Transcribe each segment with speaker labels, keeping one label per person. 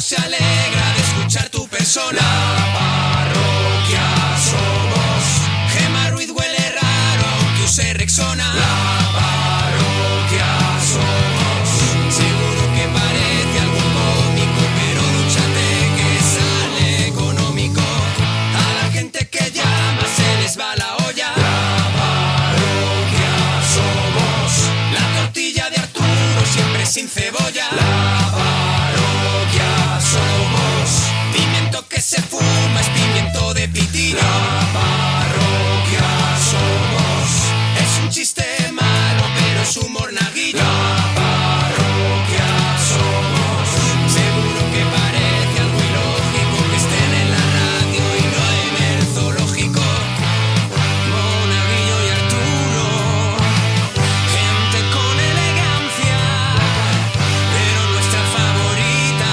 Speaker 1: se alegra de escuchar tu persona. La parroquia somos. Gema Ruiz huele raro, aunque use Rexona. La parroquia somos. Seguro que parece algo cómico, pero dúchate que sale económico. A la gente que llama se les va la olla. La parroquia somos. La tortilla de Arturo siempre sin cebolla. La parroquia somos. Pimiento que se fuma es pimiento de pitina. La parroquia somos. Es un chiste malo, pero es humor naguillo. La parroquia somos. Seguro que parece algo ilógico que estén en la radio y no en el zoológico. Monaguillo y Arturo, gente con elegancia, pero nuestra favorita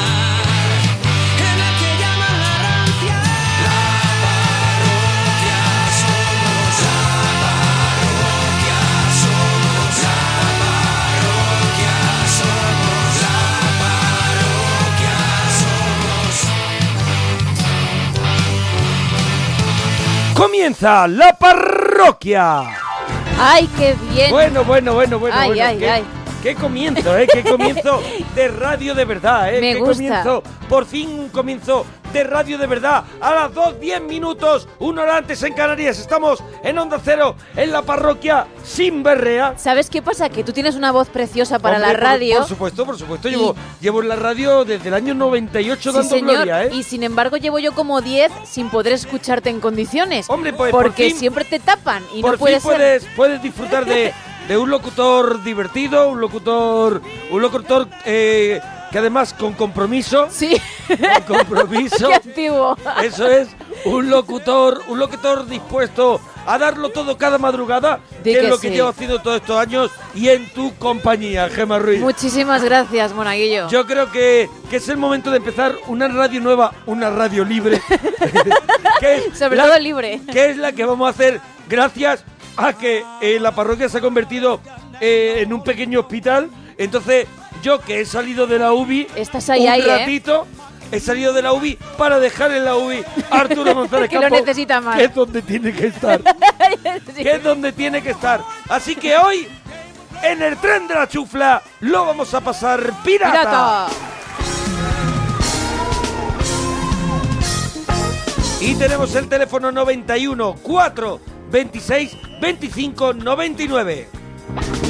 Speaker 1: es la que llaman la rancia. La parroquia somos, la parroquia somos, la parroquia somos, la parroquia
Speaker 2: Comienza la parroquia.
Speaker 3: Ay, qué bien.
Speaker 2: Bueno, bueno, bueno, bueno.
Speaker 3: Ay,
Speaker 2: bueno.
Speaker 3: ay,
Speaker 2: qué,
Speaker 3: ay.
Speaker 2: qué comienzo, ¿eh? Qué comienzo de radio de verdad, ¿eh?
Speaker 3: Me
Speaker 2: qué
Speaker 3: gusta.
Speaker 2: comienzo. Por fin un comienzo de radio de verdad. A las 2, 10 minutos, una hora antes en Canarias. Estamos en Onda Cero, en la parroquia sin berrea.
Speaker 3: ¿Sabes qué pasa? Que tú tienes una voz preciosa para
Speaker 2: Hombre,
Speaker 3: la
Speaker 2: por-
Speaker 3: radio.
Speaker 2: Por, supuesto, por supuesto. Llevo, llevo en la radio desde el año 98
Speaker 3: Sí,
Speaker 2: dando
Speaker 3: señor.
Speaker 2: gloria, ¿eh?
Speaker 3: Y sin embargo llevo yo como 10 sin poder escucharte en condiciones.
Speaker 2: Hombre, pues, por
Speaker 3: porque
Speaker 2: fin-
Speaker 3: siempre te tapan y
Speaker 2: Por
Speaker 3: no puede
Speaker 2: fin
Speaker 3: ser.
Speaker 2: puedes, puedes disfrutar de, de un locutor divertido, un locutor, un locutor eh, que además con compromiso.
Speaker 3: Sí.
Speaker 2: Con compromiso.
Speaker 3: Qué antiguo.
Speaker 2: Eso es un locutor, un locutor dispuesto a darlo todo cada madrugada, que
Speaker 3: Di
Speaker 2: es
Speaker 3: que
Speaker 2: lo que
Speaker 3: sí.
Speaker 2: llevo haciendo todos estos años y en tu compañía, Gemma Ruiz.
Speaker 3: Muchísimas gracias, Monaguillo.
Speaker 2: Yo creo que, que es el momento de empezar una radio nueva, una radio libre. que es
Speaker 3: Sobre
Speaker 2: la-
Speaker 3: todo libre.
Speaker 2: que es la que vamos a hacer gracias a que eh, la parroquia se ha convertido eh, en un pequeño hospital. Entonces, yo que he salido de la UBI
Speaker 3: Estás ahí,
Speaker 2: un
Speaker 3: ahí, ¿eh?
Speaker 2: ratito, he salido de la UBI para dejar en la UBI a Arturo González
Speaker 3: Que lo
Speaker 2: Campos,
Speaker 3: necesita más.
Speaker 2: Que es donde tiene que estar,
Speaker 3: Sí.
Speaker 2: que es donde tiene que estar. Así que hoy, en el tren de la chufla, lo vamos a pasar pirata.
Speaker 3: Pirata.
Speaker 2: Y tenemos el teléfono 91 4 26 25 99.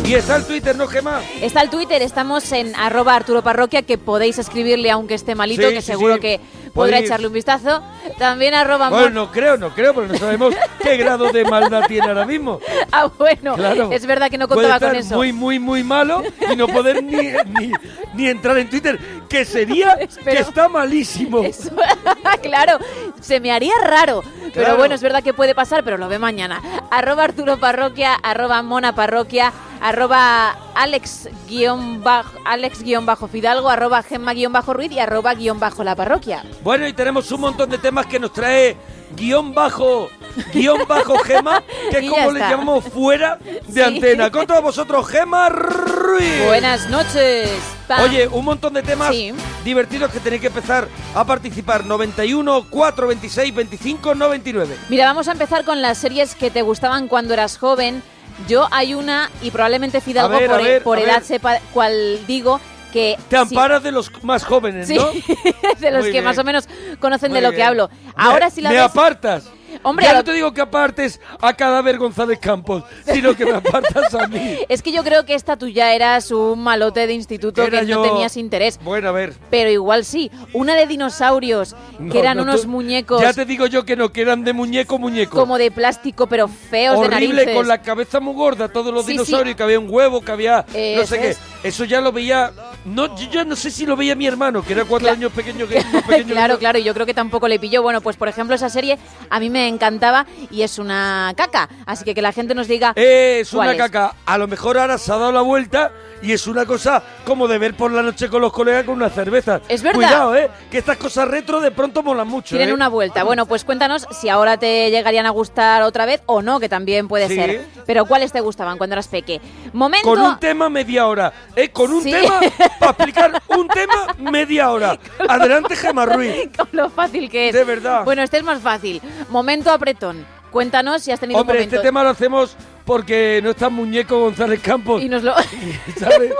Speaker 2: Y está el Twitter, ¿no, Gemma?
Speaker 3: Está el Twitter, estamos en arroba Arturo Parroquia, que podéis escribirle aunque esté malito,
Speaker 2: Sí,
Speaker 3: que
Speaker 2: sí,
Speaker 3: seguro
Speaker 2: sí.
Speaker 3: que podrá
Speaker 2: Podéis.
Speaker 3: echarle un vistazo. También arroba Mon-
Speaker 2: Bueno, no creo, no creo, porque no sabemos qué grado de maldad tiene ahora mismo.
Speaker 3: Ah, bueno,
Speaker 2: Claro.
Speaker 3: es verdad que no
Speaker 2: Puede
Speaker 3: contaba
Speaker 2: estar
Speaker 3: con eso.
Speaker 2: muy, muy, muy malo y no poder ni, ni, ni entrar en Twitter, que sería que
Speaker 3: Espero.
Speaker 2: está malísimo.
Speaker 3: Eso- claro, se me haría raro.
Speaker 2: Claro.
Speaker 3: Pero bueno, es verdad que puede pasar, pero lo ve mañana. Arroba Arturo Parroquia, arroba Mona Parroquia, arroba Alex guión bajo, Alex guión bajo Fidalgo, arroba Gemma guión bajo Ruiz y arroba guión bajo La Parroquia.
Speaker 2: Bueno, y tenemos un montón de temas que nos trae guión bajo, guión bajo Gema, que es
Speaker 3: Y ya
Speaker 2: como le
Speaker 3: está.
Speaker 2: llamamos fuera de
Speaker 3: Sí.
Speaker 2: antena. Con todos vosotros, Gema Ruiz.
Speaker 3: Buenas noches. Pa-
Speaker 2: Oye, un montón de temas
Speaker 3: Sí.
Speaker 2: divertidos que tenéis que empezar a participar. 91, 4, 26, 25, 99.
Speaker 3: Mira, vamos a empezar con las series que te gustaban cuando eras joven. Yo hay una, y probablemente Fidalgo
Speaker 2: A ver,
Speaker 3: por,
Speaker 2: a ver,
Speaker 3: por
Speaker 2: a
Speaker 3: edad
Speaker 2: ver.
Speaker 3: sepa cuál digo, que...
Speaker 2: Te
Speaker 3: sí-
Speaker 2: amparas de los más jóvenes,
Speaker 3: Sí,
Speaker 2: ¿no?
Speaker 3: de los
Speaker 2: Muy
Speaker 3: que
Speaker 2: bien.
Speaker 3: más o menos conocen
Speaker 2: Muy
Speaker 3: de lo que
Speaker 2: bien.
Speaker 3: hablo.
Speaker 2: Me-
Speaker 3: Ahora sí la
Speaker 2: Me
Speaker 3: ves-
Speaker 2: apartas.
Speaker 3: Hombre,
Speaker 2: ya
Speaker 3: a-
Speaker 2: no te digo que apartes a Cadáver González Campos, sino que me apartas a mí.
Speaker 3: Es que yo creo que esta tuya eras un malote de instituto
Speaker 2: Era
Speaker 3: que
Speaker 2: yo-
Speaker 3: no tenías interés.
Speaker 2: Bueno, a ver.
Speaker 3: Pero igual sí. Una de dinosaurios,
Speaker 2: No,
Speaker 3: que eran
Speaker 2: no,
Speaker 3: unos
Speaker 2: tú-
Speaker 3: muñecos
Speaker 2: Ya te digo yo que no, que eran de muñeco, muñeco.
Speaker 3: como de plástico, pero feos de
Speaker 2: horrible,
Speaker 3: narices.
Speaker 2: con la cabeza muy gorda, todos los
Speaker 3: Sí, sí.
Speaker 2: dinosaurios, que había un huevo, que había no
Speaker 3: Eso
Speaker 2: sé qué.
Speaker 3: es.
Speaker 2: Eso ya lo veía. No, yo ya no sé si lo veía mi hermano, que era cuatro
Speaker 3: Cla-
Speaker 2: años pequeño que más pequeño que
Speaker 3: claro,
Speaker 2: yo.
Speaker 3: claro, y yo creo que tampoco le pilló. Bueno, pues por ejemplo, esa serie a mí me encantaba y es una caca. Así que que la gente nos diga.
Speaker 2: Eh, Es una
Speaker 3: ¿Cuál es?
Speaker 2: caca. A lo mejor ahora se ha dado la vuelta y es una cosa como de ver por la noche con los colegas con unas cervezas.
Speaker 3: Es verdad.
Speaker 2: Cuidado, ¿eh? Que estas cosas retro de pronto molan mucho.
Speaker 3: Tienen
Speaker 2: ¿eh?
Speaker 3: una vuelta. Bueno, pues cuéntanos si ahora te llegarían a gustar otra vez o no, que también puede
Speaker 2: Sí.
Speaker 3: ser. Pero ¿cuáles te gustaban cuando eras peque? Momento.
Speaker 2: Con un tema media hora. ¿eh? Con un
Speaker 3: Sí.
Speaker 2: tema para explicar un tema media hora. Adelante, Gemma Ruiz.
Speaker 3: Con lo fácil que es.
Speaker 2: De verdad.
Speaker 3: Bueno, este es más fácil. Momento apretón. Cuéntanos si has tenido
Speaker 2: Hombre,
Speaker 3: un momento.
Speaker 2: este tema lo hacemos porque no está Muñeco González Campos.
Speaker 3: Y nos lo...
Speaker 2: ¿sabes?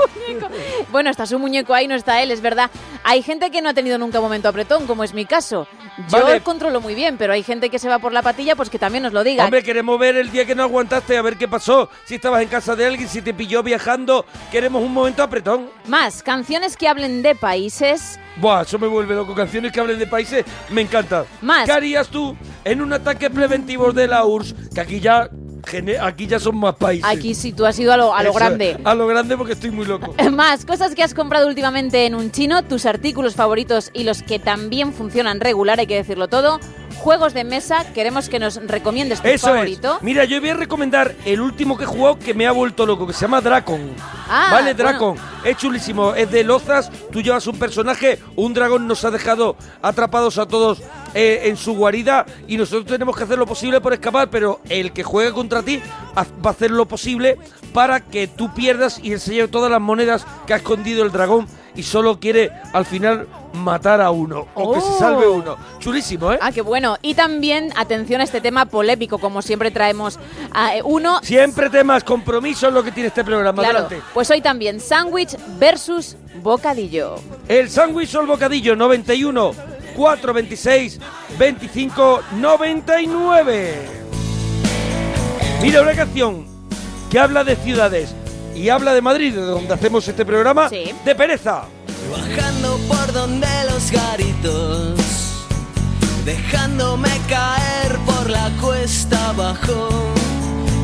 Speaker 3: bueno, está su muñeco ahí, no está él, es verdad. Hay gente que no ha tenido nunca momento apretón, como es mi caso. Yo
Speaker 2: Vale.
Speaker 3: controlo muy bien, pero hay gente que se va por la patilla, pues que también nos lo diga.
Speaker 2: Hombre, queremos ver el día que no aguantaste, a ver qué pasó. Si estabas en casa de alguien, si te pilló viajando. Queremos un momento apretón.
Speaker 3: Más, canciones que hablen de países.
Speaker 2: Buah, eso me vuelve loco. Canciones que hablen de países, me encanta.
Speaker 3: Más.
Speaker 2: ¿Qué harías tú en un ataque preventivo de la URSS? Que aquí ya, gene- aquí ya son más países.
Speaker 3: Aquí sí, tú has ido a lo, a lo
Speaker 2: Eso es,
Speaker 3: grande.
Speaker 2: A lo grande porque estoy muy loco.
Speaker 3: Más cosas que has comprado últimamente en un chino, tus artículos favoritos y los que también funcionan regular, hay que decirlo todo. Juegos de mesa, queremos que nos recomiendes tu
Speaker 2: Eso
Speaker 3: este favorito.
Speaker 2: es. Mira, yo voy a recomendar el último que he jugado que me ha vuelto loco, que se llama Dracon.
Speaker 3: Ah,
Speaker 2: vale,
Speaker 3: bueno.
Speaker 2: Dracon. Es chulísimo. Es de lozas. Tú llevas un personaje. Un dragón nos ha dejado atrapados a todos eh, en su guarida. Y nosotros tenemos que hacer lo posible por escapar. Pero el que juegue contra ti haz- va a hacer lo posible para que tú pierdas y él se lleve todas las monedas que ha escondido el dragón. Y solo quiere al final matar a uno. O que se
Speaker 3: Oh.
Speaker 2: salve uno. Chulísimo, ¿eh?
Speaker 3: Ah, qué bueno. Y también, atención a este tema polémico, como siempre traemos a eh, uno.
Speaker 2: Siempre temas, compromiso es lo que tiene este programa.
Speaker 3: Claro,
Speaker 2: Adelante.
Speaker 3: pues hoy también, sándwich versus bocadillo.
Speaker 2: El sándwich o el bocadillo 91 426 25 99. Mira una canción que habla de ciudades y habla de Madrid, de donde hacemos este programa,
Speaker 3: Sí.
Speaker 2: de pereza.
Speaker 1: Bajando por donde los garitos, dejándome caer por la cuesta abajo.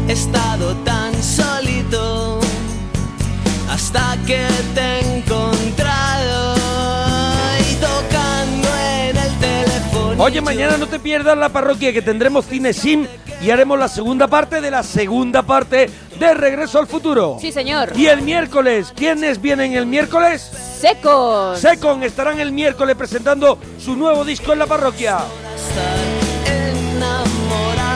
Speaker 1: He estado tan solito hasta que te he encontrado y tocando en el teléfono.
Speaker 2: Oye, mañana no te pierdas la parroquia que tendremos cine sim y haremos la segunda parte de la segunda parte de Regreso al Futuro.
Speaker 3: Sí, señor.
Speaker 2: Y el miércoles, ¿quiénes vienen el miércoles?
Speaker 3: Secos.
Speaker 2: Secon estarán el miércoles presentando su nuevo disco en la parroquia.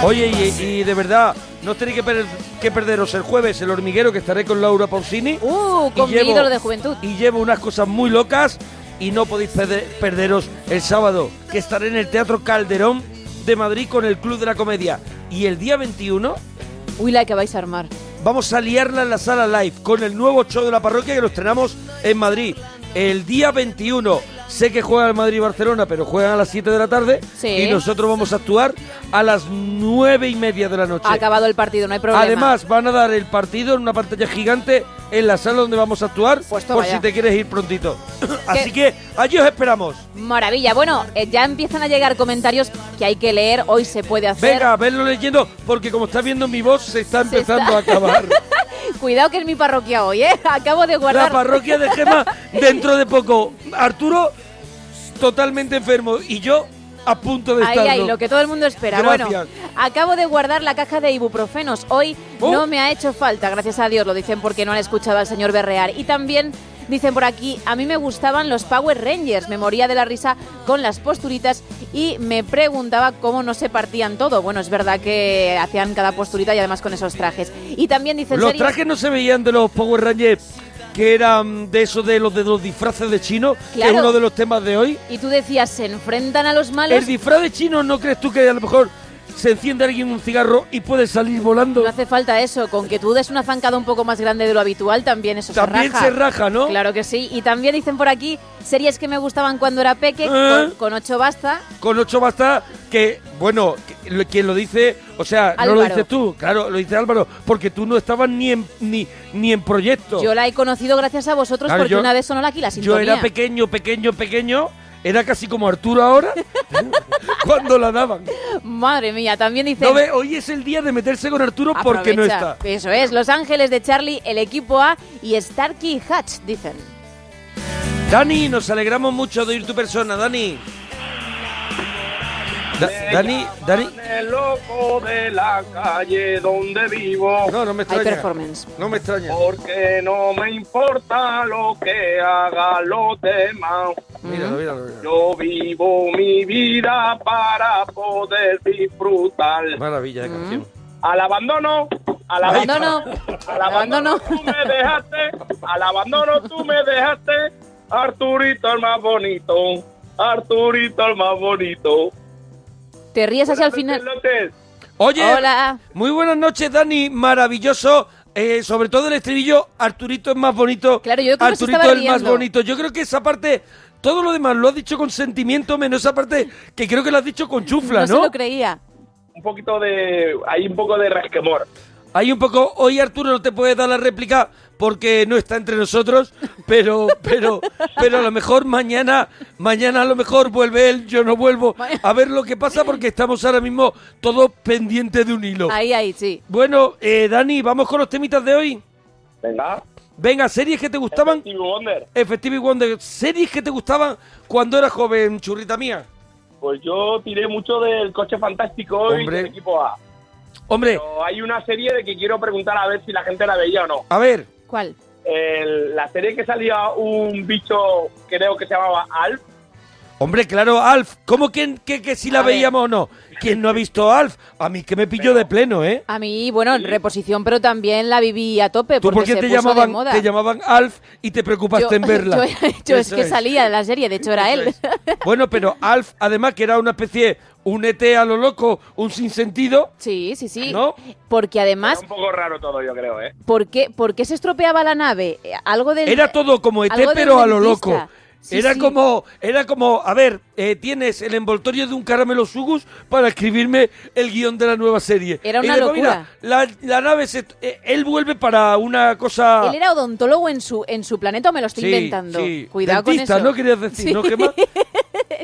Speaker 2: Oye, y, y de verdad, no tenéis que, per- que perderos el jueves el hormiguero que estaré con Laura Pausini.
Speaker 3: Uh,
Speaker 2: Y
Speaker 3: con mi
Speaker 2: llevo-
Speaker 3: ídolo de juventud.
Speaker 2: Y llevo unas cosas muy locas y no podéis perder- perderos el sábado que estaré en el Teatro Calderón de Madrid con el Club de la Comedia. Y el día 21
Speaker 3: Uy, la que vais a armar.
Speaker 2: Vamos a liarla en la sala live con el nuevo show de la parroquia que lo estrenamos en Madrid el día 21. Sé que juegan el Madrid y Barcelona, pero juegan a las 7 de la tarde
Speaker 3: Sí.
Speaker 2: y nosotros vamos a actuar a las 9 y media de la noche.
Speaker 3: Ha acabado el partido, no hay problema.
Speaker 2: Además, van a dar el partido en una pantalla gigante en la sala donde vamos a actuar
Speaker 3: Pues toma
Speaker 2: por si
Speaker 3: ya.
Speaker 2: te quieres ir prontito. Así que allí os esperamos.
Speaker 3: Maravilla. Bueno, eh, ya empiezan a llegar comentarios que hay que leer. Hoy se puede hacer.
Speaker 2: Venga, a verlo leyendo, porque como estás viendo mi voz se está
Speaker 3: Se está-
Speaker 2: empezando a acabar.
Speaker 3: Cuidado que es mi parroquia hoy, ¿eh? Acabo de guardar.
Speaker 2: La parroquia de Gema dentro de poco. Arturo totalmente enfermo y yo a punto de
Speaker 3: Ahí,
Speaker 2: estarlo.
Speaker 3: ahí, lo que todo el mundo espera.
Speaker 2: Gracias.
Speaker 3: Bueno, acabo de guardar la caja de ibuprofenos. Hoy
Speaker 2: Oh.
Speaker 3: no me ha hecho falta, gracias a Dios, lo dicen porque no han escuchado al señor berrear. Y también dicen por aquí, a mí me gustaban los Power Rangers, me moría de la risa con las posturitas y me preguntaba cómo no se partían todo. Bueno, es verdad que hacían cada posturita y además con esos trajes. Y también dicen...
Speaker 2: Los
Speaker 3: "Series-
Speaker 2: trajes no se veían de los Power Rangers que eran de esos de los de los disfraces de chino, que
Speaker 3: Claro.
Speaker 2: es uno de los temas de hoy.
Speaker 3: Y tú decías, se enfrentan a los malos.
Speaker 2: El disfraz de chino, ¿no crees tú que a lo mejor se enciende alguien un cigarro y puede salir volando?
Speaker 3: No hace falta eso, con que tú des una zancada un poco más grande de lo habitual, también eso
Speaker 2: También
Speaker 3: se raja.
Speaker 2: se raja, ¿no?
Speaker 3: Claro que sí. Y también dicen por aquí series que me gustaban cuando era peque,
Speaker 2: ¿Eh?
Speaker 3: con, con ocho basta.
Speaker 2: Con ocho basta que, bueno, que lo- quien lo dice, o sea, no lo
Speaker 3: Álvaro.
Speaker 2: dices tú, claro, lo dice Álvaro, porque tú no estabas ni en, ni, ni en proyecto.
Speaker 3: Yo la he conocido gracias a vosotros
Speaker 2: Claro,
Speaker 3: porque
Speaker 2: yo-
Speaker 3: una vez sonó aquí la
Speaker 2: Yo
Speaker 3: sintonía.
Speaker 2: era pequeño, pequeño, pequeño. Era casi como Arturo ahora, cuando la daban.
Speaker 3: Madre mía, también dicen...
Speaker 2: No ve, hoy es el día de meterse con Arturo porque no
Speaker 3: "Aprovecha".
Speaker 2: está.
Speaker 3: Eso es, Los Ángeles de Charlie, el equipo A y Starkey Hatch, dicen.
Speaker 2: Dani, nos alegramos mucho de oír tu persona, Dani. Da- Dani, Dani.
Speaker 4: el loco de la calle donde vivo,
Speaker 2: No, no me
Speaker 3: Hay
Speaker 2: extraña.
Speaker 3: performance.
Speaker 2: No me extraña.
Speaker 4: porque no me importa lo que hagan los demás.
Speaker 2: Míralo, míralo, míralo.
Speaker 4: Yo vivo mi vida para poder disfrutar.
Speaker 2: Maravilla de canción.
Speaker 4: Al abandono,
Speaker 5: Mm. al
Speaker 3: Abandono.
Speaker 5: Al abandono tú me dejaste, al abandono tú me dejaste, Arturito el más bonito, Arturito el más bonito.
Speaker 3: Te ríes hacia el final.
Speaker 5: Pelotes.
Speaker 2: Oye,
Speaker 3: Hola.
Speaker 2: muy buenas noches, Dani. Maravilloso. Eh, sobre todo el estribillo, Arturito es más bonito.
Speaker 3: Claro, yo creo que se
Speaker 2: Arturito
Speaker 3: estaba
Speaker 2: es el más
Speaker 3: riendo.
Speaker 2: bonito. Yo creo que esa parte, todo lo demás lo has dicho con sentimiento, menos esa parte que creo que lo has dicho con chufla,
Speaker 3: No
Speaker 2: ¿no?
Speaker 3: se lo creía.
Speaker 5: Un poquito de, hay un poco de resquemor.
Speaker 2: Hay un poco, hoy Arturo no te puede dar la réplica porque no está entre nosotros, pero, pero, pero a lo mejor mañana, mañana a lo mejor vuelve él, yo no vuelvo a ver lo que pasa porque estamos ahora mismo todos pendientes de un hilo.
Speaker 3: Ahí, ahí, sí.
Speaker 2: Bueno, eh, Dani, vamos con los temitas de hoy.
Speaker 5: Venga.
Speaker 2: Venga, series que te gustaban,
Speaker 5: Stevie Wonder.
Speaker 2: Effective Wonder, series que te gustaban cuando eras joven, churrita mía.
Speaker 5: Pues yo tiré mucho del coche fantástico hoy
Speaker 2: Hombre.
Speaker 5: del equipo A.
Speaker 2: Hombre,
Speaker 5: Pero hay una serie de que quiero preguntar a ver si la gente la veía o no.
Speaker 2: a ver,
Speaker 3: ¿Cuál?
Speaker 5: El- la serie que salía un bicho, creo que se llamaba Alf.
Speaker 2: hombre, claro, Alf, ¿cómo que, que, que si la
Speaker 3: A ver.
Speaker 2: veíamos o no? ¿Quién no ha visto Alf? A mí que me pilló de pleno, ¿eh?
Speaker 3: A mí, bueno, reposición, pero también la viví a tope.
Speaker 2: ¿Tú por
Speaker 3: porque
Speaker 2: qué te
Speaker 3: se puso de
Speaker 2: llamaban,
Speaker 3: moda.
Speaker 2: te llamaban Alf y te preocupaste
Speaker 3: Yo-
Speaker 2: en verla?
Speaker 3: Yo, yo es
Speaker 2: Eso
Speaker 3: que salía de la serie, de hecho era él.
Speaker 2: Eso es. Bueno, pero Alf, además, que era una especie, un ET a lo loco, un sinsentido.
Speaker 3: Sí, sí, sí.
Speaker 2: ¿No?
Speaker 3: Porque
Speaker 5: Era
Speaker 3: además,
Speaker 5: un poco raro todo, yo creo, ¿eh?
Speaker 3: ¿por qué, por qué se estropeaba la nave? Eh, Algo del...
Speaker 2: Era todo como ET,
Speaker 3: algo del
Speaker 2: pero a lo
Speaker 3: dentista.
Speaker 2: loco.
Speaker 3: Sí,
Speaker 2: era
Speaker 3: sí.
Speaker 2: como, era como, a ver, eh, tienes el envoltorio de un caramelo sugus para escribirme el guión de la nueva serie.
Speaker 3: Era
Speaker 2: Y
Speaker 3: una
Speaker 2: digo,
Speaker 3: locura.
Speaker 2: mira, la, la nave se, eh, él vuelve para una cosa.
Speaker 3: Él era odontólogo en su, en su planeta, o me lo estoy
Speaker 2: Sí,
Speaker 3: inventando.
Speaker 2: sí.
Speaker 3: Cuidado
Speaker 2: Dentista,
Speaker 3: con eso.
Speaker 2: ¿no querías decir?
Speaker 3: Sí.
Speaker 2: ¿No, Gemma?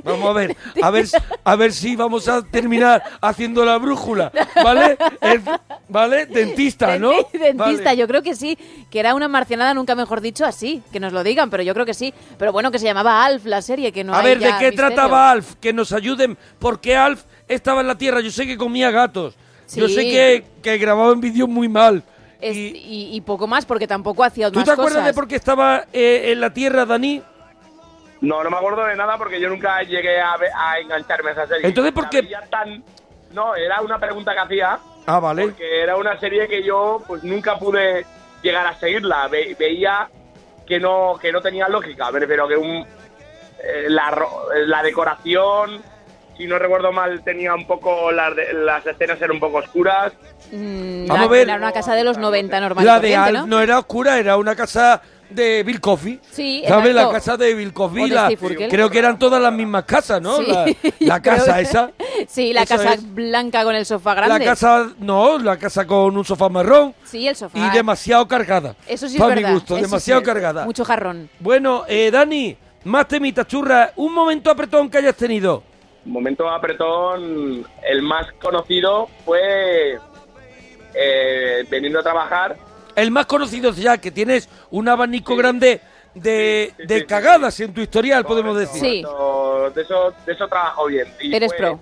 Speaker 2: Vamos a ver, a ver, a ver si vamos a terminar haciendo la brújula, ¿vale? El- ¿Vale? Dentista, ¿no?
Speaker 3: Denti- Dentista,
Speaker 2: Vale.
Speaker 3: yo creo que sí, que era una marcianada, nunca mejor dicho así, que nos lo digan, pero yo creo que sí. Pero bueno, que se llamaba Alf la serie, que no
Speaker 2: a
Speaker 3: hay
Speaker 2: ver, ¿de
Speaker 3: ya
Speaker 2: qué
Speaker 3: misterio.
Speaker 2: trataba Alf? Que nos ayuden. ¿Por qué Alf estaba en la Tierra? Yo sé que comía gatos. Yo
Speaker 3: Sí.
Speaker 2: sé que, que grababa en vídeo muy mal.
Speaker 3: Es-
Speaker 2: Y-
Speaker 3: y, y poco más, porque tampoco hacía
Speaker 2: ¿Tú
Speaker 3: más
Speaker 2: te acuerdas
Speaker 3: cosas.
Speaker 2: de por qué estaba eh, en la Tierra, Dani?
Speaker 5: No, no me acuerdo de nada porque yo nunca llegué a, ve- a engancharme a esa serie.
Speaker 2: Entonces, ¿por
Speaker 5: La
Speaker 2: qué?
Speaker 5: veía tan- No, era una pregunta que hacía,
Speaker 2: Ah, vale.
Speaker 5: porque era una serie que yo pues nunca pude llegar a seguirla. Ve- veía que no, que no tenía lógica, me refiero que un, eh, la, ro- eh, la decoración, si no recuerdo mal, tenía un poco, las, de- las escenas eran un poco oscuras.
Speaker 3: Mm,
Speaker 2: Vamos
Speaker 3: la-
Speaker 2: a ver.
Speaker 3: Era una casa de los 90 normal. y
Speaker 2: La de
Speaker 3: corriente,
Speaker 2: Alf no era oscura, era una casa de Bill Coffee.
Speaker 3: Sí,
Speaker 2: ¿Sabes? La
Speaker 3: exacto.
Speaker 2: casa de Bill
Speaker 3: O
Speaker 2: Coffee.
Speaker 3: de
Speaker 2: la-
Speaker 3: Steve Urkel.
Speaker 2: creo que eran todas las mismas casas, ¿no?
Speaker 3: Sí,
Speaker 2: La,
Speaker 3: yo
Speaker 2: la
Speaker 3: creo
Speaker 2: casa
Speaker 3: que-
Speaker 2: esa.
Speaker 3: Sí, la
Speaker 2: Eso
Speaker 3: casa
Speaker 2: es.
Speaker 3: blanca con el sofá grande.
Speaker 2: La casa, no, la casa con un sofá marrón
Speaker 3: Sí, el sofá. ¿eh?
Speaker 2: y demasiado cargada.
Speaker 3: Eso sí es
Speaker 2: Para
Speaker 3: verdad.
Speaker 2: mi gusto,
Speaker 3: eso sí
Speaker 2: demasiado
Speaker 3: es verdad.
Speaker 2: cargada.
Speaker 3: Mucho jarrón.
Speaker 2: Bueno, eh, Dani, más temitas churra. Un momento apretón que hayas tenido.
Speaker 5: momento apretón, el más conocido fue eh, veniendo a trabajar.
Speaker 2: El más conocido ya, que tienes un abanico grande de,
Speaker 5: Sí, sí,
Speaker 2: de
Speaker 5: sí, sí.
Speaker 2: cagadas en tu historial, podemos
Speaker 5: Correcto,
Speaker 2: decir.
Speaker 3: Sí.
Speaker 5: correcto. De eso, de eso trabajo bien. Y
Speaker 3: Eres
Speaker 5: fue
Speaker 3: pro.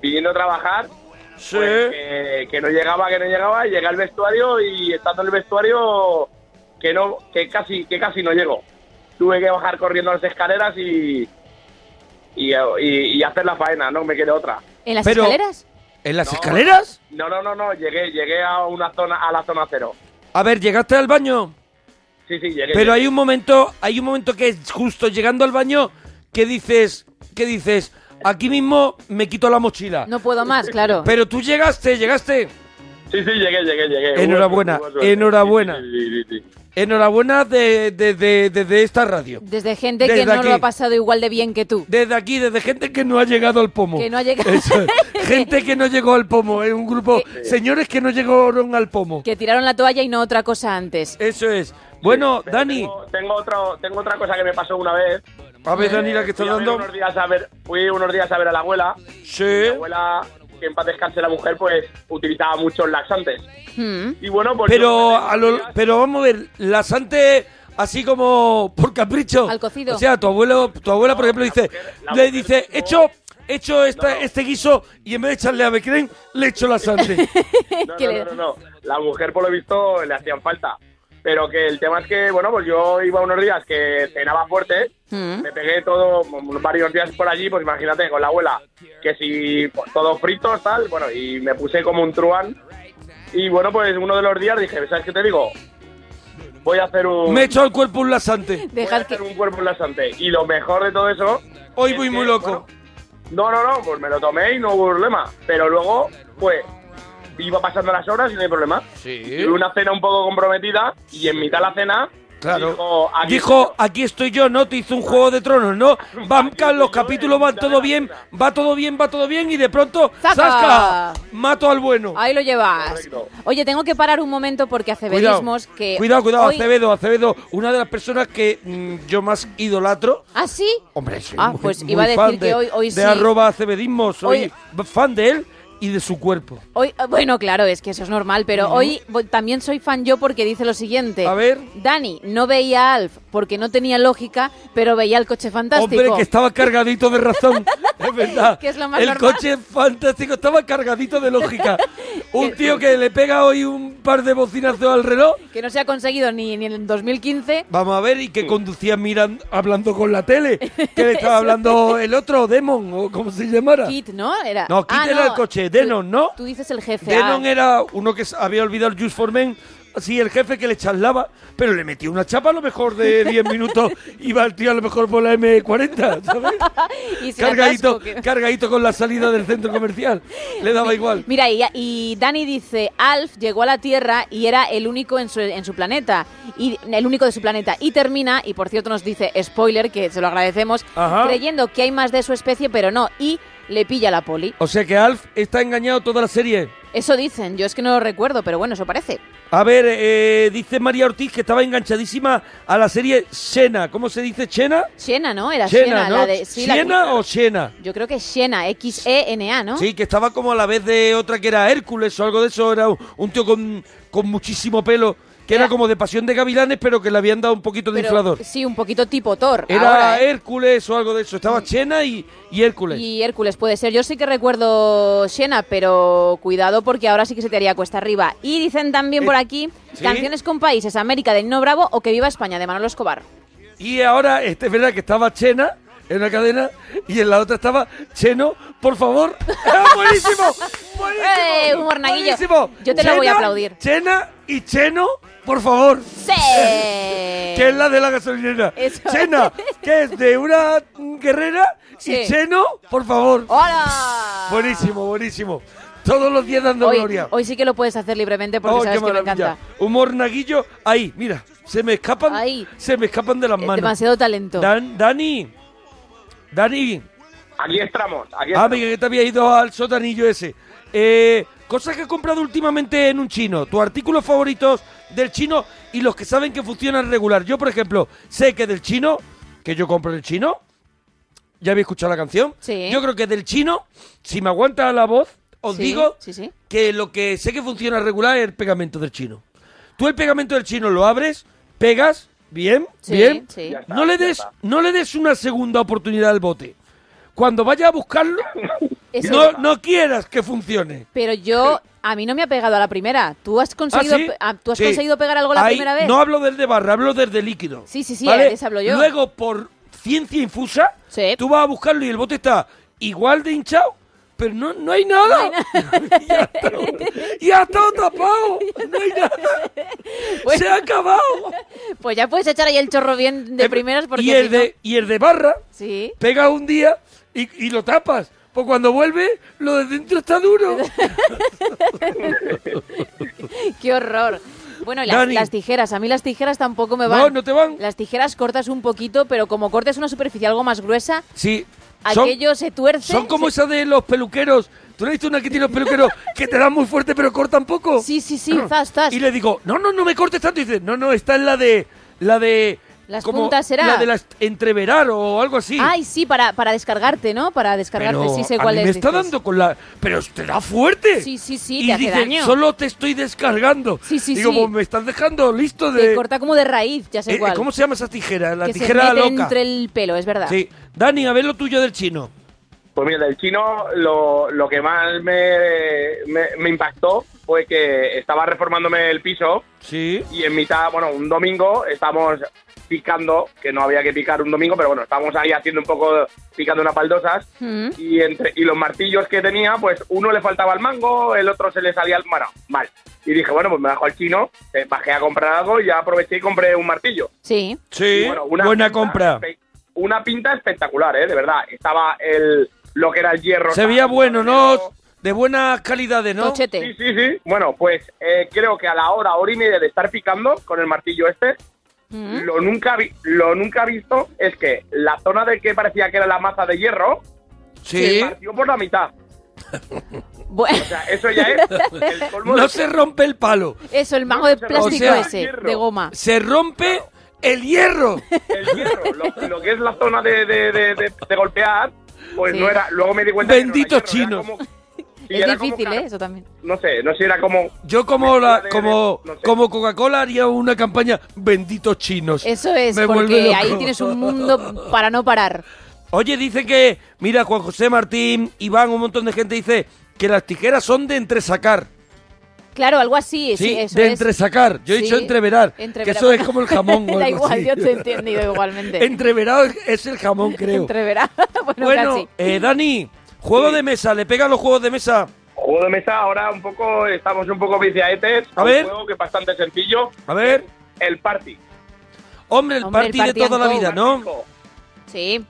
Speaker 5: Viniendo a trabajar,
Speaker 2: Sí.
Speaker 5: pues, que, que no llegaba, que no llegaba, y llegué al vestuario y estando en el vestuario que no, que casi, que casi no llego. Tuve que bajar corriendo las escaleras y y, y- y hacer la faena, no me quedé otra.
Speaker 3: ¿En las
Speaker 2: Pero-
Speaker 3: escaleras?
Speaker 2: ¿En las
Speaker 5: No.
Speaker 2: escaleras?
Speaker 5: No, no, no, no, llegué, llegué a una zona, a la zona cero.
Speaker 2: A ver, llegaste al baño.
Speaker 5: Sí, sí, llegué.
Speaker 2: Pero hay un momento, hay un momento que es justo llegando al baño que dices, que dices, aquí mismo me quito la mochila.
Speaker 3: No puedo más, claro.
Speaker 2: Pero tú llegaste, llegaste.
Speaker 5: Sí, sí, llegué, llegué, llegué. Hubo-
Speaker 2: Enhorabuena,
Speaker 5: hubo suerte.
Speaker 2: enhorabuena.
Speaker 5: Sí, sí, sí, sí, sí.
Speaker 2: Enhorabuena desde de, de- desde esta radio.
Speaker 3: Desde gente
Speaker 2: Desde
Speaker 3: que no
Speaker 2: aquí.
Speaker 3: lo ha pasado igual de bien que tú.
Speaker 2: Desde aquí, desde gente que no ha llegado al pomo.
Speaker 3: Que no ha llegado-
Speaker 2: Eso es. gente que no llegó al pomo, es un grupo. Señores que no llegaron al pomo.
Speaker 3: Que tiraron la toalla y no otra cosa antes.
Speaker 2: Eso es. Bueno,
Speaker 5: Pero
Speaker 2: Dani.
Speaker 5: Tengo, tengo otro, tengo otra cosa que me pasó una vez.
Speaker 2: A ver, Dani, la que está
Speaker 5: Fui a ver
Speaker 2: dando.
Speaker 5: Unos días a ver, fui unos días a ver a la abuela.
Speaker 2: Sí.
Speaker 5: Mi abuela, que en paz descanse la mujer, pues utilizaba muchos laxantes.
Speaker 3: Mm.
Speaker 5: Y bueno, pues.
Speaker 2: Pero,
Speaker 5: yo-
Speaker 2: a lo- pero vamos a ver, lasante así como por capricho.
Speaker 3: Al cocido.
Speaker 2: O sea, tu abuelo, tu abuela, por ejemplo, dice,
Speaker 5: la
Speaker 2: le
Speaker 5: mujer
Speaker 2: dice,
Speaker 5: dijo-
Speaker 2: hecho, hecho esta, este guiso y en vez de echarle avecren, le echo lasante.
Speaker 5: No,
Speaker 3: que
Speaker 5: no,
Speaker 3: le-
Speaker 5: no, no, no. La mujer, por lo visto, le hacían falta. Pero que el tema es que, bueno, pues yo iba unos días que cenaba fuerte.
Speaker 3: Mm.
Speaker 5: Me pegué todo, m- varios días por allí, pues imagínate, con la abuela, que si pues, todo frito, tal, bueno, y me puse como un truán
Speaker 4: Y bueno, pues uno de los días dije, ¿sabes qué te digo? Voy a hacer un...
Speaker 2: Me he hecho el cuerpo un lasante.
Speaker 4: voy a
Speaker 3: Dejad que.
Speaker 4: hacer un cuerpo enlazante. Y lo mejor de todo eso...
Speaker 2: Hoy
Speaker 4: es
Speaker 2: voy
Speaker 4: que,
Speaker 2: muy loco.
Speaker 4: bueno, no, no, no, pues me lo tomé y no hubo problema. Pero luego, pues, iba pasando las horas y no hay problema.
Speaker 2: Sí.
Speaker 4: Tuve una cena un poco comprometida y en mitad de la cena...
Speaker 2: Claro.
Speaker 4: Dijo, aquí
Speaker 2: Dijo, aquí estoy yo, ¿no? Te hizo un juego de tronos, ¿no? Van
Speaker 4: estoy
Speaker 2: los
Speaker 4: yo,
Speaker 2: capítulos, van
Speaker 4: en
Speaker 2: todo
Speaker 4: mitad de la
Speaker 2: bien,
Speaker 4: cena.
Speaker 2: va todo bien, va todo bien, y de pronto,
Speaker 3: ¡Zaca!
Speaker 2: ¡zasca! Mato al bueno.
Speaker 3: Ahí lo llevas.
Speaker 4: Correcto.
Speaker 3: Oye, tengo que parar un momento porque
Speaker 2: Cuidado,
Speaker 3: aceverismos que.
Speaker 2: cuidado, cuidado,
Speaker 3: hoy-
Speaker 2: Acevedo, Acevedo, una de las personas que mm, yo más idolatro.
Speaker 3: ¿Ah, sí?
Speaker 2: Hombre, soy
Speaker 3: Ah,
Speaker 2: muy-
Speaker 3: pues
Speaker 2: muy
Speaker 3: iba a decir
Speaker 2: fan
Speaker 3: que
Speaker 2: de-
Speaker 3: hoy- hoy
Speaker 2: de
Speaker 3: sí.
Speaker 2: arroba acevedismo, soy fan de él y de su cuerpo.
Speaker 3: Hoy, ah, bueno, claro, es que eso es normal, pero hoy bo- también soy fan yo porque dice lo siguiente.
Speaker 2: A ver.
Speaker 3: Dani, no veía a Alf porque no tenía lógica, pero veía el coche fantástico.
Speaker 2: Hombre, que estaba cargadito de razón. es verdad.
Speaker 3: Que es lo más
Speaker 2: El
Speaker 3: normal.
Speaker 2: coche fantástico estaba cargadito de lógica. un tío que le pega hoy un par de bocinazos al reloj.
Speaker 3: Que no se ha conseguido ni, ni en el 2015.
Speaker 2: Vamos a ver, y que conducía mirando, hablando con la tele. Que le estaba hablando el otro, Demon, o como se llamara.
Speaker 3: Kit, ¿no? Era,
Speaker 2: No, Kit
Speaker 3: Ah,
Speaker 2: era el coche, Denon,
Speaker 3: Tú-
Speaker 2: ¿no?
Speaker 3: Tú dices el jefe.
Speaker 2: Denon
Speaker 3: ah.
Speaker 2: era uno que se había olvidado el Just for Men. Sí, el jefe que le charlaba, pero le metió una chapa a lo mejor de 10 minutos. Iba el tío a lo mejor por la M40, ¿sabes?
Speaker 3: Y sin
Speaker 2: cargadito,
Speaker 3: atasco, que-
Speaker 2: cargadito con la salida del centro comercial. Le daba igual.
Speaker 3: Mira, y, y Dani dice, Alf llegó a la Tierra y era el único en su, en su planeta, y el único de su planeta. Y termina, y por cierto nos dice, spoiler, que se lo agradecemos,
Speaker 2: Ajá.
Speaker 3: creyendo que hay más de su especie, pero no, y le pilla la poli.
Speaker 2: O sea que Alf está engañado toda la serie.
Speaker 3: Eso dicen, yo es que no lo recuerdo, pero bueno, eso parece.
Speaker 2: A ver, eh, dice María Ortiz que estaba enganchadísima a la serie Xena. ¿Cómo se dice? ¿Chena?
Speaker 3: Xena, ¿no? Era Xena,
Speaker 2: Xena, ¿no?
Speaker 3: la de... sí, la-
Speaker 2: ¿Xena o Xena?
Speaker 3: Yo creo que es Xena, X-E-N-A, ¿no?
Speaker 2: Sí, que estaba como a la vez de otra que era Hércules o algo de eso. Era un, un tío con, con muchísimo pelo, que era
Speaker 3: Era-
Speaker 2: como de Pasión de Gavilanes, pero que le habían dado un poquito de
Speaker 3: Pero-
Speaker 2: inflador.
Speaker 3: Sí, un poquito tipo Thor.
Speaker 2: Era
Speaker 3: ahora, ¿eh?
Speaker 2: Hércules o algo de eso. Estaba Xena y, y Hércules.
Speaker 3: Y Hércules puede ser. Yo sí que recuerdo Xena, pero cuidado porque ahora sí que se te haría cuesta arriba. Y dicen también
Speaker 2: Eh,
Speaker 3: por aquí
Speaker 2: ¿sí?
Speaker 3: canciones con países, América de Nino Bravo o Que viva España de Manolo Escobar.
Speaker 2: Y ahora, este, es verdad que estaba Chena en una cadena y en la otra estaba Cheno, por favor. ¡Ah, ¡Buenísimo! ¡Buenísimo!
Speaker 3: ¡Eh, humor naguillo!
Speaker 2: buenísimo!
Speaker 3: Yo te la voy a
Speaker 2: Chena,
Speaker 3: aplaudir.
Speaker 2: Chena y Cheno, por favor.
Speaker 3: ¡Sí!
Speaker 2: Que es la de la gasolinera.
Speaker 3: Eso.
Speaker 2: Chena, que es de una mm, guerrera
Speaker 3: Sí.
Speaker 2: y Cheno, por favor.
Speaker 3: ¡Hola!
Speaker 2: Buenísimo, buenísimo. Todos los días dando
Speaker 3: Hoy,
Speaker 2: gloria.
Speaker 3: hoy sí que lo puedes hacer libremente porque
Speaker 2: Oh,
Speaker 3: sabes
Speaker 2: qué
Speaker 3: que me
Speaker 2: maravilla.
Speaker 3: encanta.
Speaker 2: Humor naguillo, ahí, mira, se me escapan,
Speaker 3: Ahí.
Speaker 2: se me escapan de las
Speaker 3: Eh,
Speaker 2: manos.
Speaker 3: Demasiado talento.
Speaker 2: Dan- Dani, Dani,
Speaker 4: Aquí estamos, aquí
Speaker 2: ah,
Speaker 4: estamos.
Speaker 2: mira, que te había ido al sotanillo ese. Eh, cosas que has comprado últimamente en un chino, tus artículos favoritos del chino y los que saben que funcionan regular. Yo, por ejemplo, sé que del chino, que yo compro del chino, ya habéis escuchado la canción.
Speaker 3: Sí.
Speaker 2: Yo creo que del chino, si me aguanta la voz, os
Speaker 3: Sí,
Speaker 2: digo
Speaker 3: sí, sí.
Speaker 2: que lo que sé que funciona regular es el pegamento del chino. Tú el pegamento del chino lo abres, pegas, bien,
Speaker 3: Sí,
Speaker 2: bien,
Speaker 3: sí.
Speaker 4: Ya está,
Speaker 2: no le
Speaker 4: ya
Speaker 2: des,
Speaker 4: está.
Speaker 2: no le des una segunda oportunidad al bote. Cuando vayas a buscarlo,
Speaker 3: Eso-
Speaker 2: no, no quieras que funcione.
Speaker 3: Pero yo, a mí no me ha pegado a la primera. ¿Tú has
Speaker 2: ¿Ah,
Speaker 3: conseguido,
Speaker 2: sí?
Speaker 3: pe- ah, ¿tú has
Speaker 2: Sí.
Speaker 3: conseguido pegar algo la
Speaker 2: Ahí
Speaker 3: primera vez?
Speaker 2: No hablo del de barra, hablo del de líquido.
Speaker 3: Sí, sí, sí, de ese hablo yo.
Speaker 2: Luego, por ciencia infusa,
Speaker 3: Sí.
Speaker 2: tú vas a buscarlo y el bote está igual de hinchado, pero no, no hay nada. ya, está, ya está tapado, no hay nada. Se ha acabado. Em,
Speaker 3: Pues ya puedes echar ahí el chorro bien de primeras porque
Speaker 2: y, el
Speaker 3: si no-
Speaker 2: de, y el de barra,
Speaker 3: Sí.
Speaker 2: pega un día y, y lo tapas. Pues cuando vuelve, lo de dentro está duro.
Speaker 3: ¡Qué horror! Bueno, y las,
Speaker 2: Dani.
Speaker 3: las tijeras. A mí las tijeras tampoco me van.
Speaker 2: No, no te van.
Speaker 3: Las tijeras cortas un poquito, pero como cortes una superficie algo más gruesa,
Speaker 2: Sí. son-
Speaker 3: aquello se tuerce.
Speaker 2: Son como
Speaker 3: se-
Speaker 2: esas de los peluqueros. ¿Tú no has visto una que tiene los peluqueros que te dan muy fuerte pero cortan poco?
Speaker 3: Sí, sí, sí, zas, zas.
Speaker 2: Y le digo, no, no, no me cortes tanto. Y dice, no, no, esta es la de... La de...
Speaker 3: Las puntas será.
Speaker 2: La de las entreverar o algo así.
Speaker 3: Ay, sí, para, para descargarte, ¿no? Para descargarte,
Speaker 2: Pero
Speaker 3: sí sé
Speaker 2: a
Speaker 3: cuál
Speaker 2: mí
Speaker 3: es.
Speaker 2: me está
Speaker 3: dices.
Speaker 2: dando con la... Pero te da fuerte.
Speaker 3: Sí, sí, sí,
Speaker 2: Y
Speaker 3: te hace
Speaker 2: dice,
Speaker 3: daño.
Speaker 2: solo te estoy descargando.
Speaker 3: Sí, sí,
Speaker 2: digo,
Speaker 3: sí.
Speaker 2: pues me estás dejando listo
Speaker 3: Te
Speaker 2: de...
Speaker 3: corta como de raíz, ya sé
Speaker 2: Eh,
Speaker 3: cuál.
Speaker 2: ¿Cómo se llama esa tijera? La
Speaker 3: que
Speaker 2: tijera
Speaker 3: se mete
Speaker 2: loca.
Speaker 3: entre el pelo, es verdad.
Speaker 2: Sí. Dani, a ver lo tuyo del chino.
Speaker 5: Pues mira, del chino lo, lo que más me, me- me impactó fue que estaba reformándome el piso
Speaker 2: Sí.
Speaker 5: y en mitad, bueno, un domingo estamos picando, que no había que picar un domingo, pero bueno, estábamos ahí haciendo un poco, picando unas baldosas
Speaker 3: Mm.
Speaker 5: y entre y los martillos que tenía, pues uno le faltaba el mango, el otro se le salía el bueno, mal. Y dije, bueno, pues me bajo al chino, eh, bajé a comprar algo y ya aproveché y compré un martillo.
Speaker 3: Sí.
Speaker 2: Sí.
Speaker 5: Y, bueno, una
Speaker 2: Buena
Speaker 5: pinta
Speaker 2: compra.
Speaker 5: espe- Una pinta espectacular, eh, de verdad. Estaba el lo que era el hierro.
Speaker 2: Se veía
Speaker 5: estaba
Speaker 2: bueno, ¿no?
Speaker 5: negro.
Speaker 2: De buenas calidades, ¿no?
Speaker 3: Tochete.
Speaker 5: Sí, sí, sí. Bueno, pues eh, creo que a la hora, hora y media de estar picando con el martillo este,
Speaker 3: Mm.
Speaker 5: lo nunca vi- lo nunca visto es que la zona de que parecía que era la masa de hierro
Speaker 2: Sí.
Speaker 5: se partió por la mitad.
Speaker 3: Bueno,
Speaker 5: O sea, eso ya es el colmo
Speaker 2: No
Speaker 5: de-
Speaker 2: se rompe el palo.
Speaker 3: eso, el mango de plástico
Speaker 2: sea,
Speaker 3: ese,
Speaker 5: hierro.
Speaker 3: de goma.
Speaker 2: Se rompe el hierro.
Speaker 5: el hierro, lo, lo que es la zona de, de- de- de- de golpear, pues
Speaker 3: Sí.
Speaker 5: no era. Luego me di cuenta. que no era
Speaker 2: Benditos
Speaker 5: hierro, era
Speaker 2: chinos.
Speaker 5: como- sí,
Speaker 3: Es
Speaker 5: era como
Speaker 3: difícil,
Speaker 5: car-
Speaker 3: ¿eh? Eso también.
Speaker 5: No sé, no sé, era como.
Speaker 2: Yo como la, como,
Speaker 5: No sé.
Speaker 2: como Coca-Cola haría una campaña benditos chinos.
Speaker 3: Eso es,
Speaker 2: Me vuelve
Speaker 3: porque
Speaker 2: loco.
Speaker 3: ahí tienes un mundo para no parar.
Speaker 2: Oye, dice que, mira, Juan José Martín, Iván, un montón de gente dice que las tijeras son de entresacar.
Speaker 3: Claro, algo así. Sí,
Speaker 2: Sí,
Speaker 3: eso
Speaker 2: de
Speaker 3: es.
Speaker 2: entresacar. Yo he
Speaker 3: Sí,
Speaker 2: dicho entreverar. que
Speaker 3: entreverar.
Speaker 2: eso es como el jamón. o
Speaker 3: da
Speaker 2: algo
Speaker 3: igual,
Speaker 2: así.
Speaker 3: yo te he entendido igualmente.
Speaker 2: Entreverado es el jamón, creo.
Speaker 3: Entreverá. bueno,
Speaker 2: bueno,
Speaker 3: casi.
Speaker 2: eh, Dani, juego de mesa, ¿le pegan los juegos de mesa?
Speaker 5: Juego de mesa, ahora un poco. Estamos un poco viciaetes.
Speaker 2: A
Speaker 5: un
Speaker 2: ver.
Speaker 5: juego que es bastante sencillo.
Speaker 2: A ver.
Speaker 5: El party.
Speaker 2: Hombre, el
Speaker 3: Hombre, el
Speaker 2: party
Speaker 3: party
Speaker 2: de toda
Speaker 3: and
Speaker 2: la
Speaker 3: go.
Speaker 2: vida, ¿no?
Speaker 3: Sí.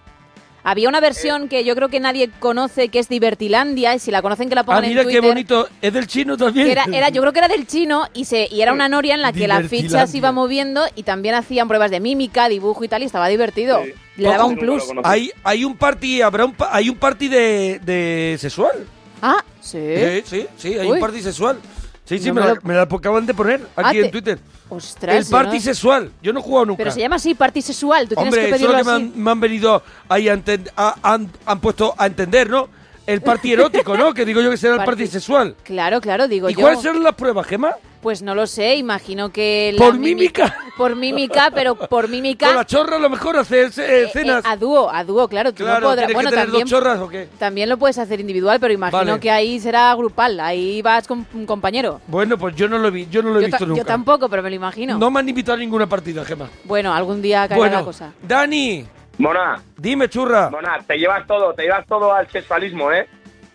Speaker 3: Había una
Speaker 2: Eh.
Speaker 3: versión que yo creo que nadie conoce, que es Divertilandia, y si la conocen que la
Speaker 2: Ah,
Speaker 3: pongan
Speaker 2: mira
Speaker 3: en
Speaker 2: qué
Speaker 3: Twitter.
Speaker 2: bonito. Es del chino también. Eh,
Speaker 3: que era, era- yo creo que era del chino y se y era una noria en la que la ficha se
Speaker 2: Divertilandia.
Speaker 3: iba moviendo y también hacían pruebas de mímica, dibujo y tal, y estaba divertido.
Speaker 5: Sí.
Speaker 3: Le daba
Speaker 5: Ojo,
Speaker 3: un
Speaker 5: no lo
Speaker 3: plus.
Speaker 5: conozco.
Speaker 2: Hay, hay un party, habrá un, pa- hay un party de, de sexual.
Speaker 3: Ah, sí.
Speaker 2: Sí, sí, sí, hay
Speaker 3: Uy.
Speaker 2: un party sexual. Sí, sí,
Speaker 3: No
Speaker 2: me,
Speaker 3: me
Speaker 2: la,
Speaker 3: lo-
Speaker 2: me la acaban de poner
Speaker 3: Ah,
Speaker 2: aquí
Speaker 3: te-
Speaker 2: en Twitter.
Speaker 3: Ostras.
Speaker 2: el
Speaker 3: yo
Speaker 2: party
Speaker 3: no-
Speaker 2: sexual. Yo no he jugado nunca.
Speaker 3: Pero se llama así party sexual, tú
Speaker 2: Hombre,
Speaker 3: tienes que
Speaker 2: eso es lo
Speaker 3: pedirlo
Speaker 2: que me
Speaker 3: así.
Speaker 2: han, me han venido ahí a enten- a- han, han puesto a entender, ¿no? El party erótico, ¿no? Que digo yo que será el
Speaker 3: Party.
Speaker 2: party sexual.
Speaker 3: Claro, claro, digo
Speaker 2: ¿Y
Speaker 3: yo.
Speaker 2: cuáles serán las pruebas, Gemma?
Speaker 3: Pues no lo sé, imagino que la
Speaker 2: ¿Por mímica?
Speaker 3: por mímica, pero por mímica
Speaker 2: Con la chorra a lo mejor hacer
Speaker 3: eh,
Speaker 2: eh,
Speaker 3: eh,
Speaker 2: cenas.
Speaker 3: a dúo, a dúo, claro, tú no
Speaker 2: claro,
Speaker 3: podrás-
Speaker 2: ¿tienes
Speaker 3: bueno,
Speaker 2: que tener
Speaker 3: también
Speaker 2: dos chorras o qué?
Speaker 3: También lo puedes hacer individual, pero imagino
Speaker 2: Vale.
Speaker 3: que ahí será grupal, ahí vas con un compañero.
Speaker 2: Bueno, pues yo no lo vi, yo no lo he
Speaker 3: Yo, ta-
Speaker 2: visto
Speaker 3: yo
Speaker 2: nunca.
Speaker 3: tampoco, pero me lo imagino.
Speaker 2: No me han invitado a ninguna partida, Gemma.
Speaker 3: Bueno, algún día caerá
Speaker 2: Bueno,
Speaker 3: la cosa.
Speaker 2: Dani,
Speaker 5: Mona,
Speaker 2: dime churra.
Speaker 5: Mona, te llevas todo, te llevas todo al sexualismo, ¿eh?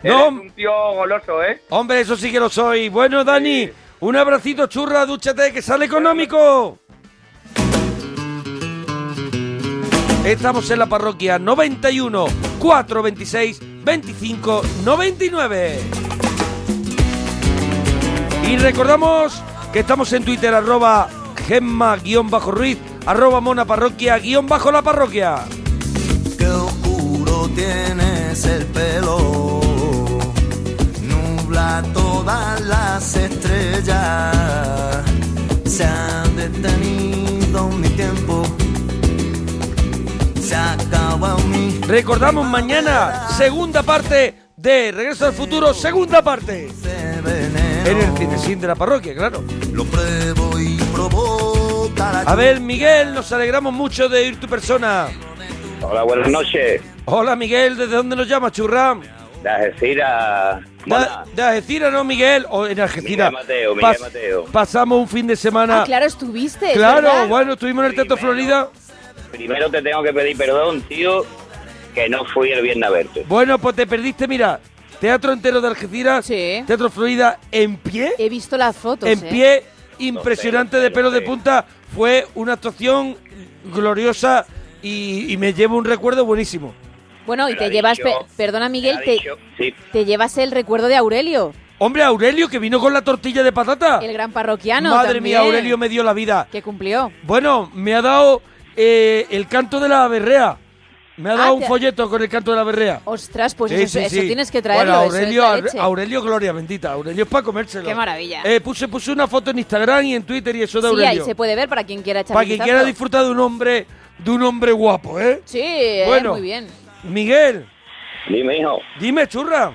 Speaker 2: No.
Speaker 5: Eres un tío goloso, ¿eh?
Speaker 2: Hombre, eso sí que lo soy. Bueno, Dani,
Speaker 5: Sí.
Speaker 2: un abracito churra, dúchate, que sale económico. Estamos en la parroquia 91 426 25 99. Y recordamos que estamos en Twitter arroba gemma-ruiz arroba mona parroquia guión bajo la parroquia.
Speaker 1: Qué oscuro tienes el pelo, nubla todas las estrellas. Se ha detenido mi tiempo, se acaba mi.
Speaker 2: Recordamos mañana segunda parte de Regreso al Futuro, segunda parte.
Speaker 1: ese veneno.
Speaker 2: En el cinecín de la parroquia, claro.
Speaker 1: Lo pruebo y provoca la
Speaker 2: A ver, Miguel, nos alegramos mucho de ir tu persona.
Speaker 6: Hola, buenas noches.
Speaker 2: Hola, Miguel, ¿desde dónde nos llamas, churra?
Speaker 6: De Algeciras.
Speaker 2: Da-
Speaker 6: Mona,
Speaker 2: ¿De Algeciras, no, Miguel? O en Algeciras.
Speaker 6: Miguel Mateo, Miguel
Speaker 2: Pas-
Speaker 6: Mateo.
Speaker 2: Pasamos un fin de semana.
Speaker 3: Ah, claro, estuviste. es
Speaker 2: Claro,
Speaker 3: verdad.
Speaker 2: bueno, estuvimos en el Teatro
Speaker 6: Primero.
Speaker 2: Florida.
Speaker 6: Primero te tengo que pedir perdón, tío, que no fui el viernes a verte.
Speaker 2: Bueno, pues te perdiste, mira, teatro entero de Algeciras,
Speaker 3: Sí.
Speaker 2: Teatro Florida en pie.
Speaker 3: He visto las fotos.
Speaker 2: en
Speaker 3: ¿eh?
Speaker 2: pie, impresionante
Speaker 6: Lo sé,
Speaker 2: de
Speaker 6: lo
Speaker 2: pelo de
Speaker 6: sé.
Speaker 2: punta. Fue una actuación gloriosa y, y me llevo un recuerdo buenísimo.
Speaker 3: Bueno, y
Speaker 6: Me
Speaker 3: te
Speaker 6: lo ha
Speaker 3: llevas.
Speaker 6: dicho-
Speaker 3: pe- perdona, Miguel,
Speaker 6: Me ha
Speaker 3: te,
Speaker 6: dicho- Sí,
Speaker 3: te llevas el recuerdo de Aurelio,
Speaker 2: Hombre, Aurelio, que vino con la tortilla de patata.
Speaker 3: el gran parroquiano.
Speaker 2: Madre mía,
Speaker 3: también,
Speaker 2: Aurelio me dio la vida.
Speaker 3: Que cumplió.
Speaker 2: Bueno, me ha dado eh, el canto de la berrea. Me ha
Speaker 3: Ah,
Speaker 2: dado un
Speaker 3: te-
Speaker 2: folleto con el canto de la berrea.
Speaker 3: Ostras, pues
Speaker 2: Sí,
Speaker 3: eso,
Speaker 2: sí,
Speaker 3: eso
Speaker 2: sí.
Speaker 3: tienes que traerlo.
Speaker 2: Bueno,
Speaker 3: eso es
Speaker 2: Aurelio,
Speaker 3: la
Speaker 2: Aure-
Speaker 3: leche.
Speaker 2: Aurelio, gloria bendita. Aurelio es para comérselo.
Speaker 3: Qué maravilla.
Speaker 2: Eh, puse, puse una foto en Instagram y en Twitter y eso de
Speaker 3: sí,
Speaker 2: Aurelio.
Speaker 3: ahí se puede ver para quien quiera echar
Speaker 2: Para
Speaker 3: un
Speaker 2: quien
Speaker 3: vistazo.
Speaker 2: quiera disfrutar de un hombre, de un hombre guapo, ¿eh?
Speaker 3: Sí, eh,
Speaker 2: Bueno.
Speaker 3: muy bien.
Speaker 2: Miguel,
Speaker 6: dime, hijo.
Speaker 2: dime, churra.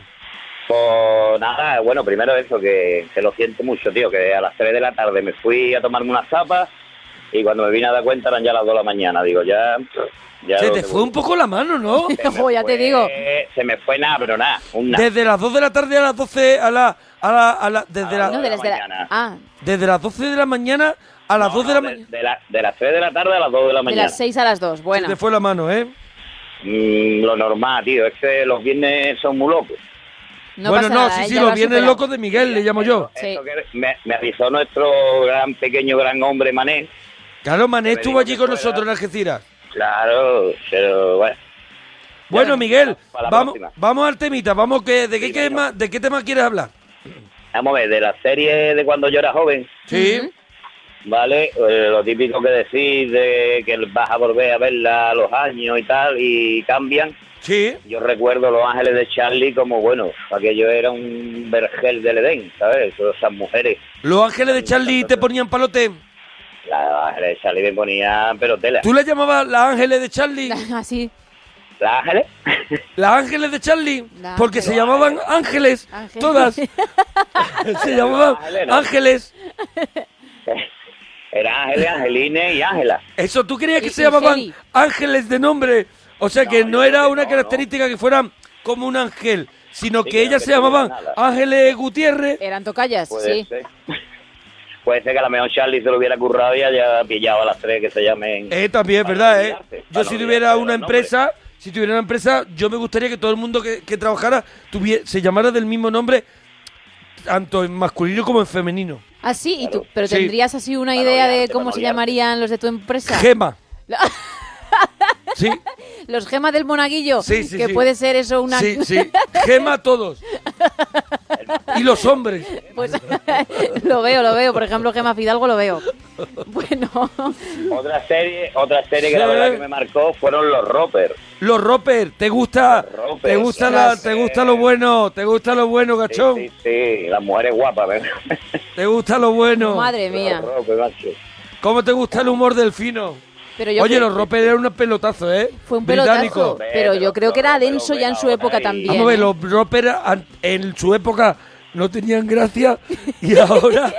Speaker 6: Pues nada, bueno, primero eso, que, que lo siento mucho, tío, que a las 3 de la tarde me fui a tomarme una zapa Y cuando me vine a dar cuenta eran ya las 2 de la mañana. Digo, ya. ya
Speaker 2: Se
Speaker 6: lo-
Speaker 2: te fue un poco la mano, ¿no?
Speaker 3: Ojo, ya te digo.
Speaker 6: Eh, se me fue nada, pero nada. Un nada.
Speaker 2: Desde las 2 de la tarde a las 12, a la... A la, a la- desde, la-
Speaker 3: No, de las de la,
Speaker 6: mañana.
Speaker 3: ah,
Speaker 2: desde las 12 de la mañana a las 2 de la
Speaker 6: No,
Speaker 2: mañana.
Speaker 6: De, la- de las 3 de la tarde a las 2 de la
Speaker 3: de
Speaker 6: mañana.
Speaker 3: las 6 a las 2.
Speaker 2: Se
Speaker 3: Bueno,
Speaker 2: te fue la mano, ¿eh?
Speaker 6: Mm, lo normal, tío. Es que los viernes son muy locos.
Speaker 3: no
Speaker 2: bueno,
Speaker 3: pasa
Speaker 2: no,
Speaker 3: nada,
Speaker 2: sí,
Speaker 3: ¿eh?
Speaker 2: sí,
Speaker 3: Ya
Speaker 2: los
Speaker 3: has
Speaker 2: viernes
Speaker 3: superado.
Speaker 2: locos de Miguel, le llamo yo.
Speaker 3: Sí.
Speaker 6: Eso que me, me avisó nuestro gran, pequeño, gran hombre Mané.
Speaker 2: Claro, Mané
Speaker 6: Que me
Speaker 2: estuvo
Speaker 6: dijo
Speaker 2: allí
Speaker 6: que
Speaker 2: con
Speaker 6: fuera.
Speaker 2: nosotros en Algeciras.
Speaker 6: Claro, pero bueno.
Speaker 2: Bueno,
Speaker 6: Ya,
Speaker 2: Miguel,
Speaker 6: para la
Speaker 2: vamos,
Speaker 6: próxima.
Speaker 2: vamos al temita, vamos que de qué,
Speaker 6: Sí,
Speaker 2: tema,
Speaker 6: venga.
Speaker 2: de qué tema quieres hablar.
Speaker 6: Vamos a ver, de la serie de cuando yo era joven,
Speaker 2: Sí.
Speaker 6: ¿vale? Eh, lo típico que decís de que vas a volver a verla a los años y tal, y cambian.
Speaker 2: Sí.
Speaker 6: Yo recuerdo Los Ángeles de Charlie como, bueno, aquello era un vergel del Edén, ¿sabes? Todas esas mujeres.
Speaker 2: Los ángeles de Charlie te ponían palote.
Speaker 6: Las Ángeles de Charlie me ponían pero tela.
Speaker 2: ¿Tú le llamabas las ángeles de Charlie?
Speaker 3: Así.
Speaker 6: ¿Las Ángeles?
Speaker 2: Las ángeles de Charlie.
Speaker 3: Las
Speaker 2: Porque
Speaker 3: Ángeles.
Speaker 2: se llamaban ángeles.
Speaker 3: Ángeles.
Speaker 2: Todas. se llamaban
Speaker 6: Ángeles, ¿no?
Speaker 2: ángeles.
Speaker 6: Era Ángeles, Angelines y Ángela.
Speaker 2: Eso, ¿tú creías que
Speaker 3: Y-
Speaker 2: se
Speaker 3: y
Speaker 2: llamaban
Speaker 3: Geli.
Speaker 2: ángeles de nombre? O sea que
Speaker 6: No,
Speaker 2: no
Speaker 6: yo
Speaker 2: era
Speaker 6: creo que
Speaker 2: una
Speaker 6: no,
Speaker 2: característica que fueran como un ángel, sino
Speaker 6: Sí,
Speaker 2: que
Speaker 6: creo
Speaker 2: ellas
Speaker 6: que
Speaker 2: se
Speaker 6: no era
Speaker 2: llamaban
Speaker 6: nada.
Speaker 2: Ángeles Gutiérrez.
Speaker 3: Eran tocallas,
Speaker 6: Puede
Speaker 3: sí.
Speaker 6: ser. Puede ser que a lo mejor Charlie se lo hubiera currado y haya pillado a las tres que se llamen.
Speaker 2: Eh, también, es
Speaker 6: para
Speaker 2: ¿verdad?
Speaker 6: no
Speaker 2: Eh?
Speaker 6: olvidarse,
Speaker 2: Yo
Speaker 6: para
Speaker 2: si
Speaker 6: no
Speaker 2: tuviera
Speaker 6: olvidarse de
Speaker 2: una
Speaker 6: los nombres.
Speaker 2: empresa, si tuviera una empresa, yo me gustaría que todo el mundo que, que trabajara tuvie- se llamara del mismo nombre, tanto en masculino como en femenino.
Speaker 3: Así, Ah, y tú,
Speaker 6: Claro.
Speaker 3: pero
Speaker 2: Sí.
Speaker 3: tendrías así una
Speaker 6: Para
Speaker 3: idea de
Speaker 6: odiarte,
Speaker 3: cómo
Speaker 6: para
Speaker 3: se
Speaker 6: odiarte.
Speaker 3: llamarían los de tu empresa.
Speaker 2: Gema. Sí,
Speaker 3: Los gemas del monaguillo,
Speaker 2: Sí, sí,
Speaker 3: que
Speaker 2: sí.
Speaker 3: puede ser eso una...
Speaker 2: sí, sí. Gema a todos. Y los hombres.
Speaker 3: Pues lo veo, lo veo. Por ejemplo, Gema Fidalgo lo veo. Bueno,
Speaker 6: Otra serie, otra serie que la
Speaker 2: Sí. ¿eh?
Speaker 6: verdad que me marcó fueron los Roper.
Speaker 2: Los Roper, ¿te gusta?
Speaker 6: Los Roper,
Speaker 2: ¿Te gusta, la,
Speaker 6: las-
Speaker 2: te gusta lo bueno? ¿Te gusta lo bueno,
Speaker 6: Sí,
Speaker 2: gachón?
Speaker 6: sí, sí, las mujeres guapas, ¿verdad?
Speaker 2: ¿Te gusta lo bueno?
Speaker 3: madre mía.
Speaker 6: Los Roper, macho.
Speaker 2: ¿Cómo te gusta el humor del fino?
Speaker 3: Pero yo
Speaker 2: Oye,
Speaker 3: creo-
Speaker 2: los Roper eran un pelotazo, ¿eh?
Speaker 3: Fue un
Speaker 2: Británico.
Speaker 3: pelotazo, pero yo creo que era denso ya en su época también.
Speaker 2: Vamos a ver,
Speaker 3: ¿eh?
Speaker 2: los Roper an- en su época no tenían gracia y ahora,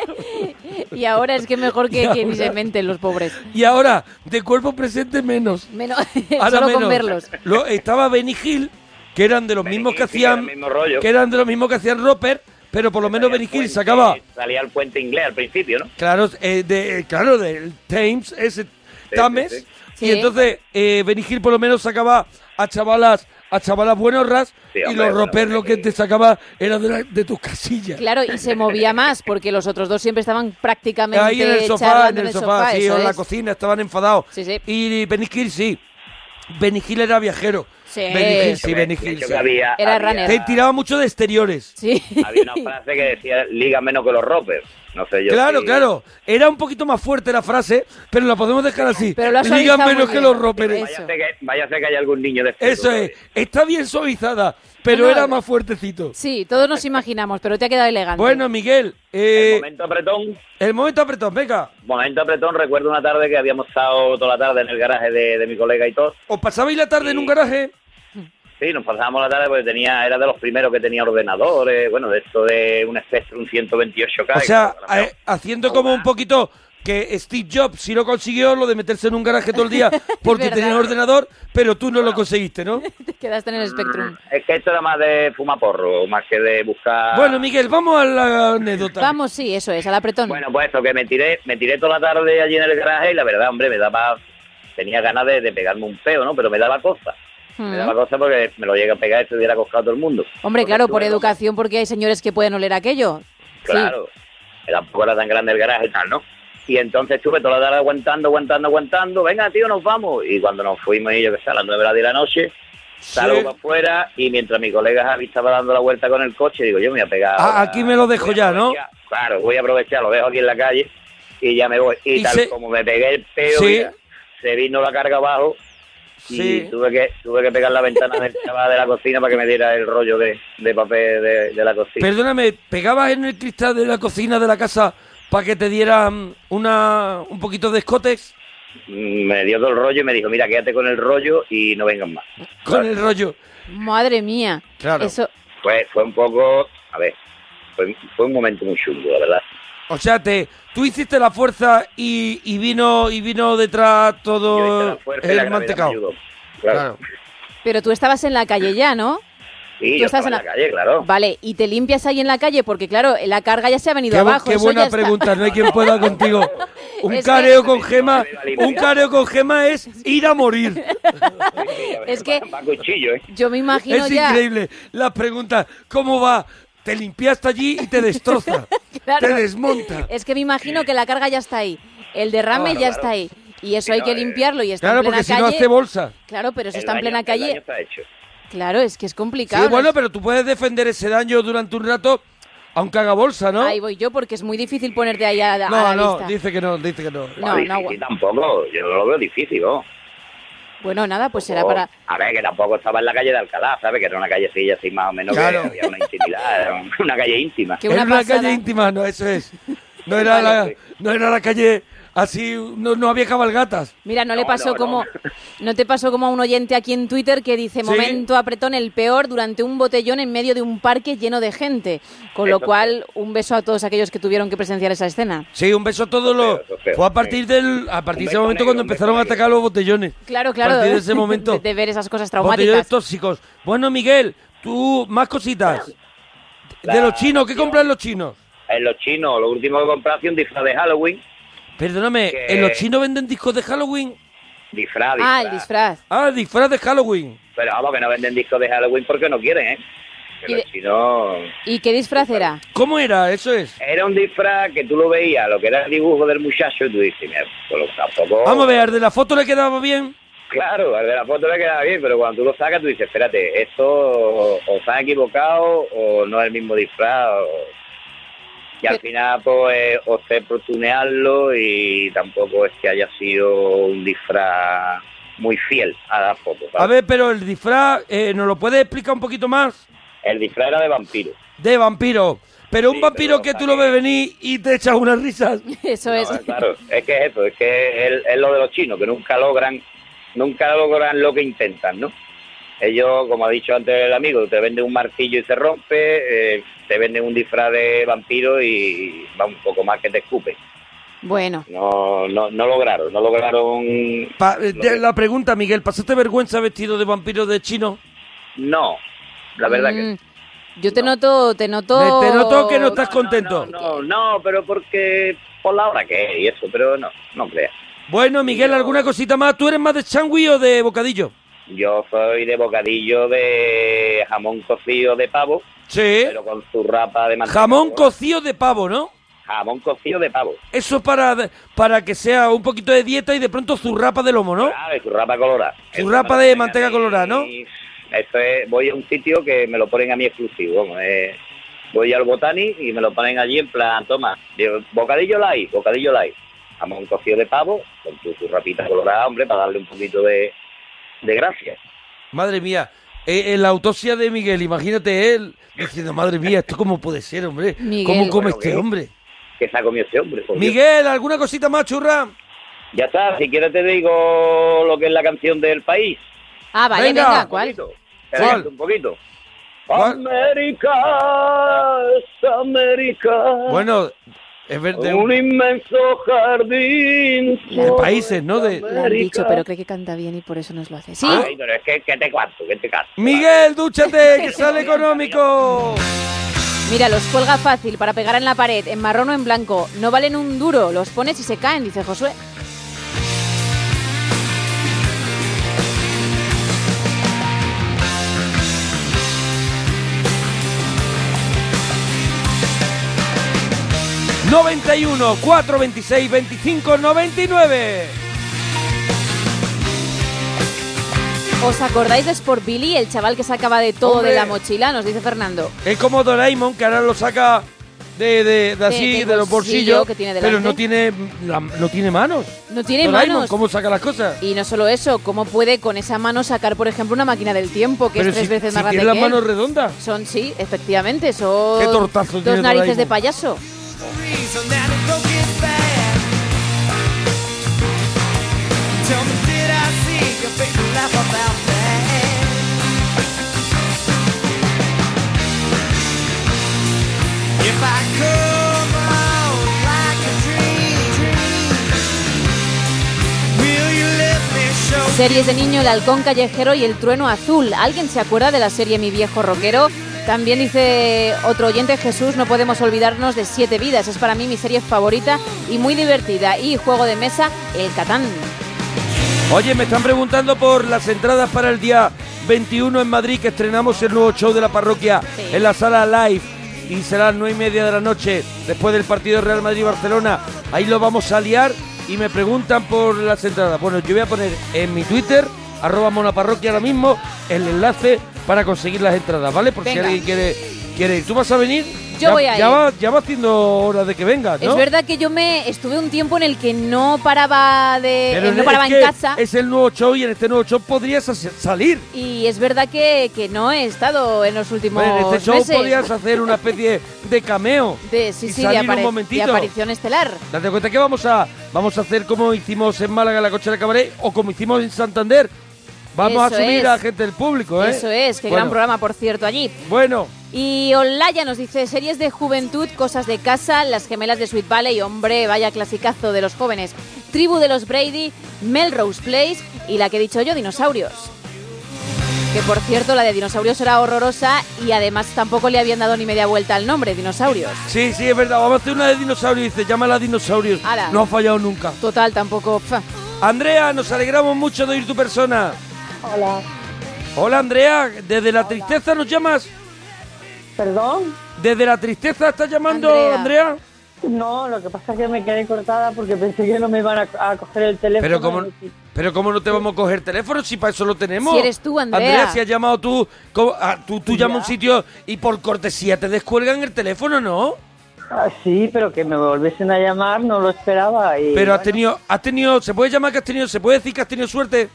Speaker 3: Y ahora es que mejor que,
Speaker 2: Y
Speaker 3: que ni
Speaker 2: ahora-
Speaker 3: se menten los pobres.
Speaker 2: y ahora de cuerpo presente menos.
Speaker 3: Menos,
Speaker 2: Ahora
Speaker 3: solo con
Speaker 2: menos.
Speaker 3: verlos.
Speaker 2: Lo- estaba Benny Hill, que eran de los
Speaker 6: Benny
Speaker 2: mismos que
Speaker 6: Hill, sí, era el
Speaker 2: hacían,
Speaker 6: mismo rollo.
Speaker 2: que eran de los mismos que hacían Roper, pero por lo menos Benny Hill
Speaker 6: se
Speaker 2: sacaba,
Speaker 6: Salía al puente inglés al principio, ¿no?
Speaker 2: claro, eh, de, claro, del Thames, ese Thames,
Speaker 6: sí.
Speaker 3: Sí.
Speaker 2: y entonces eh, Benny Hill por lo menos sacaba a chavalas, a chavalas buenorras,
Speaker 6: Sí,
Speaker 2: y
Speaker 6: hombre,
Speaker 2: los
Speaker 6: bueno,
Speaker 2: Roper lo
Speaker 6: Benny
Speaker 2: que
Speaker 6: Hill.
Speaker 2: te sacaba era de, la- de tus casillas.
Speaker 3: Claro, y se movía más, porque los otros dos siempre estaban prácticamente
Speaker 2: Ahí en el sofá, en
Speaker 3: charlando
Speaker 2: el, sofá, sí,
Speaker 3: eso
Speaker 2: o en la
Speaker 3: es.
Speaker 2: cocina, estaban enfadados.
Speaker 3: Sí, sí.
Speaker 2: Y Benny Hill, sí. Benny Hill era viajero.
Speaker 3: Sí.
Speaker 2: Benny Hill, sí,
Speaker 6: De
Speaker 2: Benny
Speaker 6: hecho,
Speaker 2: Hill,
Speaker 6: que
Speaker 2: sí.
Speaker 6: había-
Speaker 3: Era
Speaker 6: había-
Speaker 3: runner.
Speaker 2: Te tiraba mucho de exteriores.
Speaker 3: Sí.
Speaker 6: Había una frase que decía liga menos que los Roper. No sé yo.
Speaker 2: claro,
Speaker 6: si-
Speaker 2: claro. Era un poquito más fuerte la frase, pero la podemos dejar así.
Speaker 3: Pero lo ha
Speaker 2: Liga
Speaker 3: suavizado
Speaker 2: menos
Speaker 3: muy
Speaker 2: que
Speaker 3: bien.
Speaker 2: los roperes.
Speaker 6: Vaya a ser que, vaya a ser que haya algún niño de este
Speaker 2: Eso es. Está bien suavizada, pero
Speaker 3: No, no,
Speaker 2: era
Speaker 3: no.
Speaker 2: más fuertecito.
Speaker 3: Sí, todos nos imaginamos, pero te ha quedado elegante.
Speaker 2: Bueno, Miguel, eh,
Speaker 6: El
Speaker 2: el, momento.
Speaker 6: momento apretón,
Speaker 2: apretón, venga.
Speaker 6: momento apretón, recuerdo una tarde que habíamos estado toda la tarde en el garaje de, de mi colega y todo.
Speaker 2: ¿Os pasabais la tarde en un
Speaker 6: Sí.
Speaker 2: garaje?
Speaker 6: Sí, nos pasábamos la tarde porque tenía, era de los primeros que tenía ordenadores, bueno, de esto de un Spectrum 128K.
Speaker 2: O
Speaker 6: que
Speaker 2: sea,
Speaker 6: a lo
Speaker 2: eh, haciendo como un poquito que Steve Jobs sí lo consiguió, lo de meterse en un garaje todo el día porque
Speaker 3: verdad.
Speaker 2: tenía ordenador, pero tú no lo conseguiste, ¿no?
Speaker 3: Te quedaste en el Spectrum.
Speaker 6: mejor- Es que esto era más de fumaporro, más que de buscar...
Speaker 2: Bueno, Miguel, vamos a la anécdota.
Speaker 3: Vamos, sí, eso es, al apretón.
Speaker 6: Bueno, pues eso, que me tiré, me tiré toda la tarde allí en el garaje y la verdad, hombre, me daba... Tenía ganas de, de pegarme un peo, ¿no? Pero me daba cosa.
Speaker 3: Mm.
Speaker 6: Me daba cosa porque me lo llega a pegar y se hubiera coscado todo el mundo.
Speaker 3: Hombre,
Speaker 6: Porque
Speaker 3: claro,
Speaker 6: tú
Speaker 3: por
Speaker 6: eres hombre.
Speaker 3: educación, porque hay señores que pueden oler aquello. Sí.
Speaker 6: Claro, tampoco era tan grande el garaje y tal, ¿no? Y entonces estuve toda la tarde aguantando, aguantando, aguantando. Venga, tío, nos vamos. Y cuando nos fuimos, y yo que sé, a las nueve de la noche, salgo
Speaker 2: Sí.
Speaker 6: para afuera y mientras mi colega Javi estaba dando la vuelta con el coche, digo, yo me voy a pegar.
Speaker 2: Ah,
Speaker 6: ahora.
Speaker 2: aquí me lo dejo
Speaker 6: Voy a
Speaker 2: ya, ¿no?
Speaker 6: aprovechar. Claro, voy a aprovechar, lo dejo aquí en la calle y ya me voy. Y,
Speaker 2: Y
Speaker 6: tal
Speaker 2: se-
Speaker 6: como me pegué el peo,
Speaker 2: Sí.
Speaker 6: mira, se vino la carga abajo
Speaker 2: Sí.
Speaker 6: y tuve que tuve que pegar la ventana del chaval de la cocina para que me diera el rollo de, de papel de, de la cocina.
Speaker 2: Perdóname, ¿pegabas en el cristal de la cocina de la casa para que te dieran una, un poquito de escotes
Speaker 6: Mm, me dio todo el rollo y me dijo, mira, quédate con el rollo y no vengas más.
Speaker 2: con el rollo?
Speaker 3: Madre mía.
Speaker 2: Claro.
Speaker 3: Eso,
Speaker 6: Pues, Fue, fue un poco, a ver, fue, fue un momento muy chungo, la verdad.
Speaker 2: O sea, te, tú hiciste la fuerza y, y vino y vino detrás
Speaker 6: Yo hice
Speaker 2: todo
Speaker 6: la fuerza y la
Speaker 2: el
Speaker 6: gravedad me
Speaker 2: mantecao.
Speaker 6: ayudó. Claro.
Speaker 2: Claro.
Speaker 3: Pero tú estabas en la calle ya, ¿no?
Speaker 6: Sí,
Speaker 3: Tú
Speaker 6: yo
Speaker 3: estás
Speaker 6: estaba en la
Speaker 3: en la-
Speaker 6: calle, claro.
Speaker 3: Vale, y te limpias ahí en la calle porque, claro, la carga ya se ha venido
Speaker 2: Qué, bu-
Speaker 3: abajo.
Speaker 2: qué
Speaker 3: eso ya
Speaker 2: buena
Speaker 3: está.
Speaker 2: pregunta, no hay quien pueda contigo. Un
Speaker 3: Es que-
Speaker 2: careo con gema,
Speaker 6: Rivalidad.
Speaker 2: un careo con gema es ir a morir.
Speaker 3: Es que-
Speaker 6: Va a cuchillo, ¿eh?
Speaker 3: Yo me imagino
Speaker 2: Es
Speaker 3: ya.
Speaker 2: increíble. Las preguntas, ¿cómo va? Te limpiaste allí y te destroza.
Speaker 3: Claro.
Speaker 2: Te desmonta.
Speaker 3: Es que me imagino que la carga ya está ahí. El derrame
Speaker 6: Claro,
Speaker 3: ya
Speaker 6: claro.
Speaker 3: está ahí. Y eso
Speaker 6: Sí,
Speaker 3: hay
Speaker 6: no,
Speaker 3: que
Speaker 6: eh,
Speaker 3: limpiarlo y está
Speaker 2: Claro,
Speaker 3: en plena
Speaker 2: porque si
Speaker 3: calle.
Speaker 2: no hace bolsa.
Speaker 3: Claro, pero eso
Speaker 6: El
Speaker 3: está en
Speaker 6: daño-
Speaker 3: plena
Speaker 6: el
Speaker 3: calle.
Speaker 6: daño está hecho.
Speaker 3: Claro, es que es
Speaker 2: Sí,
Speaker 3: complicado.
Speaker 2: bueno,
Speaker 3: no es-
Speaker 2: pero tú puedes defender ese daño durante un rato, aunque haga bolsa, ¿no?
Speaker 3: Ahí voy yo porque es muy difícil ponerte ahí a, a
Speaker 2: no,
Speaker 3: la
Speaker 2: no,
Speaker 3: vista.
Speaker 2: dice que no, dice que no.
Speaker 3: No,
Speaker 6: difícil
Speaker 3: no, bueno.
Speaker 6: tampoco. Yo no lo veo difícil, ¿no?
Speaker 3: Bueno, nada, pues será
Speaker 6: Oh,
Speaker 3: para.
Speaker 6: A ver, que tampoco estaba en la calle de Alcalá, ¿sabes? Que era una callecilla así más o menos
Speaker 2: Claro.
Speaker 6: que había una intimidad, era un- una calle íntima.
Speaker 3: Que
Speaker 2: Era
Speaker 3: una
Speaker 2: una
Speaker 3: pasada.
Speaker 2: calle íntima, no, eso es. No era, la,
Speaker 6: Vale.
Speaker 2: no era la calle así, no, no había cabalgatas.
Speaker 3: Mira, no, le
Speaker 6: No,
Speaker 3: pasó
Speaker 6: no, no.
Speaker 3: como. No te pasó como a un oyente aquí en Twitter que dice:
Speaker 2: Sí.
Speaker 3: Momento apretón, el peor durante un botellón en medio de un parque lleno de gente. Con lo
Speaker 6: Eso sí.
Speaker 3: cual, un beso a todos aquellos que tuvieron que presenciar esa escena.
Speaker 2: Sí, un beso a todos los.
Speaker 6: Feo, eso feo.
Speaker 2: Fue a partir del, a partir
Speaker 6: Un
Speaker 2: de ese
Speaker 6: beso
Speaker 2: momento
Speaker 6: negro,
Speaker 2: cuando
Speaker 6: un beso
Speaker 2: empezaron a
Speaker 6: negro.
Speaker 2: atacar los botellones.
Speaker 3: Claro, claro.
Speaker 2: A partir de ese momento.
Speaker 3: De, de ver esas cosas
Speaker 2: Botellones
Speaker 3: traumáticas.
Speaker 2: tóxicos. Bueno, Miguel, tú, más cositas.
Speaker 6: La-
Speaker 2: De los chinos, ¿qué compran los chinos?
Speaker 6: En los chinos, lo último que compré hace un disfraz de Halloween.
Speaker 2: Perdóname,
Speaker 6: Que-
Speaker 2: ¿en los chinos venden discos de Halloween?
Speaker 6: Disfraz, disfraz.
Speaker 3: Ah, el disfraz.
Speaker 2: Ah, disfraz de Halloween.
Speaker 6: Pero vamos, que no venden discos de Halloween porque no quieren, ¿eh? Que
Speaker 3: Y
Speaker 6: los
Speaker 3: de-
Speaker 6: chinos...
Speaker 3: ¿Y qué disfraz era?
Speaker 2: ¿Cómo era? Eso es.
Speaker 6: Era un disfraz que tú lo veías, lo que era el dibujo del muchacho, y tú dices, mira, pues lo- tampoco...
Speaker 2: Vamos a ver, ¿al de la foto le quedaba bien?
Speaker 6: Claro, al de la foto le quedaba bien, pero cuando tú lo sacas, tú dices, espérate, esto o, o se han equivocado o no es el mismo disfraz. o- Y al
Speaker 3: Pero-
Speaker 6: final, pues, o sé protunearlo y tampoco es que haya sido un disfraz muy fiel a la foto. ¿sabes?
Speaker 2: A ver, pero el disfraz, eh, ¿nos lo puedes explicar un poquito más?
Speaker 6: El disfraz era de vampiro.
Speaker 2: De vampiro. Pero un
Speaker 6: Sí, pero
Speaker 2: vampiro que tú lo ves venir y te echas unas risas.
Speaker 3: Eso es.
Speaker 6: No, claro, es que es eso, es que es, es lo de los chinos, que nunca logran, nunca logran lo que intentan, ¿no? Ellos, como ha dicho antes el amigo, te venden un martillo y se rompe, eh, te venden un disfraz de vampiro y va un poco más que te escupe.
Speaker 3: Bueno.
Speaker 6: No, no, no lograron, no lograron...
Speaker 2: Pa- eh,
Speaker 6: lo
Speaker 2: de-
Speaker 6: que-
Speaker 2: la pregunta, Miguel, ¿pasaste vergüenza vestido de vampiro de chino?
Speaker 6: No, la verdad que...
Speaker 3: Mm, Yo te noto, te noto.
Speaker 2: Te noto que no
Speaker 6: No,
Speaker 2: estás
Speaker 6: no,
Speaker 2: contento.
Speaker 6: No, no, no, pero porque por la hora que es y eso, pero no, no creas.
Speaker 2: Bueno, Miguel,
Speaker 6: Yo-
Speaker 2: ¿alguna cosita más? ¿Tú eres más de changui o de bocadillo?
Speaker 6: Yo soy de bocadillo de jamón cocido de pavo
Speaker 2: Sí.
Speaker 6: pero con su rapa de manteca.
Speaker 2: Jamón
Speaker 6: ¿no?
Speaker 2: cocido de pavo, ¿no?
Speaker 6: Jamón cocido de pavo.
Speaker 2: Eso es para, para que sea un poquito de dieta y de pronto zurrapa de lomo, ¿no?
Speaker 6: Ah, de su rapa colorada.
Speaker 2: Zurrapa
Speaker 6: Eso
Speaker 2: de
Speaker 6: me lo ponen
Speaker 2: manteca
Speaker 6: a mí-
Speaker 2: colorada, ¿no?
Speaker 6: Eso es, voy a un sitio que me lo ponen a mí exclusivo. vamos, eh, voy al Botani y me lo ponen allí en plan, toma, digo, bocadillo light, bocadillo light. Jamón cocido de pavo con su, su rapita colorada, hombre, para darle un poquito de, de gracia.
Speaker 2: Madre mía. Eh, eh, la autopsia de Miguel, imagínate él diciendo, madre mía, ¿esto cómo puede ser, hombre?
Speaker 3: Miguel.
Speaker 2: ¿Cómo come
Speaker 6: Bueno,
Speaker 2: este
Speaker 6: ¿qué?
Speaker 2: hombre?
Speaker 6: Que se ha comido este hombre. por Dios.
Speaker 2: Miguel, ¿alguna cosita más, churra?
Speaker 6: Ya está, si quieres te digo lo que es la canción del país.
Speaker 3: Ah, vale, venga,
Speaker 2: Venga.
Speaker 3: ¿cuál?
Speaker 6: poquito. Espera,
Speaker 2: ¿Cuál?
Speaker 6: un poquito.
Speaker 2: ¿Cuál?
Speaker 6: América es América.
Speaker 2: Bueno, es ver- de-
Speaker 6: un inmenso jardín.
Speaker 3: De
Speaker 6: sobre
Speaker 2: países, ¿no? De-
Speaker 3: Lo han dicho,
Speaker 6: América.
Speaker 3: pero cree que canta bien y por eso nos lo hace. Eh, Sí.
Speaker 6: Ay, pero Ah, es que, que te cuento, que te canto.
Speaker 2: Miguel, dúchate, que sale económico.
Speaker 3: Mira, los cuelga fácil para pegar en la pared, en marrón o en blanco. No valen un duro, los pones y se caen, dice Josué.
Speaker 2: ¡91, 4, 26, 25, 99.
Speaker 3: ¿Os acordáis de Sport Billy, el chaval que sacaba de todo
Speaker 2: Hombre.
Speaker 3: de la mochila? Nos dice Fernando.
Speaker 2: Es como Doraemon, que ahora lo saca de, de- de así,
Speaker 3: De-
Speaker 2: de,
Speaker 3: del
Speaker 2: los
Speaker 3: bolsillo
Speaker 2: bolsillos,
Speaker 3: que tiene delante.
Speaker 2: pero no tiene, la- no tiene manos.
Speaker 3: No tiene
Speaker 2: Doraemon,
Speaker 3: manos.
Speaker 2: ¿cómo saca las cosas?
Speaker 3: Y no solo eso, ¿cómo puede con esa mano sacar, por ejemplo, una máquina del tiempo que
Speaker 2: pero
Speaker 3: es tres
Speaker 2: si,
Speaker 3: veces
Speaker 2: si
Speaker 3: más grande
Speaker 2: tiene las
Speaker 3: que él?
Speaker 2: manos redondas.
Speaker 3: Son, sí, efectivamente, son
Speaker 2: Qué tortazo
Speaker 3: dos
Speaker 2: tiene
Speaker 3: narices de
Speaker 2: Doraemon.
Speaker 3: payaso.
Speaker 1: reason that it broke his back. Tell me, did I see your big laugh about that? If I come out
Speaker 3: Series de niño, El Halcón Callejero y El Trueno Azul. ¿Alguien se acuerda de la serie Mi Viejo Rockero? También dice otro oyente, Jesús, no podemos olvidarnos de Siete Vidas. Es para mí mi serie favorita y muy divertida. Y juego de mesa, El Catán.
Speaker 2: Oye, me están preguntando por las entradas para el día 21 en Madrid, que estrenamos el nuevo show de la parroquia en la sala live. Y será a las 9 y media de la noche, después del partido Real Madrid-Barcelona. Ahí lo vamos a liar y me preguntan por las entradas. Bueno, yo voy a poner en mi Twitter, arroba monaparroquia ahora mismo, el enlace para conseguir las entradas, ¿vale? Por si
Speaker 3: Venga.
Speaker 2: alguien quiere, quiere ir. ¿Tú vas a venir?
Speaker 3: Yo
Speaker 2: Ya-
Speaker 3: voy a
Speaker 2: ya
Speaker 3: ir.
Speaker 2: Va, ya va haciendo horas de que vengas, ¿no?
Speaker 3: Es verdad que yo me estuve un tiempo en el que no paraba de
Speaker 2: Pero
Speaker 3: eh, no
Speaker 2: es
Speaker 3: paraba
Speaker 2: que
Speaker 3: en casa
Speaker 2: Es el nuevo show y en este nuevo show podrías hacer- salir.
Speaker 3: y es verdad que, que no he estado en los últimos
Speaker 2: Hombre, en este show
Speaker 3: meses
Speaker 2: podías hacer una especie de cameo.
Speaker 3: de sí,
Speaker 2: y
Speaker 3: sí, de,
Speaker 2: salir un
Speaker 3: apare- de
Speaker 2: momentito.
Speaker 3: aparición estelar.
Speaker 2: Date cuenta que vamos a vamos a hacer como hicimos en Málaga la cochera cabaret o como hicimos en Santander. Vamos
Speaker 3: Eso
Speaker 2: a subir
Speaker 3: es.
Speaker 2: a gente del público, ¿eh?
Speaker 3: Eso es, qué gran
Speaker 2: Bueno,
Speaker 3: programa por cierto allí.
Speaker 2: Bueno,
Speaker 3: Y Olaya nos dice series de juventud, cosas de casa, las gemelas de Sweet Valley, hombre, vaya clasicazo de los jóvenes, Tribu de los Brady, Melrose Place y la que he dicho yo, Dinosaurios. Que por cierto, la de Dinosaurios era horrorosa y además tampoco le habían dado ni media vuelta al nombre, Dinosaurios.
Speaker 2: sí, sí, es verdad. Vamos a hacer una de dinosaurios. Dice, llámala dinosaurios.
Speaker 3: Ala.
Speaker 2: No ha fallado nunca.
Speaker 3: Total, tampoco. fa.
Speaker 2: Andrea, nos alegramos mucho de oír tu persona.
Speaker 7: Hola.
Speaker 2: Hola, Andrea. ¿Desde la tristeza nos llamas?
Speaker 7: ¿Perdón?
Speaker 2: ¿Desde la tristeza estás llamando,
Speaker 3: Andrea.
Speaker 2: Andrea?
Speaker 7: No, lo que pasa es que me quedé cortada porque pensé que no me iban a, a coger el teléfono.
Speaker 2: Pero cómo, pero cómo no te vamos a coger teléfono si para eso lo tenemos.
Speaker 3: Si eres tú, Andrea.
Speaker 2: Andrea, si has llamado tú, ¿cómo- ah, tú, tú llamas a un sitio y por cortesía te descuelgan el teléfono, ¿no?
Speaker 7: Ah, sí, pero que me volviesen a llamar no lo esperaba. Y,
Speaker 2: Pero has
Speaker 7: bueno,
Speaker 2: tenido, has tenido, se puede llamar que has tenido, se puede decir que has tenido suerte.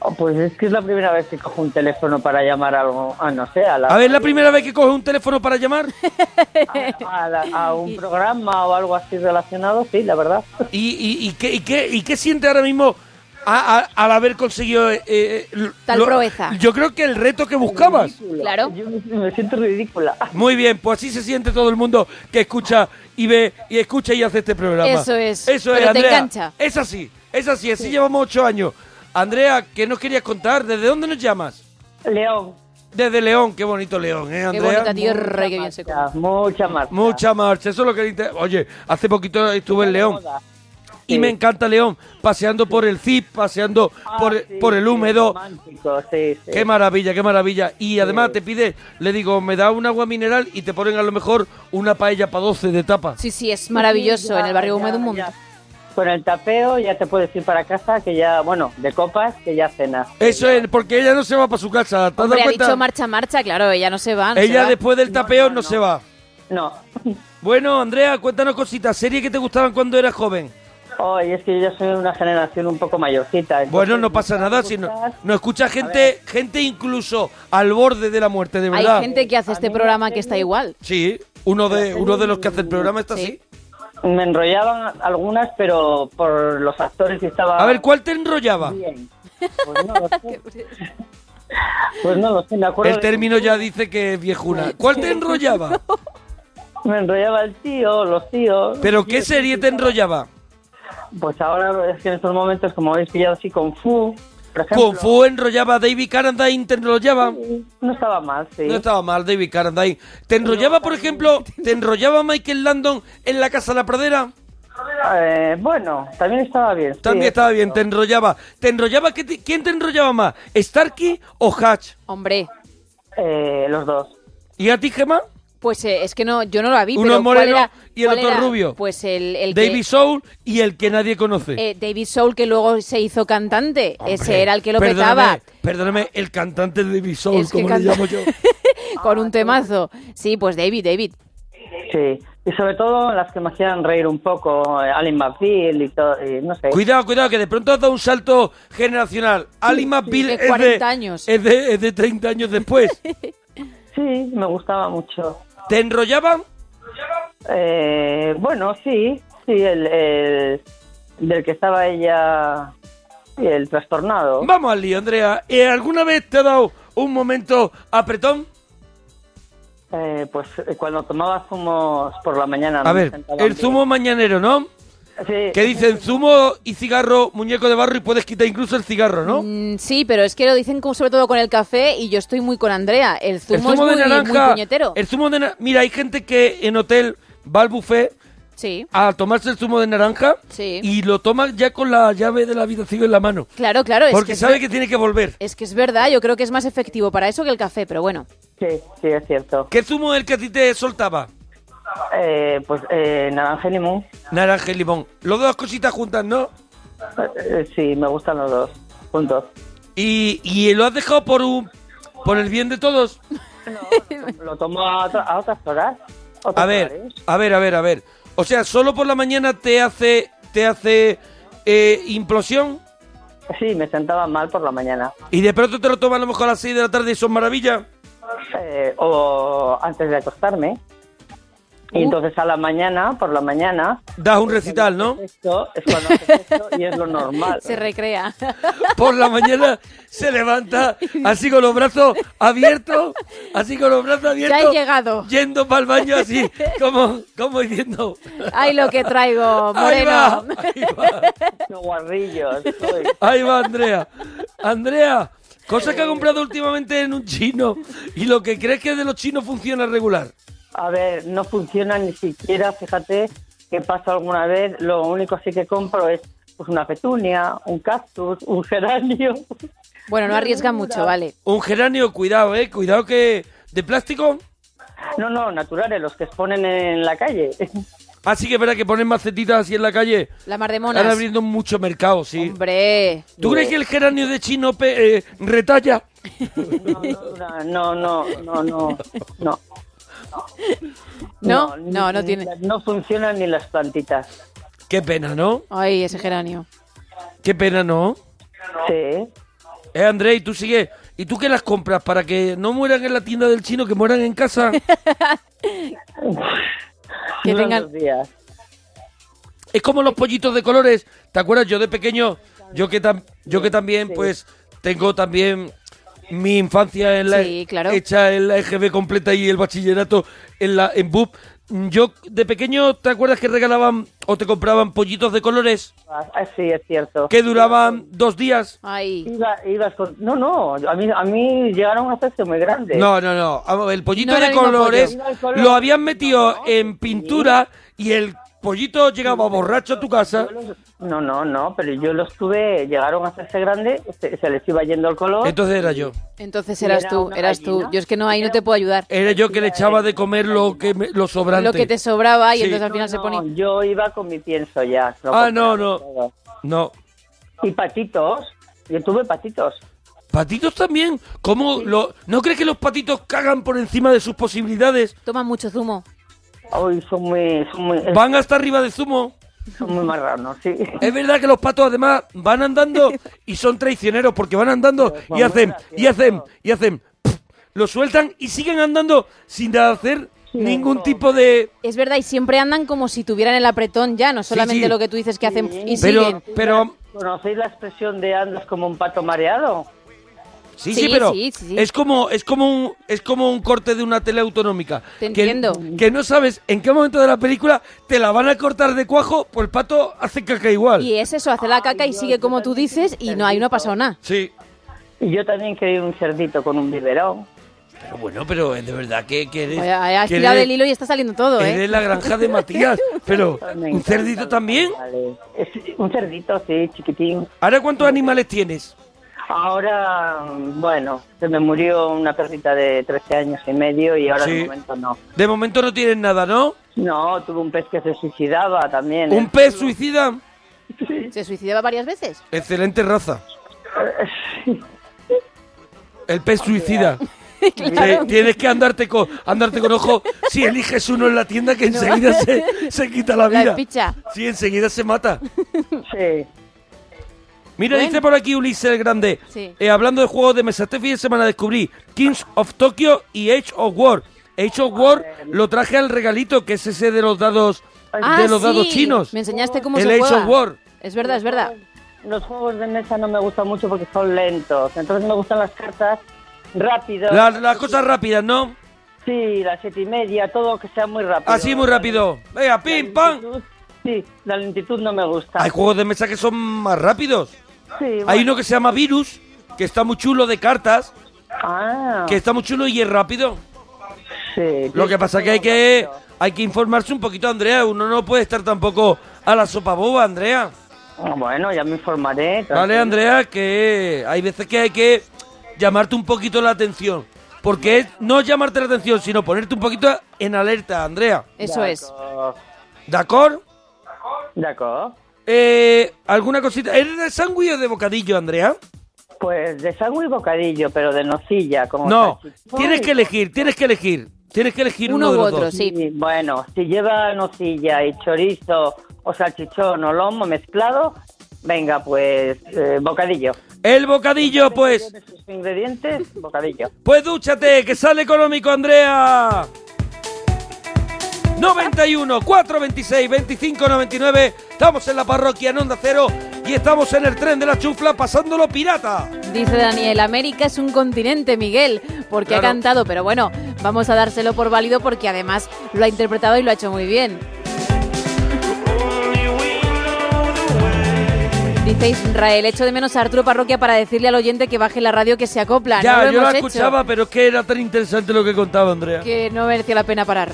Speaker 7: oh, Pues es que es la primera vez que cojo un teléfono para llamar a algo, a no sé, a, la-
Speaker 2: A ver, la primera vez que coges un teléfono para llamar.
Speaker 7: a la- a un programa o algo así relacionado, sí, la verdad.
Speaker 2: ¿Y, y, y qué, y, qué, y qué siente ahora mismo a- a- al haber conseguido eh, eh, lo-
Speaker 3: Tal
Speaker 2: lo-
Speaker 3: proeza.
Speaker 2: Yo creo que el reto que buscabas.
Speaker 3: Claro.
Speaker 7: Yo me, me siento ridícula.
Speaker 2: Muy bien, pues así se siente todo el mundo que escucha y ve y escucha y hace este programa.
Speaker 3: Eso es,
Speaker 2: Eso es,
Speaker 3: pero te
Speaker 2: Andrea.
Speaker 3: engancha.
Speaker 2: Es así, es así, así llevamos ocho años. Andrea, ¿qué nos querías contar? ¿Desde dónde nos llamas?
Speaker 7: León.
Speaker 2: Desde León, qué bonito León, ¿eh,
Speaker 3: Qué
Speaker 2: Andrea?
Speaker 3: bonita tierra y qué bien se come.
Speaker 7: Ya, Mucha marcha.
Speaker 2: Mucha marcha, eso es lo que le inter- Oye, hace poquito estuve en León
Speaker 7: Moda.
Speaker 2: y
Speaker 7: Sí.
Speaker 2: me encanta León, paseando por el CIP, paseando
Speaker 7: Ah,
Speaker 2: por,
Speaker 7: sí,
Speaker 2: por el
Speaker 7: sí,
Speaker 2: húmedo.
Speaker 7: romántico, sí, sí.
Speaker 2: Qué maravilla, qué maravilla. Y además te pide, le digo, me da un agua mineral y te ponen a lo mejor una paella para 12 de tapa.
Speaker 3: Sí, sí, es maravilloso
Speaker 7: Ya,
Speaker 3: en el barrio
Speaker 7: ya,
Speaker 3: húmedo un mundo.
Speaker 7: ya. Con el tapeo ya te puedes ir para casa, que ya, bueno, de copas, que ya cenas.
Speaker 2: Eso es, porque ella no se va para su casa. ¿Te has
Speaker 3: Hombre,
Speaker 2: dado
Speaker 3: ha
Speaker 2: cuenta?
Speaker 3: dicho marcha, marcha, claro, ella no se va. no se
Speaker 2: ella
Speaker 3: va.
Speaker 2: después del tapeo no,
Speaker 7: no,
Speaker 2: se va.
Speaker 7: No.
Speaker 2: Bueno, Andrea, cuéntanos cositas. Series que te gustaban cuando eras joven.
Speaker 7: Hoy es que yo soy una generación un poco mayorcita. entonces
Speaker 2: Bueno, no
Speaker 7: me
Speaker 2: pasa
Speaker 7: gusta
Speaker 2: nada. Si no,
Speaker 7: escuchar.
Speaker 2: no escucha gente, gente incluso al borde de la muerte, de
Speaker 3: Hay
Speaker 2: verdad.
Speaker 3: gente que hace este
Speaker 7: A mí me
Speaker 3: programa que
Speaker 7: hace
Speaker 3: está
Speaker 7: bien.
Speaker 3: igual.
Speaker 2: Sí, uno de, uno de los que hace el programa está así.
Speaker 3: Sí.
Speaker 7: Me enrollaban algunas, pero por los actores que estaban
Speaker 2: A ver, ¿cuál te enrollaba?
Speaker 7: bien. Pues no lo sé. Pues no lo sé, me acuerdo.
Speaker 2: El
Speaker 7: de-
Speaker 2: término ya dice que es viejuna. ¿Cuál te enrollaba?
Speaker 7: Me enrollaba el tío, los tíos.
Speaker 2: ¿Pero qué serie te enrollaba?
Speaker 7: Pues ahora es que en estos momentos, como habéis pillado así, con Fu, por ejemplo.
Speaker 2: Kung Fu enrollaba, David Carradine te enrollaba.
Speaker 7: No estaba mal, sí.
Speaker 2: No estaba mal, David Carradine. ¿Te enrollaba, por ejemplo, te enrollaba Michael Landon en la Casa de la Pradera?
Speaker 7: Eh, bueno, también estaba bien. sí.
Speaker 2: También estaba bien, te enrollaba. ¿Te enrollaba? qué te- ¿Quién te enrollaba más? ¿Starkey o Hatch?
Speaker 3: Hombre,
Speaker 7: Eh, los dos.
Speaker 2: ¿Y a ti, Gemma?
Speaker 3: pues eh, es que no, yo no la vi.
Speaker 2: Uno
Speaker 3: pero
Speaker 2: es moreno
Speaker 3: ¿cuál era-
Speaker 2: y el
Speaker 3: cuál
Speaker 2: otro
Speaker 3: era?
Speaker 2: rubio.
Speaker 3: Pues el, el que-
Speaker 2: David Soul y el que nadie conoce.
Speaker 3: eh, David Soul, que luego se hizo cantante. Ese
Speaker 2: Hombre,
Speaker 3: era el que lo
Speaker 2: perdóname,
Speaker 3: petaba.
Speaker 2: Perdóname, el cantante de David Soul,
Speaker 3: Es que
Speaker 2: como le
Speaker 3: canta-
Speaker 2: llamo yo.
Speaker 3: Con
Speaker 7: Ah,
Speaker 3: un temazo. Sí, pues David, David.
Speaker 7: Sí. Y sobre todo las que me hacían reír un poco, eh, Alan McBeal y todo, y no sé.
Speaker 2: Cuidado, cuidado, que de pronto has dado un salto generacional. Ali McBeal
Speaker 3: de
Speaker 2: es, de-
Speaker 3: 40 años.
Speaker 2: es de, es de 30 años después.
Speaker 7: Sí, me gustaba mucho.
Speaker 2: ¿Te enrollaban?
Speaker 7: Eh, bueno, sí, sí, el, el- del que estaba ella, sí, el trastornado.
Speaker 2: Vamos al lío, Andrea. ¿Eh, ¿Alguna vez te ha dado un momento apretón?
Speaker 7: Eh, pues eh, cuando tomaba zumos por la mañana. no
Speaker 2: A
Speaker 7: me
Speaker 2: ver,
Speaker 7: sentaba
Speaker 2: el
Speaker 7: bien.
Speaker 2: zumo mañanero, ¿no?
Speaker 7: Sí.
Speaker 2: Que dicen zumo y cigarro, muñeco de barro y puedes quitar incluso el cigarro, ¿no?
Speaker 3: Mm, Sí, pero es que lo dicen como, sobre todo con el café y yo estoy muy con Andrea. El zumo,
Speaker 2: el zumo
Speaker 3: es
Speaker 2: de
Speaker 3: muy, muy
Speaker 2: naranja.
Speaker 3: puñetero.
Speaker 2: el zumo de na- Mira, hay gente que en hotel va al buffet
Speaker 3: Sí,
Speaker 2: a tomarse el zumo de naranja
Speaker 3: Sí.
Speaker 2: y lo toma ya con la llave de la habitación en la mano.
Speaker 3: claro, claro. Es
Speaker 2: porque
Speaker 3: que es
Speaker 2: sabe
Speaker 3: ver-
Speaker 2: que tiene que volver.
Speaker 3: Es que es verdad, yo creo que es más efectivo para eso que el café, pero bueno.
Speaker 7: Sí, sí, es cierto.
Speaker 2: ¿Qué zumo es el que a ti te soltaba?
Speaker 7: Eh, pues eh, naranja y limón.
Speaker 2: Naranja y limón. Los dos cositas juntas, ¿no?
Speaker 7: Eh, sí, me gustan los dos. Juntos.
Speaker 2: Y, y lo has dejado por un por el bien de todos.
Speaker 7: Lo tomo ¿eh? a, otra- a otras horas.
Speaker 2: A
Speaker 7: otras
Speaker 2: ver,
Speaker 7: horas.
Speaker 2: a ver, a ver, a ver. O sea, solo por la mañana te hace te hace eh, implosión
Speaker 7: Sí, me sentaba mal por la mañana.
Speaker 2: y de pronto te lo tomas a lo mejor a las 6 de la tarde y son maravillas.
Speaker 7: Eh, o antes de acostarme.
Speaker 2: Uh.
Speaker 7: Y entonces a la mañana, por la mañana,
Speaker 2: Das un recital, ¿no?
Speaker 7: esto Pues es cuando haces esto y es lo normal.
Speaker 3: Se recrea.
Speaker 2: Por la mañana se levanta así con los brazos abiertos, así con los brazos abiertos.
Speaker 3: Ya he llegado.
Speaker 2: Yendo para el baño así, como, como diciendo.
Speaker 3: Ay, lo que traigo,
Speaker 2: Ahí va,
Speaker 3: Moreno.
Speaker 2: ahí va.
Speaker 7: No, guarrillos. uy.
Speaker 2: Ahí va Andrea. Andrea, cosa que ha comprado últimamente en un chino y lo que crees que de los chinos funciona regular.
Speaker 7: A ver, no funciona ni siquiera, fíjate que pasa alguna vez, lo único así que compro es pues una petunia, un cactus, un geranio.
Speaker 3: Bueno, no arriesga mucho, vale.
Speaker 2: Un geranio, cuidado, eh, cuidado que de plástico.
Speaker 7: No, no, naturales, los que exponen en la calle.
Speaker 2: Así que es verdad que ponen macetitas así en la calle.
Speaker 3: La mar de
Speaker 2: Están
Speaker 3: monas.
Speaker 2: abriendo mucho mercado, sí.
Speaker 3: Hombre.
Speaker 2: ¿Tú crees que el geranio de chino pe- eh, retalla?
Speaker 7: No, no, no, no, no, no.
Speaker 3: No,
Speaker 7: ni-
Speaker 3: no, no
Speaker 7: ni
Speaker 3: tiene.
Speaker 7: las- No funcionan ni las plantitas.
Speaker 2: Qué pena, ¿no?
Speaker 3: Ay, ese geranio.
Speaker 2: Qué pena, ¿no?
Speaker 7: Sí.
Speaker 2: Eh, Andrea, y tú sigues. ¿Y tú qué las compras? ¿Para que no mueran en la tienda del chino, que mueran en casa?
Speaker 3: Que
Speaker 7: duran
Speaker 3: tengan-
Speaker 7: dos días.
Speaker 2: Es como los pollitos de colores. ¿Te acuerdas? Yo de pequeño, yo que, tam- yo que también, pues, tengo también mi infancia en la
Speaker 3: Sí, claro.
Speaker 2: hecha en la EGB completa y el bachillerato en la en BUP. Yo de pequeño, ¿te acuerdas que regalaban o te compraban pollitos de colores
Speaker 7: Ah, sí, es cierto.
Speaker 2: que duraban dos días?
Speaker 3: Ay.
Speaker 7: Iba- ibas con... No, no, a mí, a mí llegaron a hacerse muy grandes.
Speaker 2: No, no, no. Vamos, El pollito
Speaker 3: No era
Speaker 2: de
Speaker 3: el mismo
Speaker 2: colores
Speaker 7: pollo. Iba el color.
Speaker 2: lo habían metido en pintura y el pollito llegaba borracho a tu casa.
Speaker 7: Yo los- No, no, no, pero yo los tuve, llegaron a hacerse grandes, se, se les iba yendo el color.
Speaker 2: Entonces era yo.
Speaker 3: Entonces
Speaker 7: Y
Speaker 3: eras
Speaker 7: era
Speaker 3: tú,
Speaker 7: una
Speaker 3: eras tú.
Speaker 7: gallina.
Speaker 3: Yo es que no, ahí no te puedo ayudar.
Speaker 2: Era yo que le echaba de comer lo que me- lo sobrante.
Speaker 3: Lo que te sobraba y
Speaker 2: Sí.
Speaker 3: entonces al
Speaker 7: No,
Speaker 3: final se
Speaker 7: no,
Speaker 3: ponía.
Speaker 7: Yo iba con mi pienso ya. lo
Speaker 2: Ah,
Speaker 7: compraba
Speaker 2: no, no.
Speaker 7: todo.
Speaker 2: No.
Speaker 7: Y patitos, yo tuve patitos.
Speaker 2: ¿Patitos también? ¿Cómo lo- ¿No crees que los patitos cagan por encima de sus posibilidades?
Speaker 3: Toma mucho zumo.
Speaker 7: Hoy son muy, son muy,
Speaker 2: Van hasta arriba de zumo.
Speaker 7: son muy marranos, sí.
Speaker 2: Es verdad que los patos además van andando y son traicioneros porque van andando y
Speaker 7: muy
Speaker 2: hacen, y
Speaker 7: graciosos.
Speaker 2: hacen, y hacen. pf, Lo sueltan y siguen andando sin hacer ningún tipo de...
Speaker 3: Es verdad, y siempre andan como si tuvieran el apretón ya, no solamente
Speaker 2: sí.
Speaker 3: lo que tú dices que hacen y
Speaker 2: Pero,
Speaker 3: siguen.
Speaker 2: pero
Speaker 7: ¿Conocéis la expresión de andas como un pato mareado?
Speaker 2: Sí, sí,
Speaker 3: Sí,
Speaker 2: pero
Speaker 3: sí, sí, sí.
Speaker 2: es como es como un es como un corte de una tele autonómica.
Speaker 3: Te
Speaker 2: que,
Speaker 3: entiendo.
Speaker 2: Que no sabes en qué momento de la película te la van a cortar de cuajo, pues el pato hace caca igual.
Speaker 3: Y es eso, hace la caca y sigue como tú dices y no, ahí no ha pasado nada.
Speaker 2: Sí.
Speaker 7: Y yo también quería un cerdito con un biberón.
Speaker 2: Pero bueno, pero es de verdad que, que eres,
Speaker 3: Vaya, Has
Speaker 2: que
Speaker 3: tirado
Speaker 2: eres-
Speaker 3: del hilo y está saliendo todo,
Speaker 2: eres
Speaker 3: ¿eh?
Speaker 2: la granja de Matías, pero
Speaker 7: Me
Speaker 2: un
Speaker 7: encantan
Speaker 2: cerdito
Speaker 7: los
Speaker 2: también.
Speaker 7: animales. Es- un cerdito, sí, chiquitín.
Speaker 2: ¿Ahora cuántos animales tienes?
Speaker 7: Ahora, bueno, se me murió una perrita de 13 años y medio y ahora
Speaker 2: Sí.
Speaker 7: de momento no.
Speaker 2: De momento no tienes nada, ¿no?
Speaker 7: No, tuve un pez que se suicidaba también. ¿eh?
Speaker 2: Un pez suicida,
Speaker 3: ¿eh? Se suicidaba varias veces.
Speaker 2: excelente raza.
Speaker 3: Eh,
Speaker 2: El pez suicida. Te- tienes que andarte con, andarte con ojo si eliges uno en la tienda que enseguida se, se quita la
Speaker 3: La
Speaker 2: vida.
Speaker 3: picha.
Speaker 2: Sí, enseguida se mata.
Speaker 7: Sí.
Speaker 2: Mira, dice por aquí Ulises el Grande.
Speaker 3: Sí.
Speaker 2: eh, hablando de juegos de mesa, este fin de semana descubrí Kings of Tokyo y Age of War. Age of War lo traje al regalito, que es ese de los dados,
Speaker 3: Ah,
Speaker 2: de los dados
Speaker 3: sí.
Speaker 2: chinos.
Speaker 3: Me enseñaste cómo
Speaker 2: El
Speaker 3: se
Speaker 2: Age
Speaker 3: juega.
Speaker 2: of War.
Speaker 3: Es verdad, es verdad.
Speaker 7: Los juegos de mesa no me gustan mucho porque son lentos. Entonces me gustan las cartas rápidas.
Speaker 2: La- las cosas rápidas, ¿no?
Speaker 7: Sí, las siete y media, todo que sea muy rápido.
Speaker 2: Así muy rápido. Venga, pim,
Speaker 7: La
Speaker 2: pam.
Speaker 7: lentitud- sí, la lentitud no me gusta.
Speaker 2: Hay juegos de mesa que son más rápidos.
Speaker 7: Sí,
Speaker 2: Hay
Speaker 7: bueno.
Speaker 2: uno que se llama Virus, que está muy chulo de cartas,
Speaker 7: Ah,
Speaker 2: que está muy chulo y es rápido.
Speaker 7: sí.
Speaker 2: Lo que pasa que hay que hay que informarse un poquito, Andrea. Uno no puede estar tampoco a la sopa boba, Andrea.
Speaker 7: Ah, Bueno, ya me informaré.
Speaker 2: Vale, Andrea, que hay veces que hay que llamarte un poquito la atención. Porque es no llamarte la atención, sino ponerte un poquito en alerta, Andrea.
Speaker 3: Eso es.
Speaker 2: ¿D'accord?
Speaker 7: De acuerdo.
Speaker 2: Eh, ¿Alguna cosita? ¿Eres de sándwich o de bocadillo, Andrea?
Speaker 7: Pues de sangre y bocadillo, pero de nocilla. Como
Speaker 2: No,
Speaker 7: salchichón.
Speaker 2: tienes que elegir, tienes que elegir. Tienes que elegir uno,
Speaker 3: Uno
Speaker 2: de
Speaker 3: u
Speaker 2: los
Speaker 3: otro,
Speaker 2: dos.
Speaker 3: sí.
Speaker 7: Y, bueno, si lleva nocilla y chorizo o salchichón o lomo mezclado, venga, pues eh, bocadillo.
Speaker 2: El bocadillo, pues.
Speaker 7: De sus ingredientes, bocadillo.
Speaker 2: Pues dúchate, que sale económico, Andrea. 91 426 25 99. Estamos en la parroquia en Onda Cero y estamos en el tren de la chufla pasándolo pirata.
Speaker 3: Dice Daniel, América es un continente, Miguel, porque
Speaker 2: Claro.
Speaker 3: ha cantado, pero bueno, vamos a dárselo por válido porque además lo ha interpretado y lo ha hecho muy bien. Dice Israel, echo de menos a Arturo Parroquia para decirle al oyente que baje la radio que se acopla.
Speaker 2: ya,
Speaker 3: no lo
Speaker 2: yo la
Speaker 3: hemos hecho,
Speaker 2: escuchaba, pero es que era tan interesante lo que contaba Andrea.
Speaker 3: Que no merecía la pena parar.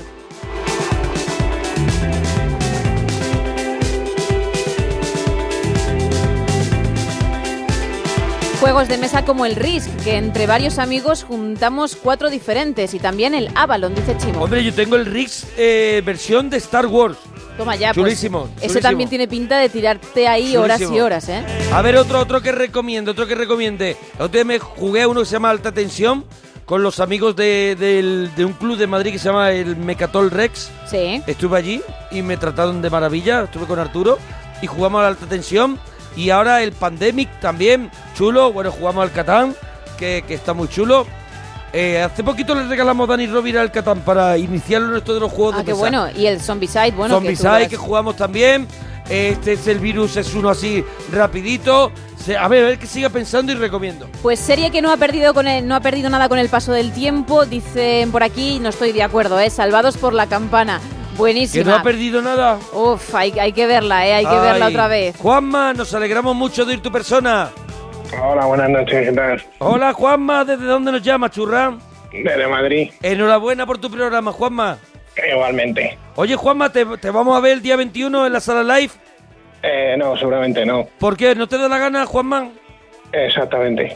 Speaker 3: Juegos de mesa como el Risk, que entre varios amigos juntamos cuatro diferentes, y también el Avalon, dice Chimo.
Speaker 2: Hombre, yo tengo el Rix eh, versión de Star Wars.
Speaker 3: Toma ya, pues,
Speaker 2: chulísimo,
Speaker 3: Ese
Speaker 2: chulísimo.
Speaker 3: también tiene pinta de tirarte ahí horas y
Speaker 2: Chulísimo.
Speaker 3: horas, ¿eh?
Speaker 2: A ver, otro, otro que recomiende, otro que recomiende. El otro día me jugué a uno que se llama Alta Tensión con los amigos de, del- de un club de Madrid que se llama el Mecatol Rex.
Speaker 3: Sí.
Speaker 2: Estuve allí y me trataron de maravilla. Estuve con Arturo y jugamos a la alta tensión. Y ahora el Pandemic también, chulo. Bueno, jugamos al Catán, que, que está muy chulo. Eh, hace poquito le regalamos a Dani Rovira el Catán para iniciarlo en esto de los juegos
Speaker 3: Ah,
Speaker 2: de
Speaker 3: qué
Speaker 2: mesa.
Speaker 3: bueno. Y el Zombicide, bueno, que tú
Speaker 2: Zombicide,
Speaker 3: vas-
Speaker 2: que jugamos también. Este es el virus, es uno así rapidito. Se- a ver, a ver que siga pensando y recomiendo.
Speaker 3: Pues serie que no ha perdido con el- no ha perdido nada con el paso del tiempo, dicen por aquí, no estoy de acuerdo, ¿eh? Salvados por la campana.
Speaker 2: Que
Speaker 3: Buenísima.
Speaker 2: no ha perdido nada.
Speaker 3: Uf, hay, hay que verla, ¿eh? Hay que verla
Speaker 2: Ay.
Speaker 3: otra vez.
Speaker 2: Juanma, nos alegramos mucho de ir tu persona.
Speaker 8: Hola, buenas noches, ¿qué tal?
Speaker 2: Hola Juanma, ¿desde dónde nos llama, churra?
Speaker 8: Desde Madrid,
Speaker 2: Enhorabuena por tu programa, Juanma.
Speaker 8: igualmente.
Speaker 2: Oye, Juanma, te, te vamos a ver el día 21 en la sala live.
Speaker 8: Eh, no, seguramente no,
Speaker 2: ¿Por qué? ¿No te da la gana, Juanma?
Speaker 8: exactamente.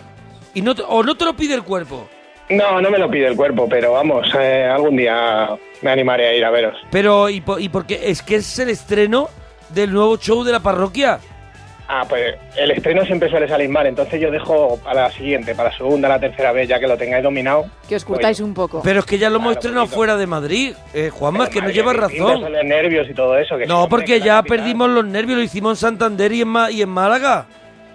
Speaker 2: Y no te- ¿O no te lo pide el cuerpo?
Speaker 8: No, no me lo pide el cuerpo, pero vamos, eh, algún día me animaré a ir a veros.
Speaker 2: Pero, ¿y, por- y por qué? Es que es el estreno del nuevo show de la parroquia.
Speaker 8: Ah, pues el estreno siempre suele salir mal, entonces yo dejo para la siguiente, para la segunda, la tercera vez, ya que lo tengáis dominado.
Speaker 3: Que os curtáis un poco.
Speaker 2: Pero es que ya lo hemos
Speaker 8: Claro,
Speaker 2: estrenado
Speaker 8: poquito.
Speaker 2: fuera de Madrid. Eh, Juanma, es que no
Speaker 8: Madre,
Speaker 2: llevas
Speaker 8: que pintas
Speaker 2: razón.
Speaker 8: Los nervios y todo eso. Que sí,
Speaker 2: No,
Speaker 8: hombre, que
Speaker 2: porque
Speaker 8: la
Speaker 2: ya
Speaker 8: capital.
Speaker 2: perdimos los nervios, lo hicimos en Santander y en, Ma- y en Málaga.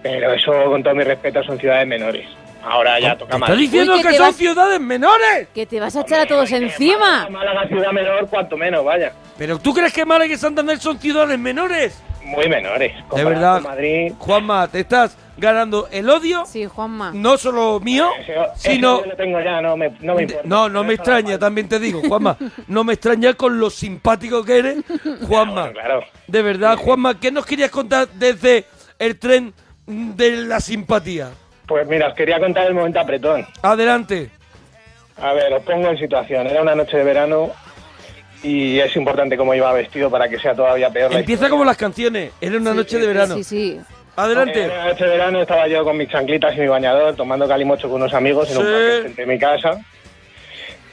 Speaker 8: Pero eso, con todo mi respeto, son ciudades menores. Ahora ya
Speaker 2: ¿Te
Speaker 8: toca más.
Speaker 2: estás diciendo
Speaker 3: Uy, que
Speaker 2: que
Speaker 3: te
Speaker 2: son
Speaker 3: vas-
Speaker 2: ciudades menores?
Speaker 3: Que te vas a echar a todos encima.
Speaker 8: Málaga, ciudad menor, cuanto menos, vaya.
Speaker 2: ¿Pero tú crees que Málaga y Santander son ciudades menores?
Speaker 8: Muy menores.
Speaker 2: De
Speaker 8: comparado
Speaker 2: verdad,
Speaker 8: con Madrid.
Speaker 2: Juanma, te estás ganando el odio,
Speaker 3: Sí, Juanma.
Speaker 2: no solo mío,
Speaker 8: Ese- ese
Speaker 2: sino...
Speaker 8: Eh, yo lo tengo ya, no me, no me importa.
Speaker 2: No, no me
Speaker 8: Eso da
Speaker 2: extraña,
Speaker 8: igual.
Speaker 2: también te digo, Juanma, no me extraña con lo simpático que eres, Juanma.
Speaker 8: Bueno, claro.
Speaker 2: De verdad, Juanma, ¿qué nos querías contar desde el tren de la simpatía?
Speaker 8: Pues mira, os quería contar el momento apretón.
Speaker 2: Adelante.
Speaker 8: A ver, os pongo en situación. Era una noche de verano y es importante cómo iba vestido para que sea todavía peor. la
Speaker 2: Empieza
Speaker 8: historia.
Speaker 2: como las canciones, era una noche de verano.
Speaker 3: Sí, sí.
Speaker 2: Adelante.
Speaker 8: Era una noche de Eh, este verano, estaba yo con mis chanclitas y mi bañador tomando calimocho con unos amigos en un
Speaker 2: Sí.
Speaker 8: parque frente a mi casa.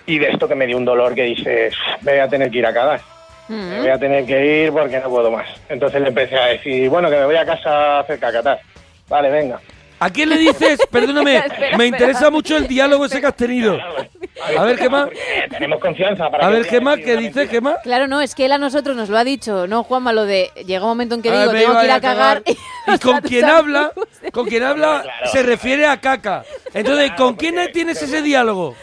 Speaker 8: Y de esto que me dio un dolor que dices, me voy a tener que ir a cagar. Me voy a tener que ir porque no puedo más. Entonces le empecé a decir, bueno, que me voy a casa a hacer cacatar. Vale, venga.
Speaker 2: ¿A quién le dices? Perdóname,
Speaker 3: Espera, espera,
Speaker 2: me interesa mucho el diálogo ese que has tenido. A ver, ¿qué más?
Speaker 8: Eh, Tenemos confianza para
Speaker 2: A
Speaker 8: que
Speaker 2: ver,
Speaker 8: sea
Speaker 2: ¿qué más?
Speaker 8: así
Speaker 2: ¿Qué
Speaker 8: una
Speaker 2: dices?
Speaker 8: mentira.
Speaker 2: ¿Qué más?
Speaker 3: Claro, no, es que él a nosotros nos lo ha dicho, ¿no, Juanma? Lo de llega un momento en que
Speaker 2: Ah,
Speaker 3: digo,
Speaker 2: me
Speaker 3: tengo
Speaker 2: iba
Speaker 3: que ir
Speaker 2: a
Speaker 3: a cagar.
Speaker 2: Y con
Speaker 3: tus
Speaker 2: quien habla,
Speaker 3: amigos.
Speaker 2: con quien habla
Speaker 8: Claro.
Speaker 2: se refiere a caca. Entonces, ¿con quién
Speaker 8: porque-
Speaker 2: tienes ese diálogo?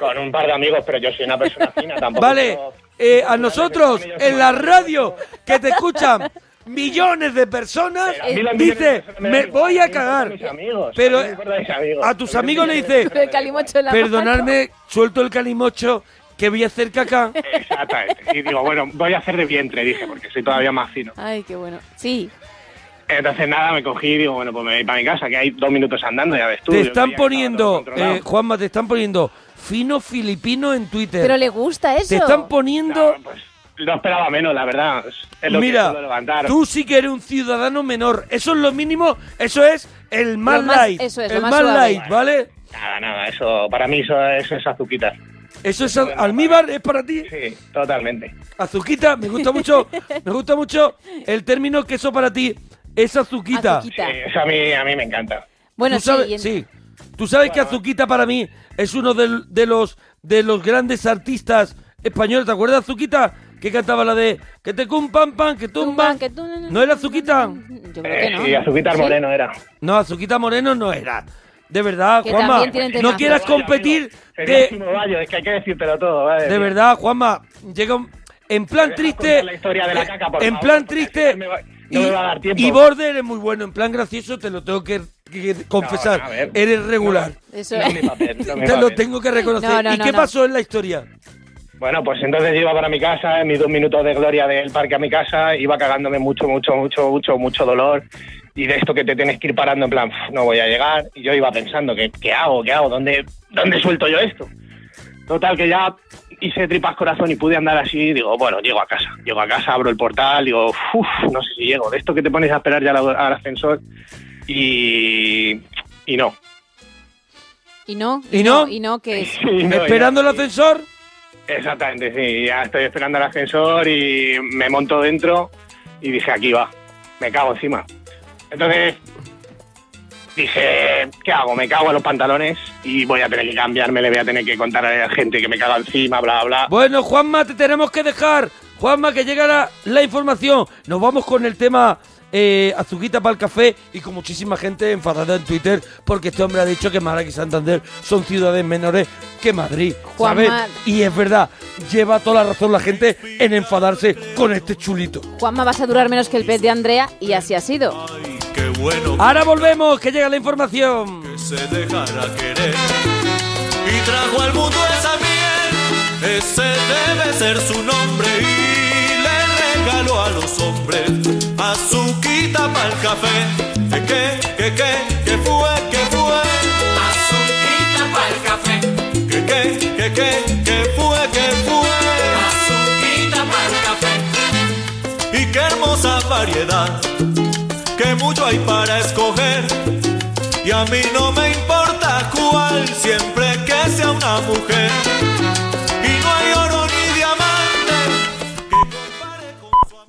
Speaker 8: Con un par de amigos, pero yo soy una persona fina, tampoco.
Speaker 2: Vale,
Speaker 8: yo-
Speaker 2: eh, a nosotros en la radio que te escuchan millones de personas,
Speaker 8: A mí las millones de
Speaker 2: dice,
Speaker 8: personas dan
Speaker 2: me
Speaker 8: igual,
Speaker 2: voy
Speaker 8: a
Speaker 2: a
Speaker 8: mí me importan
Speaker 2: cagar.
Speaker 8: mis amigos,
Speaker 2: Pero
Speaker 8: a mí me importan mis amigos.
Speaker 2: a tus
Speaker 8: A mí
Speaker 2: amigos le
Speaker 8: me
Speaker 2: dice,
Speaker 8: importan mis
Speaker 3: Con el calimocho en la mano.
Speaker 2: perdonadme, suelto el calimocho que voy a hacer caca.
Speaker 8: Exactamente. Y digo, bueno, voy a hacer de vientre, dije, porque soy todavía más fino.
Speaker 3: Ay, qué bueno. Sí.
Speaker 8: Entonces nada, me cogí y digo, bueno, pues me voy para mi casa, que hay dos minutos andando, ya ves tú.
Speaker 2: Te
Speaker 8: Yo
Speaker 2: están
Speaker 8: creía que estaba
Speaker 2: poniendo,
Speaker 8: todo controlado.
Speaker 2: eh, Juanma, te están poniendo fino filipino en Twitter.
Speaker 3: Pero le gusta eso.
Speaker 2: te están poniendo...
Speaker 8: No, pues, no esperaba menos, la verdad. Es lo que puedo
Speaker 2: Mira,
Speaker 8: levantar.
Speaker 2: tú sí que eres un ciudadano menor. Eso es lo mínimo, eso es el más,
Speaker 3: más-
Speaker 2: light.
Speaker 3: eso es, lo
Speaker 2: el
Speaker 3: más
Speaker 2: más,
Speaker 3: suave.
Speaker 2: light, ¿vale?
Speaker 8: Nada, nada, eso, para mí eso, eso es azuquita.
Speaker 2: Eso es al- almíbar, es para ti.
Speaker 8: Sí, totalmente.
Speaker 2: Azuquita, me gusta mucho, me gusta mucho el término que eso para ti es azuquita.
Speaker 3: Azuquita.
Speaker 8: Sí, eso a mí, a mí me encanta.
Speaker 3: Bueno,
Speaker 2: Tú sabes,
Speaker 3: sí. y en-
Speaker 2: sí. Tú sabes que Azuquita para mí es uno del- de, los de los grandes artistas españoles. ¿Te acuerdas Azuquita? Que cantaba la de que te cumpan pan, que tumban.
Speaker 3: Tumban, que tum-
Speaker 2: ¿No era Azuquita?
Speaker 3: Yo creo que
Speaker 8: Eh,
Speaker 3: no.
Speaker 8: sí, azuquita al
Speaker 3: ¿Sí?
Speaker 8: moreno era.
Speaker 2: No, Azuquita Moreno no era. De verdad,
Speaker 3: Que
Speaker 2: Juanma.
Speaker 3: también tienen
Speaker 2: No
Speaker 3: temazos.
Speaker 2: quieras competir
Speaker 8: Sería
Speaker 2: de,
Speaker 8: un vallo, es que hay que decírtelo todo, ¿vale?
Speaker 2: de verdad, Juanma. Llega un- en plan
Speaker 8: Deja
Speaker 2: triste. eh,
Speaker 8: contar la historia de la caca, por
Speaker 2: en
Speaker 8: favor,
Speaker 2: plan
Speaker 8: porque
Speaker 2: triste.
Speaker 8: si no me va- no
Speaker 2: y,
Speaker 8: me va a dar tiempo.
Speaker 2: y Border es muy bueno. En plan gracioso te lo tengo que, que confesar.
Speaker 8: No, a ver.
Speaker 2: Eres regular.
Speaker 3: Eso
Speaker 8: No es mi papel, no es mi
Speaker 2: Te lo
Speaker 8: papel.
Speaker 2: tengo que reconocer.
Speaker 3: No, no,
Speaker 2: ¿Y
Speaker 3: no,
Speaker 2: qué
Speaker 3: no.
Speaker 2: pasó en la historia?
Speaker 8: Bueno, pues entonces yo iba para mi casa, en mis dos minutos de gloria del parque a mi casa, iba cagándome mucho, mucho, mucho, mucho, mucho dolor. Y de esto que te tienes que ir parando en plan, "Uf, no voy a llegar. Y yo iba pensando, ¿qué, qué hago? ¿Qué hago? ¿Dónde, ¿Dónde suelto yo esto? Total, que ya hice tripas corazón y pude andar así. Digo, bueno, llego a casa. Llego a casa, abro el portal, digo, uff, no sé si llego. De esto que te pones a esperar ya al, al ascensor y, y no.
Speaker 3: Y no.
Speaker 2: ¿Y no?
Speaker 3: Y no, que es.
Speaker 8: Y no, y
Speaker 2: ¿Esperando
Speaker 8: no.
Speaker 2: el ascensor?
Speaker 8: Exactamente, sí. Ya estoy esperando al ascensor y me monto dentro y dije, aquí va, me cago encima. Entonces dije, ¿qué hago? Me cago en los pantalones y voy a tener que cambiarme, le voy a tener que contar a la gente que me cago encima, bla, bla.
Speaker 2: Bueno, Juanma, te tenemos que dejar. Juanma, que llega la, la información. Nos vamos con el tema eh, Azuquita para el café y con muchísima gente enfadada en Twitter porque este hombre ha dicho que Málaga y Santander son ciudades menores que Madrid. ¿sabes?
Speaker 3: Juanma.
Speaker 2: Y es verdad, lleva toda la razón la gente en enfadarse con este chulito.
Speaker 3: Juanma, vas a durar menos que el pez de Andrea y así ha sido.
Speaker 1: Ay, qué bueno
Speaker 2: Ahora volvemos, que llega la información.
Speaker 1: que se dejara querer y trajo al
Speaker 7: Mm.
Speaker 1: mundo esa miel. Ese debe ser su nombre y le regaló a los hombres azuquita para el café. ¿Qué, qué, qué, qué, qué fue, qué fue? Azuquita para el café. ¿Qué, qué, qué, qué, qué fue, qué fue? Azuquita para el café. Y qué hermosa variedad, que mucho hay para escoger. Y a mí no me importa cuál, siempre que sea una mujer. Y no hay oro ni diamante que compare con su amor.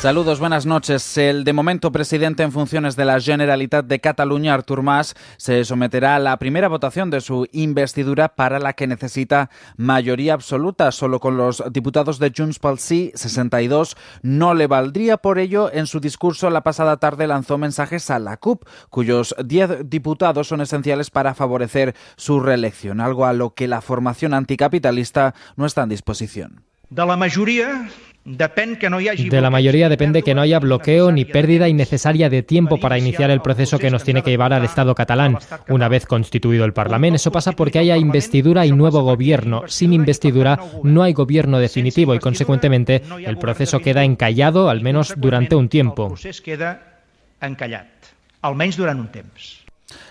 Speaker 9: Saludos, buenas noches. El de momento presidente en funciones de la Generalitat de Cataluña, Artur Mas, se someterá a la primera votación de su investidura para la que necesita mayoría absoluta. Solo con los diputados de Junts pel Sí, 62, no le valdría. Por ello, en su discurso la pasada tarde lanzó mensajes a la CUP, cuyos 10 diputados son esenciales para favorecer su reelección, algo a lo que la formación anticapitalista no está en disposición.
Speaker 10: De la mayoría depende que no
Speaker 11: De la mayoría depende que no haya bloqueo ni pérdida innecesaria de tiempo para iniciar el proceso que nos tiene que llevar al Estado catalán. Una vez constituido el Parlamento, eso pasa porque haya investidura y nuevo gobierno. Sin investidura no hay gobierno definitivo y, consecuentemente, el proceso queda encallado, al menos durante un tiempo.
Speaker 10: procés queda encallat, almenys durant un temps.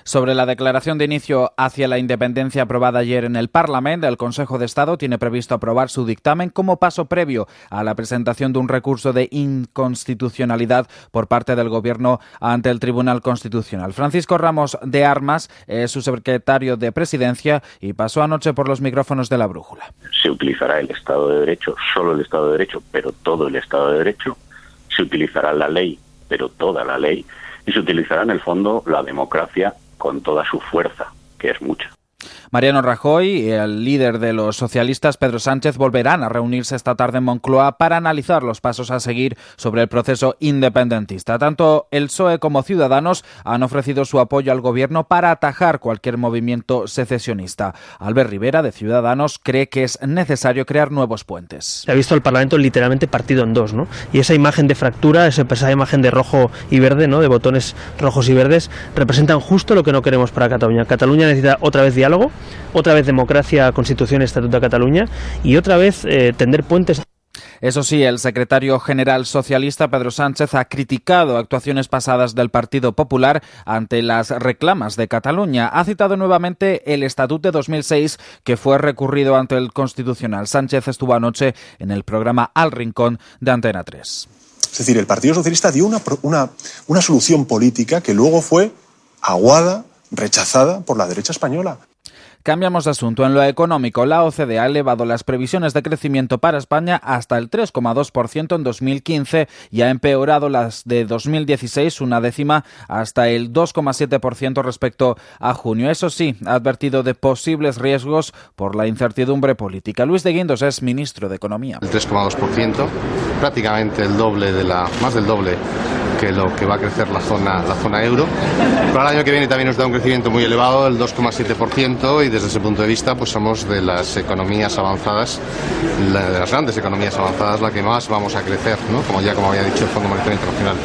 Speaker 9: Sobre la declaración de inicio hacia la independencia aprobada ayer en el Parlamento, el Consejo de Estado tiene previsto aprobar su dictamen como paso previo a la presentación de un recurso de inconstitucionalidad por parte del Gobierno ante el Tribunal Constitucional. Francisco Ramos de Armas es su secretario de Presidencia y pasó anoche por los micrófonos de la brújula.
Speaker 12: se utilizará el Estado de Derecho, solo el Estado de Derecho, pero todo el Estado de Derecho, se utilizará la ley, pero toda la ley, y se utilizará en el fondo la democracia con toda su fuerza, que es mucha.
Speaker 9: Mariano Rajoy y el líder de los socialistas, Pedro Sánchez, volverán a reunirse esta tarde en Moncloa para analizar los pasos a seguir sobre el proceso independentista. Tanto el PSOE E como Ciudadanos han ofrecido su apoyo al gobierno para atajar cualquier movimiento secesionista. Albert Rivera, de Ciudadanos, cree que es necesario crear nuevos puentes.
Speaker 13: Se ha visto el Parlamento literalmente partido en dos, ¿no? Y esa imagen de fractura, esa, esa imagen de rojo y verde, ¿no? De botones rojos y verdes, representan justo lo que no queremos para Cataluña. Cataluña necesita otra vez diálogo, otra vez democracia, constitución, estatuto de Cataluña y otra vez eh, tender puentes.
Speaker 9: Eso sí, el secretario general socialista Pedro Sánchez ha criticado actuaciones pasadas del Partido Popular ante las reclamas de Cataluña. Ha citado nuevamente el Estatut de 2006 que fue recurrido ante el Constitucional. Sánchez estuvo anoche en el programa Al Rincón de Antena 3.
Speaker 14: Es decir, el Partido Socialista dio una, una, una solución política que luego fue aguada, rechazada por la derecha española.
Speaker 9: Cambiamos de asunto. En lo económico, la OCDE E ha elevado las previsiones de crecimiento para España hasta el 3,2% en 2015 y ha empeorado las de 2016, una décima, hasta el 2,7% respecto a junio. Eso sí, ha advertido de posibles riesgos por la incertidumbre política. Luis de Guindos es ministro de Economía.
Speaker 15: El 3,2%, prácticamente el doble de la, más del doble que lo que va a crecer la zona, la zona euro. Para el año que viene también nos da un crecimiento muy elevado, del 2,7%, y desde ese punto de vista pues somos de las economías avanzadas, la, de las grandes economías avanzadas, la que más vamos a crecer, ¿no? como ya como había dicho el Fondo Monetario Internacional.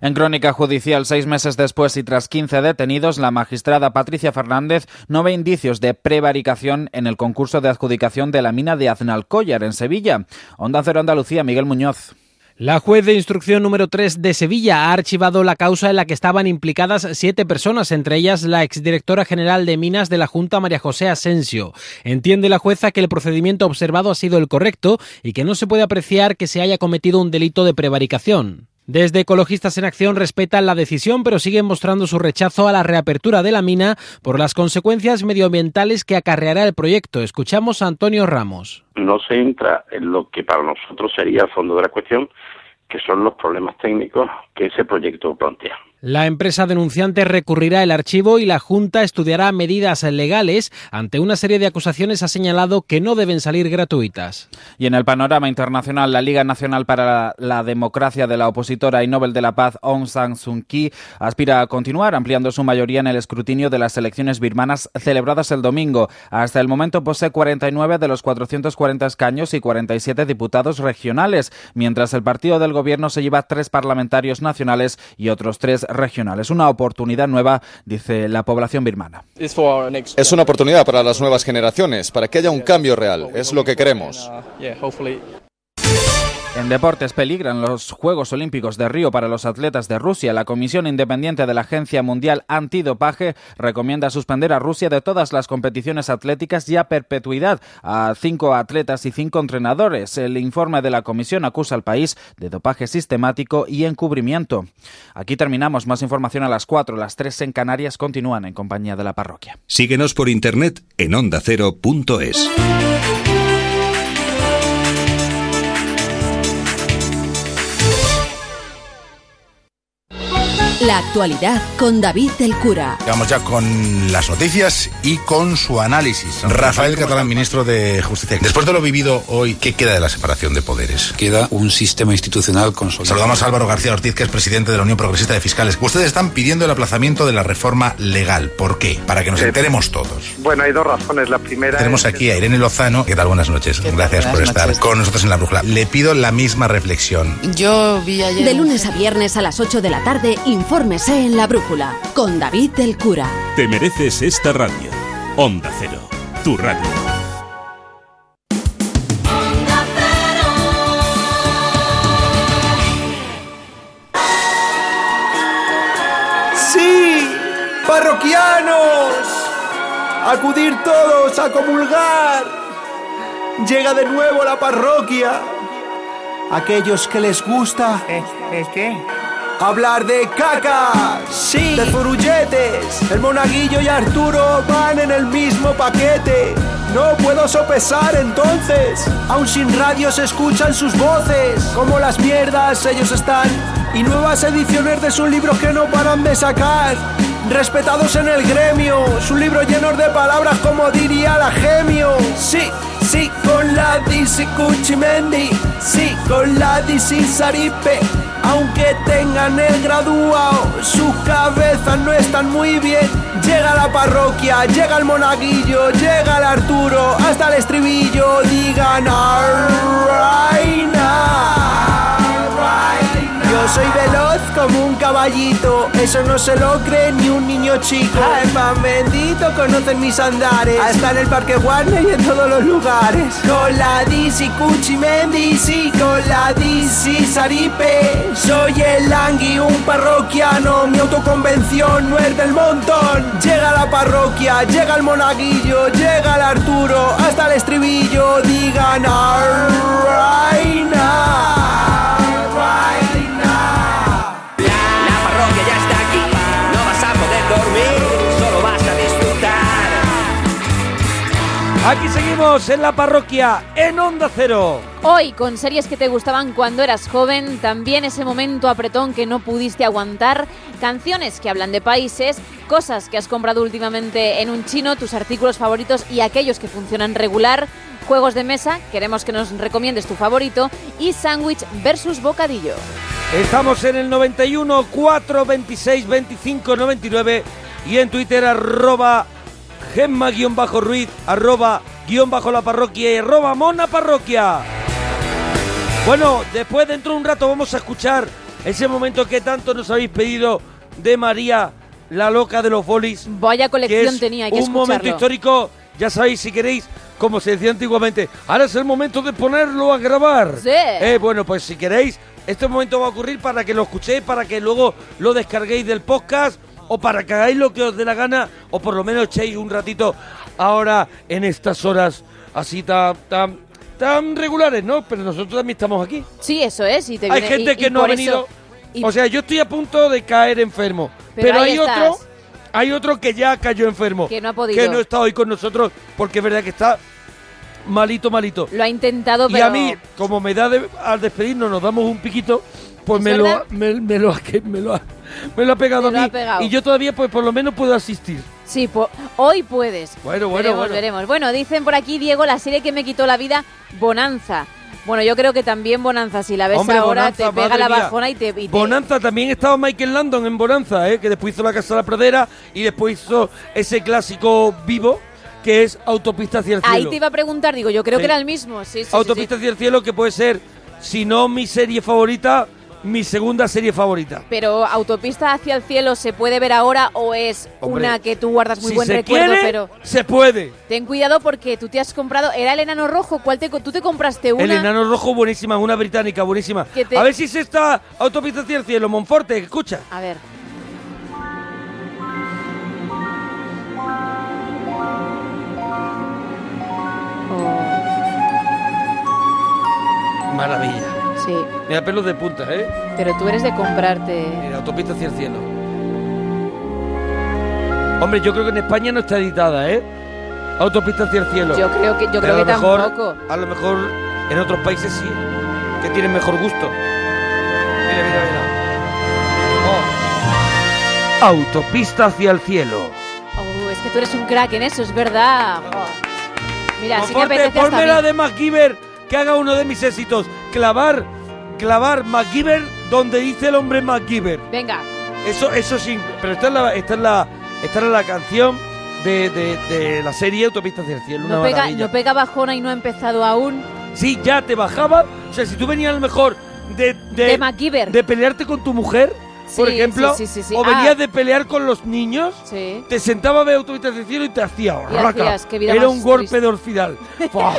Speaker 9: En crónica judicial, seis meses después y tras 15 detenidos, la magistrada Patricia Fernández no ve indicios de prevaricación en el concurso de adjudicación de la mina de Aznalcóllar, en Sevilla. Onda Cero Andalucía, Miguel Muñoz.
Speaker 16: La juez de instrucción número 3 de Sevilla ha archivado la causa en la que estaban implicadas siete personas, entre ellas la exdirectora general de Minas de la Junta, María José Asensio. Entiende la jueza que el procedimiento observado ha sido el correcto y que no se puede apreciar que se haya cometido un delito de prevaricación. Desde Ecologistas en Acción respetan la decisión, pero siguen mostrando su rechazo a la reapertura de la mina por las consecuencias medioambientales que acarreará el proyecto. Escuchamos a Antonio Ramos.
Speaker 17: No se entra en lo que para nosotros sería el fondo de la cuestión, que son los problemas técnicos que ese proyecto plantea.
Speaker 16: La empresa denunciante recurrirá el archivo y la Junta estudiará medidas legales ante una serie de acusaciones ha señalado que no deben salir gratuitas.
Speaker 9: Y en el panorama internacional, la Liga Nacional para la Democracia de la opositora y Nobel de la Paz Aung San Suu Kyi aspira a continuar ampliando su mayoría en el escrutinio de las elecciones birmanas celebradas el domingo. Hasta el momento posee 49 de los 440 escaños y 47 diputados regionales, mientras el partido del gobierno se lleva tres parlamentarios nacionales y otros tres regionales. Una oportunidad nueva, dice la población birmana.
Speaker 18: Es una oportunidad para las nuevas generaciones, para que haya un cambio real. Es lo que queremos.
Speaker 9: En deportes peligran los Juegos Olímpicos de Río para los atletas de Rusia. La Comisión Independiente de la Agencia Mundial Antidopaje recomienda suspender a Rusia de todas las competiciones atléticas y a perpetuidad a cinco atletas y cinco entrenadores. El informe de la Comisión acusa al país de dopaje sistemático y encubrimiento. Aquí terminamos. Más información a las 4. Las 3 en Canarias continúan en compañía de la parroquia.
Speaker 6: Síguenos por internet en ondacero.es.
Speaker 19: La actualidad con David del Cura.
Speaker 20: Vamos ya con las noticias y con su análisis. ¿no?
Speaker 5: Rafael Catalán, ministro de Justicia.
Speaker 20: Después de lo vivido hoy, ¿qué queda de la separación de poderes?
Speaker 21: Queda un sistema institucional consolidado.
Speaker 20: Saludamos a Álvaro García Ortiz, que es presidente de la Unión Progresista de Fiscales. Ustedes están pidiendo el aplazamiento de la reforma legal. ¿Por qué? Para que nos enteremos todos.
Speaker 22: Bueno, hay dos razones. La primera.
Speaker 20: Tenemos
Speaker 22: es...
Speaker 20: aquí a Irene Lozano. ¿Qué tal? Buenas noches. Tal? Gracias Buenas por estar noches. con nosotros en la brújula. Le pido la misma reflexión.
Speaker 23: Yo vi ayer.
Speaker 19: De lunes a viernes a las 8 de la tarde, Infórmese en La Brújula con David del Cura.
Speaker 6: Te mereces esta radio. Onda Cero, tu radio.
Speaker 24: Sí, parroquianos, acudir todos a comulgar. Llega de nuevo la parroquia. Aquellos que les gusta...
Speaker 25: ¿Es, es qué?
Speaker 24: hablar de caca, sí, de furulletes. El monaguillo y Arturo van en el mismo paquete. No puedo sopesar entonces. Aún sin radio se escuchan sus voces. Como las mierdas ellos están. Y nuevas ediciones de sus libros que no paran de sacar. respetados en el gremio. Su libro lleno de palabras como diría la gemio. Sí, sí, con la DC Cuchimendi. Sí, con la DC Saripe. Aunque tengan el graduado, sus cabezas no están muy bien. Llega la parroquia, llega el monaguillo, llega el Arturo, hasta el estribillo. Digan, alright yo soy veloz como un caballito, eso no se lo cree ni un niño chico. Ay, pan bendito, conocen mis andares. Hasta en el parque Warner y en todos los lugares. Con la DC Cuchimendi, sí, con la DC Saripe. Soy el Langui, un parroquiano. Mi autoconvención no es del montón. Llega la parroquia, llega el monaguillo, llega el Arturo, hasta el estribillo. Digan, alright now, alright
Speaker 1: La parroquia ya está aquí, no vas a poder dormir, solo vas a disfrutar.
Speaker 2: Aquí seguimos en la parroquia, en Onda Cero.
Speaker 3: Hoy, con series que te gustaban cuando eras joven, también ese momento apretón que no pudiste aguantar, canciones que hablan de países, cosas que has comprado últimamente en un chino, tus artículos favoritos y aquellos que funcionan regular, juegos de mesa, queremos que nos recomiendes tu favorito, y sándwich versus bocadillo.
Speaker 2: Estamos en el 91 4 26 25 99 y en Twitter arroba gemma-ruiz arroba guión bajo la parroquia y arroba mona parroquia. Bueno, después dentro de un rato vamos a escuchar ese momento que tanto nos habéis pedido de María, la loca de los bolis.
Speaker 3: Vaya colección tenía, hay que
Speaker 2: un
Speaker 3: escucharlo.
Speaker 2: momento histórico, ya sabéis si queréis, como se decía antiguamente, ahora es el momento de ponerlo a grabar.
Speaker 3: Sí.
Speaker 2: Eh, bueno, pues si queréis, este momento va a ocurrir para que lo escuchéis, para que luego lo descarguéis del podcast o para que hagáis lo que os dé la gana o por lo menos echéis un ratito ahora en estas horas así tan tan tan regulares, ¿no? Pero nosotros también estamos aquí.
Speaker 3: Sí, eso es. Y te
Speaker 2: Hay
Speaker 3: viene-
Speaker 2: gente
Speaker 3: y-
Speaker 2: que
Speaker 3: y
Speaker 2: no ha
Speaker 3: por
Speaker 2: venido.
Speaker 3: eso- y-
Speaker 2: O sea, yo estoy a punto de caer enfermo.
Speaker 3: Pero
Speaker 2: Pero,
Speaker 3: ahí
Speaker 2: hay
Speaker 3: estás.
Speaker 2: otro, hay otro que ya cayó enfermo.
Speaker 3: Que no ha podido.
Speaker 2: Que no está hoy con nosotros porque es verdad que está malito, malito.
Speaker 3: Lo ha intentado,
Speaker 2: Y
Speaker 3: pero...
Speaker 2: a mí, como me da de- al despedirnos, nos damos un piquito, pues
Speaker 3: ¿Es
Speaker 2: me lo,
Speaker 3: verdad?
Speaker 2: ha- me, me lo, ha- que me lo ha- me lo ha pegado
Speaker 3: Te lo
Speaker 2: a
Speaker 3: ha
Speaker 2: mí.
Speaker 3: pegado.
Speaker 2: Y yo todavía, pues por lo menos puedo asistir.
Speaker 3: Sí, po- hoy puedes.
Speaker 2: Bueno, bueno,
Speaker 3: veremos,
Speaker 2: bueno.
Speaker 3: veremos. Bueno, dicen por aquí, Diego, la serie que me quitó la vida, Bonanza. Bueno, yo creo que también Bonanza, si la ves
Speaker 2: Hombre,
Speaker 3: ahora,
Speaker 2: Bonanza,
Speaker 3: te pega
Speaker 2: madre
Speaker 3: la
Speaker 2: mía.
Speaker 3: bajona y te... y te-
Speaker 2: Bonanza, también estaba Michael Landon en Bonanza, ¿eh? que después hizo La Casa de la Pradera y después hizo ese clásico vivo que es Autopista hacia el cielo.
Speaker 3: Ahí te iba a preguntar, digo, yo creo
Speaker 2: Sí.
Speaker 3: que era el mismo. Sí, sí, sí,
Speaker 2: Autopista
Speaker 3: sí.
Speaker 2: hacia el cielo que puede ser, si no mi serie favorita, mi segunda serie favorita.
Speaker 3: Pero Autopista hacia el cielo se puede ver ahora o es
Speaker 2: Hombre,
Speaker 3: una que tú guardas muy
Speaker 2: si
Speaker 3: buen
Speaker 2: se
Speaker 3: recuerdo,
Speaker 2: quiere,
Speaker 3: pero...
Speaker 2: se puede.
Speaker 3: Ten cuidado porque tú te has comprado... Era el enano rojo, ¿cuál te... co- Tú te compraste una...
Speaker 2: El enano rojo buenísima, una británica buenísima.
Speaker 3: Que te-
Speaker 2: A ver si es esta Autopista hacia el cielo, Monforte, escucha.
Speaker 3: A ver.
Speaker 2: Maravilla.
Speaker 3: Sí,
Speaker 2: Mira, pelos de punta, ¿eh?
Speaker 3: pero tú eres de comprarte...
Speaker 2: Mira, autopista hacia el cielo. Hombre, yo creo que en España no está editada, ¿eh? Autopista hacia el cielo.
Speaker 3: Yo creo que-
Speaker 2: Pero
Speaker 3: yo creo
Speaker 2: a lo
Speaker 3: que
Speaker 2: mejor-
Speaker 3: tampoco.
Speaker 2: A lo mejor en otros países sí, que tienen mejor gusto. Mira, mira, mira. Oh. Autopista hacia el cielo.
Speaker 3: Oh, es que tú eres un crack en eso, es verdad. Jo. Mira, sí que
Speaker 2: Conforte,
Speaker 3: apetece hasta
Speaker 2: ponme
Speaker 3: a
Speaker 2: la
Speaker 3: mí.
Speaker 2: de MacGyver, que haga uno de mis éxitos. Clavar, clavar MacGyver donde dice el hombre MacGyver.
Speaker 3: Venga,
Speaker 2: Eso, eso sí, pero esta es la, esta es la, esta era la canción de, de- de la serie Autopista hacia el cielo. Una
Speaker 3: no pega,
Speaker 2: maravilla.
Speaker 3: no pega bajona y no ha empezado aún.
Speaker 2: Sí, ya te bajaba. O sea, si tú venías a lo mejor de, de,
Speaker 3: De MacGyver.
Speaker 2: de pelearte con tu mujer, por
Speaker 3: Sí,
Speaker 2: ejemplo,
Speaker 3: sí, sí, sí, sí.
Speaker 2: o
Speaker 3: Ah.
Speaker 2: venías de pelear con los niños,
Speaker 3: Sí.
Speaker 2: te sentaba a ver Autopista hacia el cielo y te hacía
Speaker 3: Y
Speaker 2: raca.
Speaker 3: hacías, qué vida
Speaker 2: Era
Speaker 3: más
Speaker 2: un golpe
Speaker 3: triste.
Speaker 2: de orfidal. ¡Fua!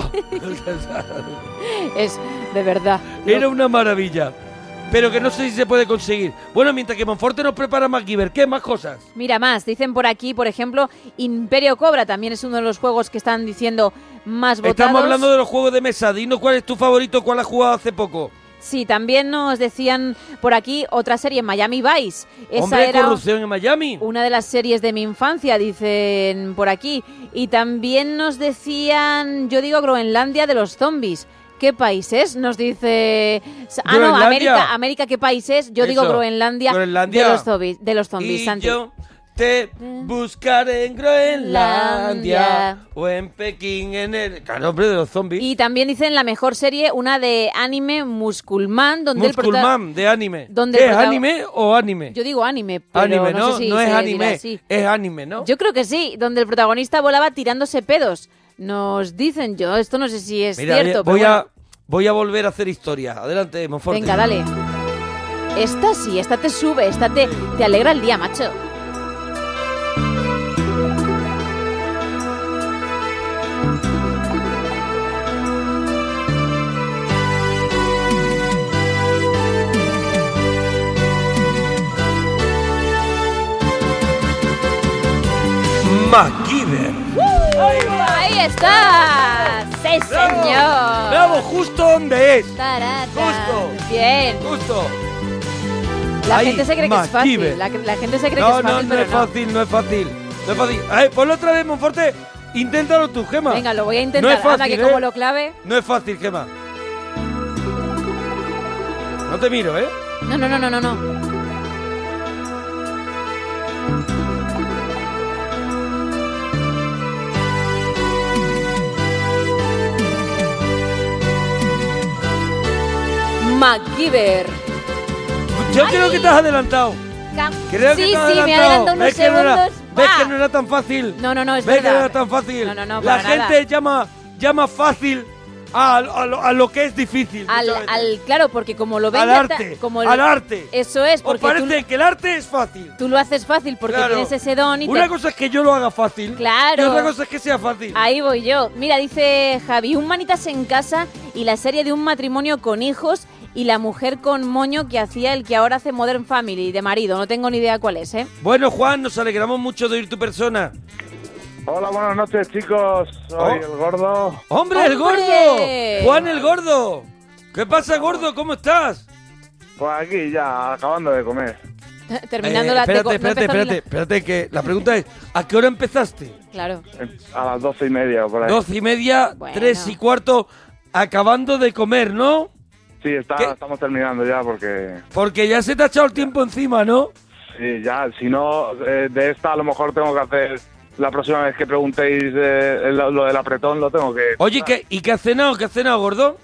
Speaker 3: Es de verdad.
Speaker 2: Era una maravilla. Pero que no sé si se puede conseguir. Bueno, mientras que Monforte nos prepara MacGyver, ¿qué más cosas?
Speaker 3: Mira más, dicen por aquí, por ejemplo, Imperio Cobra también es uno de los juegos que están diciendo más votados.
Speaker 2: Estamos hablando de los juegos de mesa. Dinos cuál es tu favorito, cuál has jugado hace poco.
Speaker 3: Sí, también nos decían por aquí otra serie, Miami Vice. Esa
Speaker 2: Hombre,
Speaker 3: era
Speaker 2: corrupción en Miami.
Speaker 3: una de las series de mi infancia, dicen por aquí. Y también nos decían, yo digo Groenlandia de los zombies. ¿Qué país es? Nos dice... Ah, no,
Speaker 2: Groenlandia.
Speaker 3: América, América, ¿qué país es? Yo digo
Speaker 2: Eso.
Speaker 3: Groenlandia,
Speaker 2: Groenlandia.
Speaker 3: de los zombies. De los zombies
Speaker 2: Y
Speaker 3: Santi.
Speaker 2: yo te buscar en Groenlandia o en Pekín en el... Claro, hombre, de los zombies.
Speaker 3: Y también dicen la mejor serie, una de anime Musculman, donde el prota-
Speaker 2: Musculman, de anime.
Speaker 3: donde
Speaker 2: ¿Qué
Speaker 3: el
Speaker 2: ¿Es
Speaker 3: prota-
Speaker 2: anime o anime?
Speaker 3: Yo digo anime, pero
Speaker 2: anime, ¿no?
Speaker 3: no, sé si
Speaker 2: no
Speaker 3: se
Speaker 2: es
Speaker 3: dirá
Speaker 2: anime,
Speaker 3: así.
Speaker 2: es anime, ¿no?
Speaker 3: Yo creo que sí, donde el protagonista volaba tirándose pedos. Nos dicen yo, esto no sé si es
Speaker 2: Mira,
Speaker 3: cierto,
Speaker 2: voy,
Speaker 3: pero
Speaker 2: a, voy a volver a hacer historia. Adelante, Monforte.
Speaker 3: bueno, venga, dale. Esta sí, esta te sube, esta te, te alegra el día, macho.
Speaker 2: MacGyver.
Speaker 3: Ahí está. Sí, señor.
Speaker 2: Bravo, justo donde es.
Speaker 3: Tarata. Bien.
Speaker 2: Justo.
Speaker 3: La
Speaker 2: Ahí,
Speaker 3: gente se cree que
Speaker 2: MacGyver.
Speaker 3: es fácil. La, la gente se cree que
Speaker 2: No,
Speaker 3: es
Speaker 2: no,
Speaker 3: fácil,
Speaker 2: no
Speaker 3: pero
Speaker 2: es fácil, no es fácil. No es fácil. A ver, ponlo otra vez, Monforte. Inténtalo tú, Gema.
Speaker 3: Venga, lo voy a
Speaker 2: No
Speaker 3: intentar.
Speaker 2: es fácil,
Speaker 3: Anda, que
Speaker 2: ¿eh?
Speaker 3: como lo clave.
Speaker 2: No es fácil, Gema. No te miro, ¿eh?
Speaker 3: No, no, no, no, no, no. MacGyver.
Speaker 2: Yo creo que te has adelantado.
Speaker 3: Cam-
Speaker 2: Creo
Speaker 3: sí,
Speaker 2: que te has
Speaker 3: sí, me
Speaker 2: adelantado.
Speaker 3: adelanto unos
Speaker 2: ¿Ves que no era-
Speaker 3: segundos.
Speaker 2: ¿Ves que no era tan fácil?
Speaker 3: No, no, no, es
Speaker 2: ¿Ves que no
Speaker 3: verdad.
Speaker 2: era tan fácil?
Speaker 3: No, no, no,
Speaker 2: La
Speaker 3: para
Speaker 2: gente
Speaker 3: nada.
Speaker 2: llama llama fácil a, a lo, a lo que es difícil.
Speaker 3: Al,
Speaker 2: muchas veces.
Speaker 3: al- claro, porque como lo ven
Speaker 2: Al
Speaker 3: ya ta-
Speaker 2: arte,
Speaker 3: como
Speaker 2: al arte.
Speaker 3: Eso es,
Speaker 2: Os
Speaker 3: porque tú,
Speaker 2: parece que el arte es fácil.
Speaker 3: tú lo haces fácil porque
Speaker 2: Claro.
Speaker 3: tienes ese don y te-
Speaker 2: Una cosa es que yo lo haga fácil.
Speaker 3: Claro.
Speaker 2: Y otra cosa es que sea fácil.
Speaker 3: Ahí voy yo. Mira, dice Javi, un manitas en casa y la serie de un matrimonio con hijos y la mujer con moño que hacía el que ahora hace Modern Family de marido. No tengo ni idea cuál es, ¿eh?
Speaker 2: Bueno, Juan, nos alegramos mucho de oír tu persona.
Speaker 4: Hola, buenas noches, chicos. Soy el gordo.
Speaker 2: Oh. ¡Hombre, el
Speaker 4: ¡Hombre!
Speaker 2: gordo! ¡Juan el gordo! ¿Qué pasa, gordo? ¿Cómo estás?
Speaker 4: Pues aquí ya, acabando de comer.
Speaker 3: Terminando
Speaker 2: Eh,
Speaker 3: la...
Speaker 2: espérate,
Speaker 3: de- no
Speaker 2: espérate,
Speaker 3: empezar ni la-
Speaker 2: espérate, espérate, que la pregunta es, ¿a qué hora empezaste?
Speaker 3: Claro.
Speaker 4: Eh, A las doce y media, por ahí.
Speaker 2: Doce y media, tres y cuarto, acabando de comer, ¿no?
Speaker 4: Sí, está, estamos terminando ya porque...
Speaker 2: Porque ya se te ha echado el tiempo encima, ¿no?
Speaker 4: Sí, ya, si no, eh, de esta a lo mejor tengo que hacer... La próxima vez que preguntéis eh, lo, lo del apretón lo tengo que...
Speaker 2: Oye, ¿qué, ¿y qué has cenado? ¿Qué has cenado, gordo?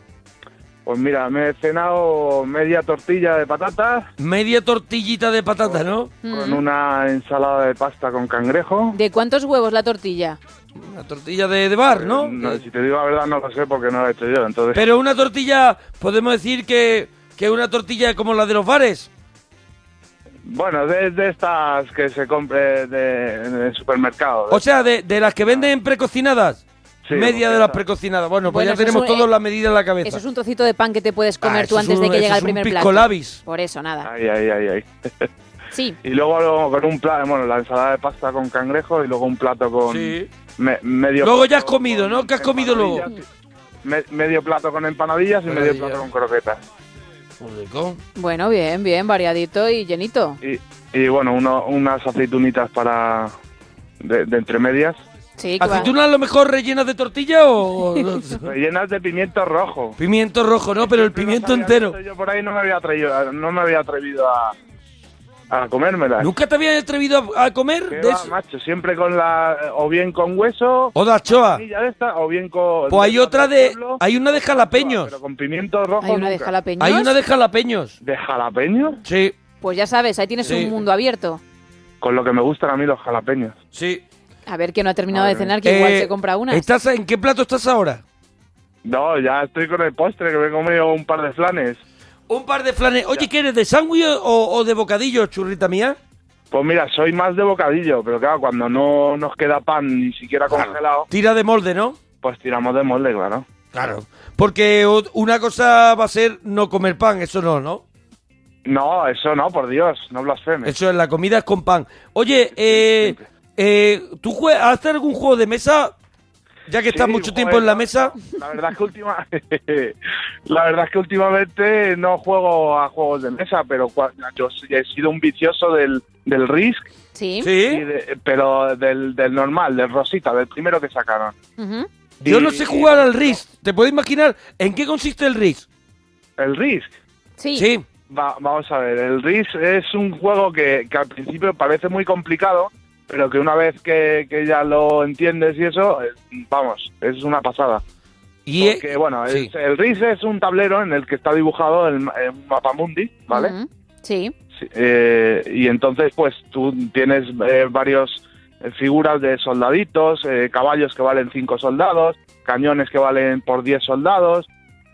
Speaker 4: Pues mira, me he cenado media tortilla de patatas
Speaker 2: Media tortillita de patata, ¿no?
Speaker 4: con una ensalada de pasta con cangrejo.
Speaker 3: Mm. ¿De cuántos huevos la tortilla?
Speaker 2: Una tortilla de, de bar, ¿no?
Speaker 4: No, si te digo la verdad no lo sé porque no lo he hecho yo, entonces...
Speaker 2: Pero una tortilla, podemos decir que que una tortilla como la de los bares.
Speaker 4: Bueno, de, de estas que se compre de, en el supermercado.
Speaker 2: O sea, de, de las que venden precocinadas.
Speaker 4: Sí,
Speaker 2: media de
Speaker 4: esa.
Speaker 2: las precocinadas. Bueno, pues
Speaker 3: Bueno,
Speaker 2: ya
Speaker 3: eso es
Speaker 2: tenemos
Speaker 3: un-
Speaker 2: todos la medida en la cabeza.
Speaker 3: Eso es un trocito de pan que te puedes comer
Speaker 2: Ah,
Speaker 3: tú
Speaker 2: eso es
Speaker 3: antes de
Speaker 2: un-
Speaker 3: que
Speaker 2: eso
Speaker 3: llegue
Speaker 2: es
Speaker 3: el primer
Speaker 2: un
Speaker 3: plato.
Speaker 2: pisco labis.
Speaker 3: Por eso, nada.
Speaker 4: Ahí, ahí, ahí, ahí.
Speaker 3: Sí.
Speaker 4: Y luego luego con un plato, bueno, la ensalada de pasta con cangrejo y luego un plato con me- medio
Speaker 2: Luego ya has comido, ¿no? ¿Qué has comido luego?
Speaker 4: me- medio plato con empanadillas y medio plato con croquetas.
Speaker 2: Pues
Speaker 3: Bueno, bien, bien, variadito y llenito.
Speaker 4: Y, y bueno, uno- unas aceitunitas para de, de entre medias.
Speaker 3: Sí, que va.
Speaker 2: ¿Aceitunas a lo mejor rellenas de tortilla o...? rellenas
Speaker 4: de pimiento rojo.
Speaker 2: Pimiento rojo, ¿no? Pero el pimiento entero.
Speaker 4: Yo por ahí no me había atrevido, no me había atrevido a, a comérmelas.
Speaker 2: ¿Nunca te habías atrevido a, a comer
Speaker 4: ¿Qué
Speaker 2: de
Speaker 4: va,
Speaker 2: eso?
Speaker 4: macho? Siempre con la... O bien con hueso...
Speaker 2: O de anchoa.
Speaker 4: con semilla de esta, o bien con...
Speaker 2: Pues hay
Speaker 4: con
Speaker 2: otra de...
Speaker 4: pueblo,
Speaker 2: Hay una de jalapeños.
Speaker 4: Pero con pimiento rojo
Speaker 3: Hay una de
Speaker 4: nunca.
Speaker 3: jalapeños.
Speaker 2: Hay una de jalapeños.
Speaker 4: ¿De jalapeños?
Speaker 2: Sí.
Speaker 3: Pues ya sabes, ahí tienes
Speaker 4: Sí.
Speaker 3: un mundo abierto.
Speaker 4: Con lo que me gustan a mí los jalapeños.
Speaker 2: Sí.
Speaker 3: A ver que no ha terminado de
Speaker 4: Madre
Speaker 3: cenar,
Speaker 4: mía.
Speaker 3: que igual
Speaker 4: Eh,
Speaker 3: se compra una.
Speaker 2: ¿Estás ¿En qué plato estás ahora?
Speaker 4: No, ya estoy con el postre, que me he comido un par de flanes.
Speaker 2: Un par de flanes. Oye, ¿qué eres? ¿De sándwich o, o de bocadillo, churrita mía?
Speaker 4: Pues mira, soy más de bocadillo, pero claro, cuando no nos queda pan ni siquiera congelado,
Speaker 2: Tira de molde, ¿no?
Speaker 4: pues tiramos de molde, claro.
Speaker 2: Claro. Porque o- una cosa va a ser no comer pan, eso no, ¿no?
Speaker 4: No, eso no, por Dios, no blasfemes.
Speaker 2: Eso es, la comida es con pan. Oye, eh, eh, ¿tú jue- haces algún juego de mesa? Ya que estás
Speaker 4: Sí,
Speaker 2: mucho
Speaker 4: joder,
Speaker 2: tiempo en la mesa.
Speaker 4: La verdad es que última, la verdad es que últimamente no juego a juegos de mesa, pero cua- yo sí he sido un vicioso del, del Risk,
Speaker 3: Sí.
Speaker 4: y de- pero del, del normal, del Rosita, del primero que sacaron.
Speaker 3: Ujú.
Speaker 2: Yo
Speaker 4: Y-
Speaker 2: no sé jugar al RIS. ¿Te puedes imaginar en qué consiste el RIS?
Speaker 4: ¿El Risk?
Speaker 3: Sí.
Speaker 4: Va- vamos a ver, el RIS es un juego que, que al principio parece muy complicado, pero que una vez que, que ya lo entiendes y eso, eh, vamos, es una pasada.
Speaker 2: Y
Speaker 4: Porque, bueno, es- el RIS es un tablero en el que está dibujado el, ma- eh, un mapa mundi, ¿vale?
Speaker 3: Ujú. Sí.
Speaker 4: Sí, eh, y entonces, pues tú tienes eh, varios eh, figuras de soldaditos, eh, caballos que valen 5 soldados, cañones que valen por 10 soldados.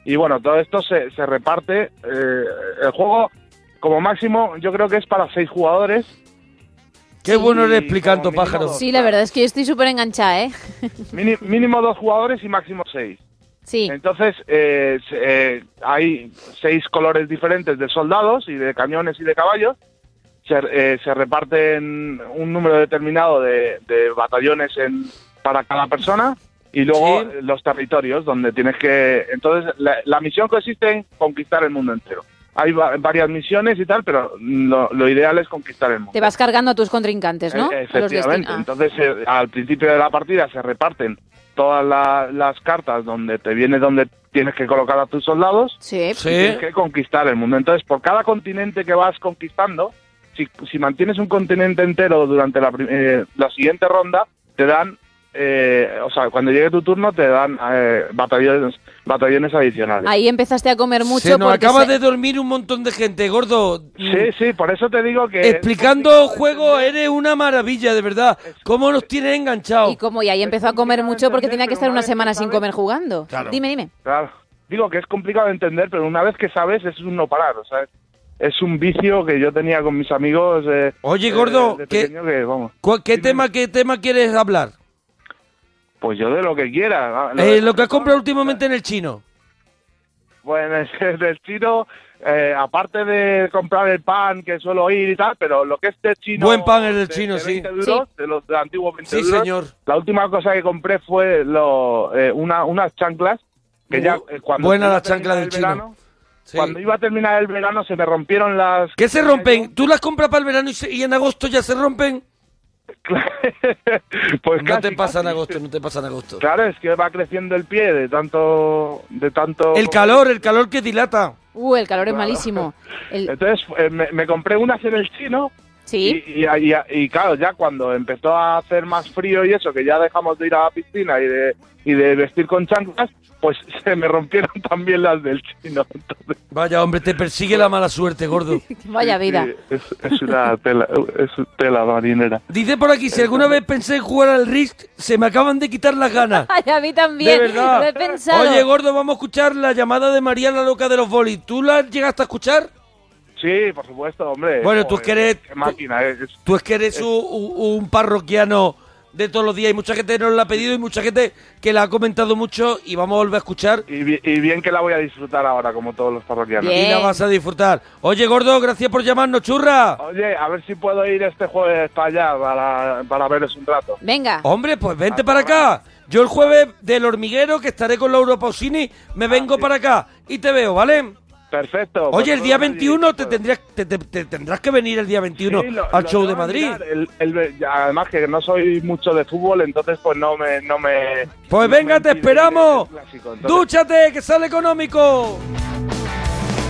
Speaker 4: Y bueno, todo esto se, se reparte. eh, el juego, como máximo, yo creo que es para 6 jugadores.
Speaker 2: Qué bueno eres explicando, pájaro.
Speaker 3: Sí, la verdad es que yo estoy súper enganchada, ¿eh?
Speaker 4: Mini- mínimo 2 jugadores y máximo 6.
Speaker 3: Sí.
Speaker 4: Entonces, eh, se- eh, hay seis colores diferentes de soldados y de cañones y de caballos. Se, eh, se reparten un número determinado de, de batallones en- para cada persona y luego eh, los territorios donde tienes que... Entonces, la, la misión consiste en conquistar el mundo entero. Hay va- varias misiones y tal, pero lo, lo ideal es conquistar el mundo.
Speaker 3: Te vas cargando a tus contrincantes, ¿no?
Speaker 4: E-
Speaker 3: A los desti-
Speaker 4: Efectivamente.
Speaker 3: ah.
Speaker 4: Entonces, eh, al principio de la partida se reparten todas la- las cartas donde te viene donde tienes que colocar a tus soldados
Speaker 3: Sí.
Speaker 4: y tienes que conquistar el mundo. Entonces, por cada continente que vas conquistando, si, si mantienes un continente entero durante la, prim- eh, la siguiente ronda, te dan, eh, o sea, cuando llegue tu turno, te dan eh, batallones, batallones adicionales.
Speaker 3: Ahí empezaste a comer mucho
Speaker 2: Se nos
Speaker 3: porque
Speaker 2: acaba
Speaker 3: se-
Speaker 2: de dormir un montón de gente, gordo.
Speaker 4: Sí, sí, por eso te digo que...
Speaker 2: Explicando juego, eres una maravilla, de verdad. ¿Cómo nos tienes enganchados?
Speaker 3: Y como y ahí empezó a comer mucho porque tenía que estar una semana sin comer jugando.
Speaker 2: Claro.
Speaker 3: Dime, dime.
Speaker 4: Claro. Digo que es complicado de entender, pero una vez que sabes es un no parar, o sea, es un vicio que yo tenía con mis amigos. eh,
Speaker 2: Oye,
Speaker 4: eh,
Speaker 2: gordo,
Speaker 4: de
Speaker 2: ¿qué-
Speaker 4: pequeño que, vamos,
Speaker 2: ¿Cuál- ¿Qué tema, qué tema quieres hablar?
Speaker 4: pues yo de lo que quiera. ah, lo-
Speaker 2: Eh, lo que has comprado últimamente en el chino.
Speaker 4: Bueno, es del chino, eh, aparte de comprar el pan que suelo ir y tal, pero lo que es de chino.
Speaker 2: Buen pan el del
Speaker 4: de-
Speaker 2: chino,
Speaker 4: de
Speaker 2: sí.
Speaker 4: 20 duros,
Speaker 2: Sí.
Speaker 4: De los de antiguos 20
Speaker 2: Sí,
Speaker 4: duros.
Speaker 2: señor.
Speaker 4: La última cosa que compré fue lo, eh, una, unas chanclas. Que ya, eh, cuando
Speaker 2: Uh, Buena
Speaker 4: iba a
Speaker 2: las chanclas
Speaker 4: terminar
Speaker 2: del
Speaker 4: el
Speaker 2: chino.
Speaker 4: verano,
Speaker 2: Sí.
Speaker 4: Cuando iba a terminar el verano se me rompieron las.
Speaker 2: ¿Qué se rompen? ¿Tú las compras para el verano y, se- y en agosto ya se rompen?
Speaker 4: Pues
Speaker 2: no
Speaker 4: casi,
Speaker 2: te pasa en agosto, no te pasa en agosto.
Speaker 4: Claro, es que va creciendo el pie de tanto, de tanto.
Speaker 2: El calor, el calor que dilata.
Speaker 3: Uh, el calor es malísimo. El-
Speaker 4: Entonces eh, me, me compré unas en el chino.
Speaker 3: Sí.
Speaker 4: Y, y- y- y claro, ya cuando empezó a hacer más frío y eso, que ya dejamos de ir a la piscina y de, y de vestir con chanclas, pues se me rompieron también las del chino. Entonces,
Speaker 2: Vaya, hombre, te persigue la mala suerte, gordo.
Speaker 3: Vaya vida.
Speaker 4: sí, es, es una tela, es una tela marinera.
Speaker 2: Dice por aquí, si alguna vez pensé en jugar al RISC, se me acaban de quitar las ganas.
Speaker 3: Ay, a mí también.
Speaker 2: De verdad.
Speaker 3: Lo he pensado.
Speaker 2: Oye, gordo, vamos a escuchar la llamada de María la loca de los bolis. ¿Tú la llegaste a escuchar?
Speaker 4: Sí, por supuesto, hombre.
Speaker 2: Bueno, tú
Speaker 4: Joder,
Speaker 2: es que eres-
Speaker 4: qué máquina, es- es-
Speaker 2: Tú es que eres u- u- un, parroquiano de todos los días y mucha gente nos la ha pedido y mucha gente que la ha comentado mucho y vamos a volver a escuchar.
Speaker 4: Y, bi- y bien que la voy a disfrutar ahora, como todos los parroquianos.
Speaker 2: Y la vas a disfrutar. Oye, gordo, gracias por llamarnos, churra.
Speaker 4: Oye, a ver si puedo ir este jueves para allá, para, para veros un rato.
Speaker 3: Venga.
Speaker 2: Hombre, pues vente para acá. Yo el jueves del hormiguero, que estaré con Laura Pausini, me vengo para acá y te veo, ¿vale?
Speaker 4: Ah, Perfecto.
Speaker 2: Oye, el día
Speaker 4: Pues,
Speaker 2: 21 te tendrías, te, te- te tendrás que venir el día 21
Speaker 4: Sí, lo-
Speaker 2: al
Speaker 4: lo
Speaker 2: show
Speaker 4: tengo
Speaker 2: de
Speaker 4: que
Speaker 2: Madrid.
Speaker 4: mirar. El- el- ya, además que no soy mucho de fútbol, entonces pues no me... No me
Speaker 2: Pues venga, te esperamos.
Speaker 4: clásico, entonces.
Speaker 2: Dúchate, que sale económico.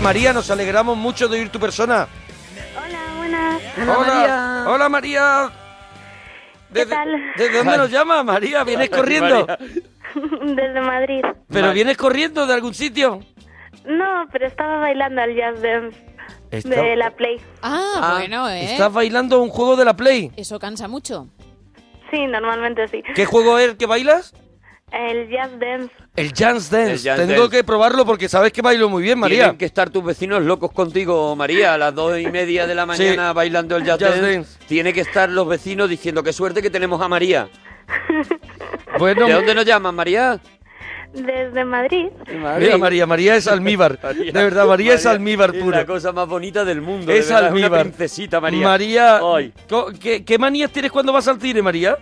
Speaker 2: María, nos alegramos mucho de oír tu persona.
Speaker 26: Buenas.
Speaker 2: Hola, hola María.
Speaker 26: ¿Qué tal?
Speaker 2: ¿Desde dónde nos llama María? ¿Vienes
Speaker 26: Hola,
Speaker 2: corriendo?
Speaker 26: Desde Madrid.
Speaker 2: ¿Pero vienes corriendo de algún sitio?
Speaker 26: No, pero estaba bailando al jazz dance
Speaker 2: Está-
Speaker 26: de la Play.
Speaker 3: Ah, bueno, ¿eh?
Speaker 2: ¿Estás bailando un juego de la Play?
Speaker 3: Eso cansa mucho.
Speaker 26: Sí, normalmente sí.
Speaker 2: ¿Qué juego es el que bailas?
Speaker 26: El jazz dance.
Speaker 2: El Jans Dance.
Speaker 27: El Jans
Speaker 2: Tengo
Speaker 27: Dance.
Speaker 2: que probarlo porque sabes que bailo muy bien, María.
Speaker 27: Tienen que estar tus vecinos locos contigo, María, a las dos y media de la mañana
Speaker 2: Sí.
Speaker 27: bailando el jazz,
Speaker 2: Jazz
Speaker 27: dance.
Speaker 2: dance.
Speaker 27: Tiene que estar los vecinos diciendo qué suerte que tenemos a María.
Speaker 2: Bueno,
Speaker 27: ¿De dónde nos llaman, María?
Speaker 26: Desde Madrid.
Speaker 2: María, María, María es almíbar. De verdad, María, es almíbar
Speaker 27: es
Speaker 2: puro.
Speaker 27: la cosa más bonita del mundo.
Speaker 2: es
Speaker 27: de verdad, es
Speaker 2: almíbar.
Speaker 27: Una princesita, María.
Speaker 2: María,
Speaker 27: Ay.
Speaker 2: co- ¿qué, qué manías tienes cuando vas al cine, María?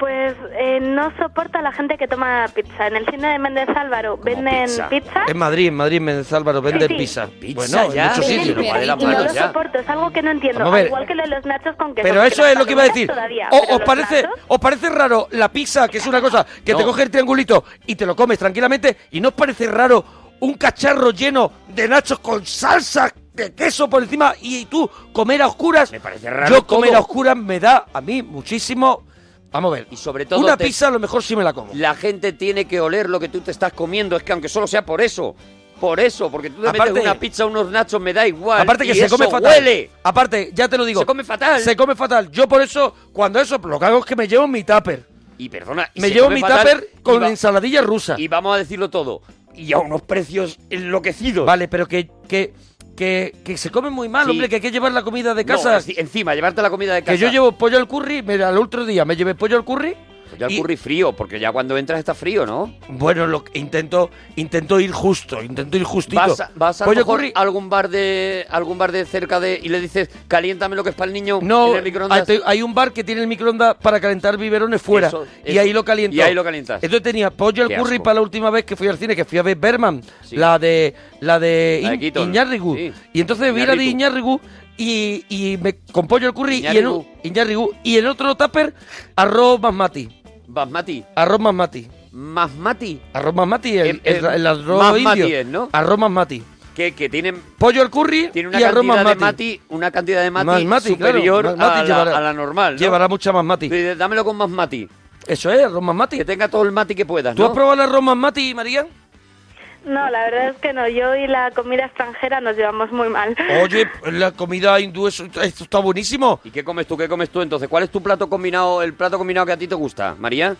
Speaker 26: Pues eh, no soporto a la gente que toma pizza. En el cine de Méndez Álvaro venden
Speaker 2: pizza?
Speaker 26: pizza.
Speaker 2: En Madrid, en Madrid, en Álvaro, venden
Speaker 26: Sí, sí.
Speaker 2: pizza.
Speaker 26: Pizza
Speaker 2: bueno, en muchos
Speaker 26: Venden
Speaker 2: sitios.
Speaker 26: pizza y no lo soporto, es algo que no entiendo.
Speaker 2: Vamos a ver.
Speaker 26: Al igual que lo de los nachos con queso.
Speaker 2: Pero
Speaker 26: porque
Speaker 2: eso
Speaker 26: las
Speaker 2: es lo que iba a
Speaker 26: palomitas
Speaker 2: decir.
Speaker 26: todavía,
Speaker 2: O-
Speaker 26: pero
Speaker 2: ¿Os
Speaker 26: los
Speaker 2: parece,
Speaker 26: nachos-
Speaker 2: ¿Os parece raro la pizza, que es una cosa que te
Speaker 26: No.
Speaker 2: coge el triangulito y te lo comes tranquilamente? ¿Y no os parece raro un cacharro lleno de nachos con salsa de queso por encima y tú comer a oscuras. Me parece
Speaker 27: raro
Speaker 2: Yo comer
Speaker 27: todo.
Speaker 2: a oscuras me da a mí muchísimo. Vamos a ver.
Speaker 27: Y sobre todo
Speaker 2: Una
Speaker 27: te-
Speaker 2: pizza a lo mejor sí me la como.
Speaker 27: La gente tiene que oler lo que tú te estás comiendo. Es que aunque solo sea por eso, por eso, porque tú te
Speaker 2: Aparte-
Speaker 27: metes una pizza, unos nachos, me da igual.
Speaker 2: Aparte que
Speaker 27: y
Speaker 2: se
Speaker 27: eso
Speaker 2: come fatal.
Speaker 27: huele.
Speaker 2: Aparte, ya te lo digo.
Speaker 27: Se come fatal.
Speaker 2: Se come fatal. Yo por eso, cuando eso, lo que hago es que me llevo mi tupper.
Speaker 27: Y perdona, y
Speaker 2: Me
Speaker 27: se
Speaker 2: llevo
Speaker 27: come
Speaker 2: mi
Speaker 27: fatal,
Speaker 2: tupper
Speaker 27: y
Speaker 2: con
Speaker 27: va-
Speaker 2: ensaladilla rusa.
Speaker 27: Y vamos a decirlo todo. Y a unos precios enloquecidos.
Speaker 2: Vale, pero que, que, que, que se come muy mal,
Speaker 27: Sí.
Speaker 2: hombre, que hay que llevar la comida de
Speaker 27: No,
Speaker 2: casa.
Speaker 27: enci- encima, llevarte la comida de casa.
Speaker 2: Que yo llevo pollo al curry, mira, el otro día me llevé pollo al curry.
Speaker 27: Pollo al curry frío, porque ya cuando entras está frío, ¿no?
Speaker 2: Bueno, lo que- intento, intento ir justo, intento ir justito.
Speaker 27: Vas a, vas a lo
Speaker 2: pollo al
Speaker 27: mejor
Speaker 2: curry.
Speaker 27: a algún bar de algún bar de cerca de y le dices, "Caliéntame lo que es para el niño
Speaker 2: No,
Speaker 27: en el microondas."
Speaker 2: hay- te- hay un bar que tiene el microondas para calentar biberones fuera.
Speaker 27: Eso,
Speaker 2: y
Speaker 27: eso.
Speaker 2: ahí lo caliento.
Speaker 27: Y ahí lo calientas.
Speaker 2: Entonces tenía pollo al
Speaker 27: Qué
Speaker 2: curry
Speaker 27: asco.
Speaker 2: para la última vez que fui al cine, que fui a ver Berman, la de la de,
Speaker 27: La de
Speaker 2: Iñ-
Speaker 27: Keaton.
Speaker 2: Iñárritu. Y entonces vi la de
Speaker 27: Iñárritu.
Speaker 2: Iñárritu y, y me, con pollo al curry y en,
Speaker 27: Iñárritu.
Speaker 2: un- Iñárritu. y en otro tupper arroz basmati.
Speaker 27: Basmati.
Speaker 2: Arroz basmati.
Speaker 27: Basmati.
Speaker 2: Arroz basmati, el,
Speaker 27: Em, em,
Speaker 2: el- el arroz
Speaker 27: basmati
Speaker 2: indio.
Speaker 27: es, ¿no?
Speaker 2: Arroz basmati.
Speaker 27: Que, que tienen
Speaker 2: Pollo al curry
Speaker 27: tiene una
Speaker 2: y arroz
Speaker 27: cantidad de
Speaker 2: basmati.
Speaker 27: mati, una cantidad de mati,
Speaker 2: Más mati, claro,
Speaker 27: superior
Speaker 2: más mati
Speaker 27: a, la,
Speaker 2: llevará.
Speaker 27: a la normal, ¿no?
Speaker 2: Llevará mucha más mati.
Speaker 27: Tú dices, Dámelo con más mati.
Speaker 2: Eso es, arroz basmati.
Speaker 27: Que tenga todo el mati que puedas,
Speaker 2: ¿Tú
Speaker 27: ¿no?
Speaker 2: has probado el arroz basmati, María?
Speaker 26: No, la verdad es que no. Yo y la comida extranjera nos llevamos muy mal.
Speaker 2: Oye, la comida hindú, eso- esto está buenísimo.
Speaker 27: ¿Y qué comes tú? ¿Qué comes tú entonces? ¿Cuál es tu plato combinado, el plato combinado que a ti te gusta, María?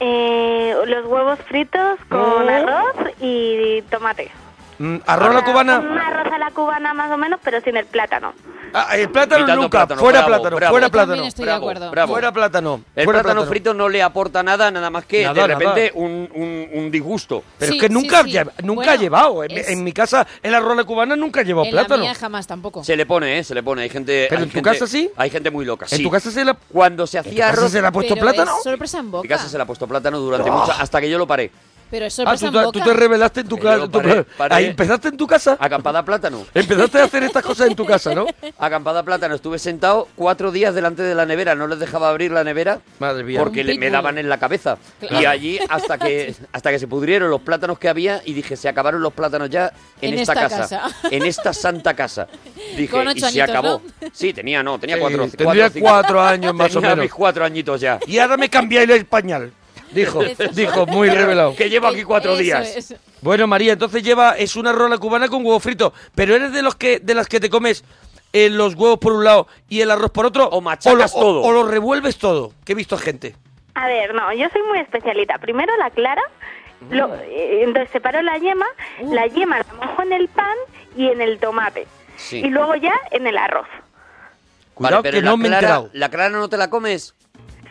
Speaker 26: Eh, los huevos fritos con
Speaker 2: Mm.
Speaker 26: arroz y tomate.
Speaker 2: Mm, arroz a la
Speaker 26: Un
Speaker 2: cubana.
Speaker 26: arroz a la cubana más o menos, pero sin el plátano.
Speaker 2: Ah, el plátano
Speaker 27: Quitando
Speaker 2: nunca.
Speaker 27: plátano,
Speaker 2: fuera
Speaker 27: bravo,
Speaker 2: plátano,
Speaker 27: bravo.
Speaker 2: fuera
Speaker 27: Yo también
Speaker 2: plátano.
Speaker 27: estoy de Bravo, acuerdo. bravo.
Speaker 2: Fuera plátano.
Speaker 27: El
Speaker 2: fuera
Speaker 27: plátano, frito no le aporta nada, nada más que
Speaker 2: Nada,
Speaker 27: de
Speaker 2: nada.
Speaker 27: repente un, un- un disgusto.
Speaker 2: Pero es que nunca, lle- nunca ha llevado. En, mi- en mi casa, el arroz a la cubana nunca llevó
Speaker 7: En la
Speaker 2: plátano.
Speaker 7: mía jamás tampoco.
Speaker 27: Se le pone, ¿eh? Se le pone. Hay gente.
Speaker 2: ¿Pero
Speaker 27: hay
Speaker 2: en tu
Speaker 27: gente-
Speaker 2: casa sí?
Speaker 27: Hay gente muy loca.
Speaker 2: ¿En
Speaker 27: sí.
Speaker 2: tu casa se la...
Speaker 27: Cuando se hacía
Speaker 2: casa
Speaker 27: arroz.
Speaker 2: se le ha puesto
Speaker 7: Pero es sorpresa en
Speaker 27: En mi
Speaker 7: boca.
Speaker 27: casa se le ha puesto plátano durante mucho. Hasta que yo lo paré.
Speaker 7: Pero es
Speaker 2: Ah,
Speaker 7: sorpresa
Speaker 2: tú,
Speaker 7: en
Speaker 2: te-
Speaker 7: boca.
Speaker 2: tú te revelaste en tu casa.
Speaker 27: Eh, Yo paré, paré.
Speaker 2: Ahí empezaste en tu casa.
Speaker 27: Acampada plátano.
Speaker 2: Empezaste a hacer estas cosas en tu casa, ¿no?
Speaker 27: Acampada plátano. Estuve sentado cuatro días delante de la nevera. No les dejaba abrir la nevera.
Speaker 2: Madre mía.
Speaker 27: Porque le- me daban en la cabeza.
Speaker 2: Claro.
Speaker 27: Y allí hasta que hasta que se pudrieron los plátanos que había y dije, se acabaron los plátanos ya en,
Speaker 7: En
Speaker 27: esta,
Speaker 7: esta
Speaker 27: casa,
Speaker 7: casa.
Speaker 27: En esta santa casa. Dije,
Speaker 7: Con
Speaker 27: y
Speaker 7: ocho
Speaker 27: se
Speaker 7: añitos,
Speaker 27: acabó.
Speaker 7: ¿no?
Speaker 27: Sí, tenía, no, tenía
Speaker 2: Sí,
Speaker 27: cuatro.
Speaker 2: tendría
Speaker 27: cinco.
Speaker 2: cuatro años más o
Speaker 27: Tenía
Speaker 2: menos.
Speaker 27: mis cuatro añitos ya.
Speaker 2: Y ahora me cambiáis el pañal. Dijo, dijo, muy revelado.
Speaker 27: Que llevo aquí cuatro
Speaker 7: Eso
Speaker 27: días.
Speaker 7: es.
Speaker 2: Bueno, María, entonces lleva es una rola cubana con huevo frito, pero eres de los que de las que te comes eh, los huevos por un lado y el arroz por otro o
Speaker 27: machacas
Speaker 2: lo-
Speaker 27: todo.
Speaker 2: o, lo revuelves todo, que he visto gente.
Speaker 26: A ver, no, yo soy muy especialita. Primero la clara,
Speaker 2: Mm.
Speaker 26: lo- eh, entonces separo la yema, la yema la mojo en el pan y en el tomate.
Speaker 27: Sí.
Speaker 26: Y luego ya en el arroz.
Speaker 2: Cuidado
Speaker 27: pero
Speaker 2: que
Speaker 27: la
Speaker 2: no me he
Speaker 27: clara-
Speaker 2: enterado.
Speaker 27: ¿La clara no te la comes?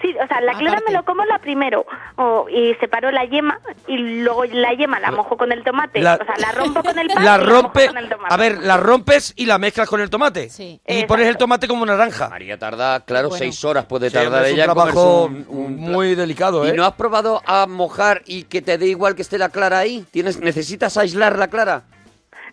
Speaker 26: Sí, o sea,
Speaker 2: Ah,
Speaker 26: la clara me lo como la primero o- y separo la yema y luego la yema la mojo con el tomate.
Speaker 2: La-
Speaker 26: o sea, la rompo con el pan.
Speaker 2: La
Speaker 26: y mojo
Speaker 2: rompe,
Speaker 26: con el tomate.
Speaker 2: a ver, la rompes y la mezclas con el tomate. Y pones el tomate como naranja.
Speaker 27: María tarda, claro,
Speaker 2: Bueno.
Speaker 27: seis horas puede
Speaker 2: Sí,
Speaker 27: tardar
Speaker 2: hombre, es un
Speaker 27: ella. en comerse
Speaker 2: trabajo
Speaker 27: un- un
Speaker 2: muy delicado, ¿eh?
Speaker 27: ¿Y no has probado a mojar y que te dé igual que esté la clara ahí? ¿Tienes, ¿Necesitas aislar la clara?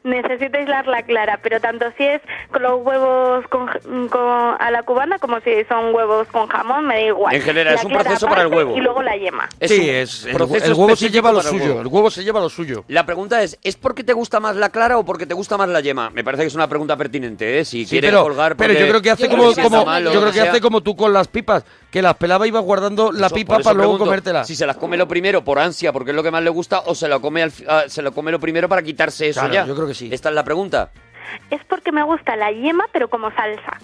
Speaker 26: Necesito aislar la clara, pero tanto si es con los huevos con, con- a la cubana como si son huevos con jamón, me da igual.
Speaker 27: En general,
Speaker 26: La
Speaker 27: es un
Speaker 26: clara
Speaker 27: proceso para el
Speaker 26: aparte
Speaker 27: huevo.
Speaker 26: Y luego la yema.
Speaker 2: sí,
Speaker 27: un
Speaker 2: es el,
Speaker 27: proceso
Speaker 2: el huevo se
Speaker 27: específico
Speaker 2: lleva lo
Speaker 27: para el
Speaker 2: suyo,
Speaker 27: huevo.
Speaker 2: el huevo se lleva lo suyo.
Speaker 27: La pregunta es, ¿es porque te gusta más la clara o porque te gusta más la yema? Me parece que es una pregunta pertinente, ¿eh? Si
Speaker 2: Sí,
Speaker 27: quieres
Speaker 2: pero,
Speaker 27: colgar...
Speaker 2: pero
Speaker 27: porque
Speaker 2: yo creo que hace
Speaker 27: está
Speaker 2: como, como-
Speaker 27: mal o
Speaker 2: yo
Speaker 27: lo
Speaker 2: creo que hace
Speaker 27: sea.
Speaker 2: como tú con las pipas, que las pelaba y ibas guardando la
Speaker 27: Eso,
Speaker 2: pipa
Speaker 27: por eso
Speaker 2: para luego
Speaker 27: pregunto,
Speaker 2: comértela.
Speaker 27: Si se las come lo primero por ansia, porque es lo que más le gusta, o se lo come, al fi- ah, se lo, come lo primero para quitarse eso
Speaker 2: Claro,
Speaker 27: ya.
Speaker 2: yo creo que sí.
Speaker 27: Esta es la pregunta.
Speaker 26: Es porque me gusta la yema, pero como salsa.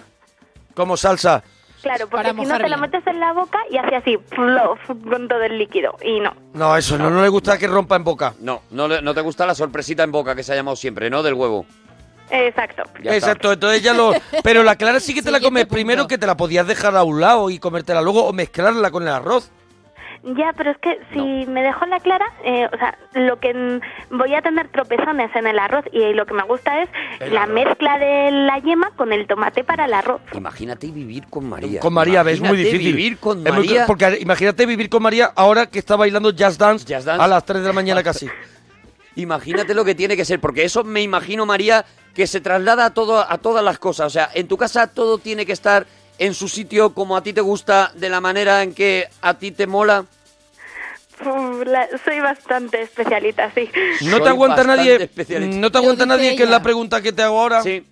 Speaker 2: Como salsa.
Speaker 26: Claro, porque
Speaker 7: Para
Speaker 26: si no
Speaker 7: mojar
Speaker 26: te la
Speaker 7: bien.
Speaker 26: metes en la boca y hace así, plof, con todo el líquido. Y no.
Speaker 2: No, eso no, no le gusta que rompa en boca.
Speaker 27: No, no, le- no te gusta la sorpresita en boca que se ha llamado siempre, ¿no? Del huevo.
Speaker 26: Exacto.
Speaker 27: Ya está.
Speaker 2: Exacto, entonces ya lo. Pero la clara sí que te la comes primero que te la podías dejar a un lado y comértela luego o mezclarla con el arroz.
Speaker 26: Ya, pero es que si me dejo la clara, eh, o sea, lo que mm, voy a tener tropezones en el arroz y lo que me gusta es
Speaker 27: El
Speaker 26: la
Speaker 27: arroz.
Speaker 26: mezcla de la yema con el tomate para el arroz.
Speaker 27: Imagínate vivir con María.
Speaker 2: Con María, ves, es muy
Speaker 27: Imagínate
Speaker 2: difícil.
Speaker 27: vivir con
Speaker 2: Es muy-
Speaker 27: María.
Speaker 2: porque imagínate vivir con María ahora que está bailando jazz dance,
Speaker 27: Dance.
Speaker 2: a las 3 de la mañana casi.
Speaker 27: Imagínate lo que tiene que ser, porque eso me imagino, María, que se traslada a, todo, a todas las cosas. O sea, en tu casa todo tiene que estar en su sitio como a ti te gusta, de la manera en que a ti te mola.
Speaker 26: Uf, la- soy bastante especialita, sí.
Speaker 2: No te aguanta nadie. No te aguanta nadie, que es la pregunta que te hago ahora.
Speaker 27: Sí.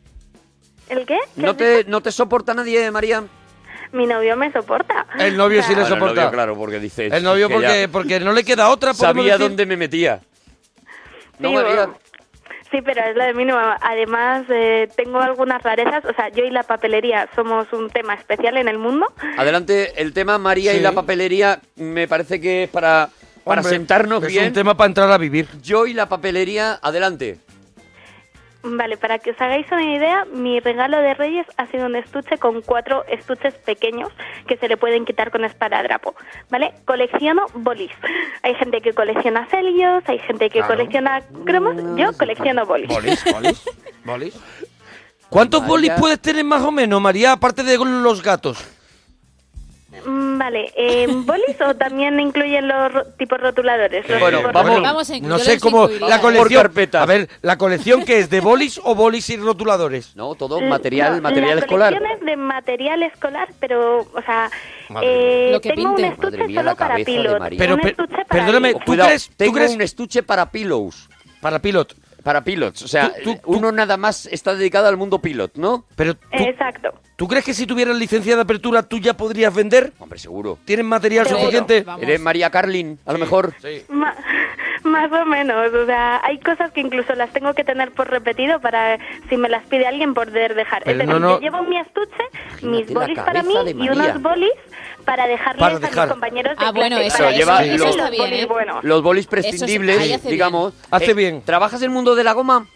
Speaker 26: ¿El qué? ¿Qué
Speaker 27: ¿No
Speaker 26: has dicho?
Speaker 27: te, ¿No te soporta nadie, María?
Speaker 26: Mi novio me soporta.
Speaker 2: El novio sí le
Speaker 27: Bueno, el
Speaker 2: soporta.
Speaker 27: novio, Ah, claro, porque dice.
Speaker 2: El novio
Speaker 27: que
Speaker 2: porque,
Speaker 27: ya
Speaker 2: porque no le queda otra. podemos
Speaker 27: Sabía
Speaker 2: decir.
Speaker 27: dónde me metía. No,
Speaker 26: Sí,
Speaker 27: María.
Speaker 26: bueno, Sí, pero es la de mi mamá. Además, eh, tengo algunas rarezas. O sea, yo y la papelería somos un tema especial en el mundo.
Speaker 27: Adelante, el tema María y
Speaker 2: Sí.
Speaker 27: la papelería me parece que es para, para
Speaker 2: Hombre,
Speaker 27: sentarnos
Speaker 2: es
Speaker 27: bien.
Speaker 2: un tema para entrar a vivir.
Speaker 27: Yo y la papelería, adelante.
Speaker 26: Vale, para que os hagáis una idea, mi regalo de Reyes ha sido un estuche con cuatro estuches pequeños que se le pueden quitar con esparadrapo, ¿vale? Colecciono bolis. Hay gente que colecciona sellos, hay gente que
Speaker 2: Claro. Mm,
Speaker 26: colecciona cromos, yo colecciono bolis.
Speaker 2: Bolis, bolis, bolis. ¿Cuántos
Speaker 26: Vaya.
Speaker 2: bolis puedes tener más o menos, María, aparte de los gatos?
Speaker 26: Mm, Vale, eh, ¿bolis o también incluyen los ro- tipos rotuladores? Los
Speaker 2: Bueno,
Speaker 26: tipos
Speaker 2: vamos,
Speaker 26: rotuladores.
Speaker 2: no sé cómo la colección. A ver, la colección que es de bolis o bolis y rotuladores.
Speaker 27: No, todo
Speaker 26: No, la colección es de material escolar, pero, o sea,
Speaker 2: Madre
Speaker 26: eh,
Speaker 27: mía. Lo que
Speaker 26: tengo un
Speaker 27: pinte.
Speaker 26: estuche
Speaker 27: Madre mía, la
Speaker 26: solo para
Speaker 27: cabeza de
Speaker 26: pilot.
Speaker 27: María.
Speaker 2: Pero
Speaker 26: un
Speaker 2: per-
Speaker 26: estuche para
Speaker 2: perdóname,
Speaker 26: pilot.
Speaker 2: ¿tú crees, tú
Speaker 27: Tengo
Speaker 2: crees-
Speaker 27: un estuche para pillows.
Speaker 2: Para pilot.
Speaker 27: Para pilots. O sea, uno nada más está dedicado al mundo pilot, ¿no?
Speaker 2: Pero tú,
Speaker 26: Exacto.
Speaker 2: ¿tú crees que si tuvieras licencia de apertura tú ya podrías vender?
Speaker 27: Hombre, seguro.
Speaker 2: ¿Tienes material
Speaker 26: Seguro.
Speaker 2: suficiente?
Speaker 26: Vamos.
Speaker 27: Eres María Carlin, a lo mejor.
Speaker 26: Ma- más o menos, o sea, hay cosas que incluso las tengo que tener por repetido para si me las pide alguien poder dejar.
Speaker 2: Pero
Speaker 26: es
Speaker 2: no,
Speaker 26: decir,
Speaker 2: no.
Speaker 26: yo llevo mi estuche, mis
Speaker 27: la
Speaker 26: bolis para mí
Speaker 27: cabeza de
Speaker 26: y
Speaker 27: María.
Speaker 26: unos bolis para dejarles
Speaker 27: Para
Speaker 26: a
Speaker 27: dejar.
Speaker 26: mis compañeros de
Speaker 3: Ah, bueno,
Speaker 26: clase.
Speaker 27: eso-
Speaker 26: Para
Speaker 27: eso lleva los-
Speaker 26: son
Speaker 3: está bien,
Speaker 26: bolis
Speaker 3: ¿eh?
Speaker 26: buenos.
Speaker 27: Los bolis
Speaker 3: Eso sí,
Speaker 27: prescindibles,
Speaker 3: ahí hace bien.
Speaker 27: digamos.
Speaker 2: Hace
Speaker 27: Eh,
Speaker 2: bien.
Speaker 27: ¿Trabajas el mundo de la goma?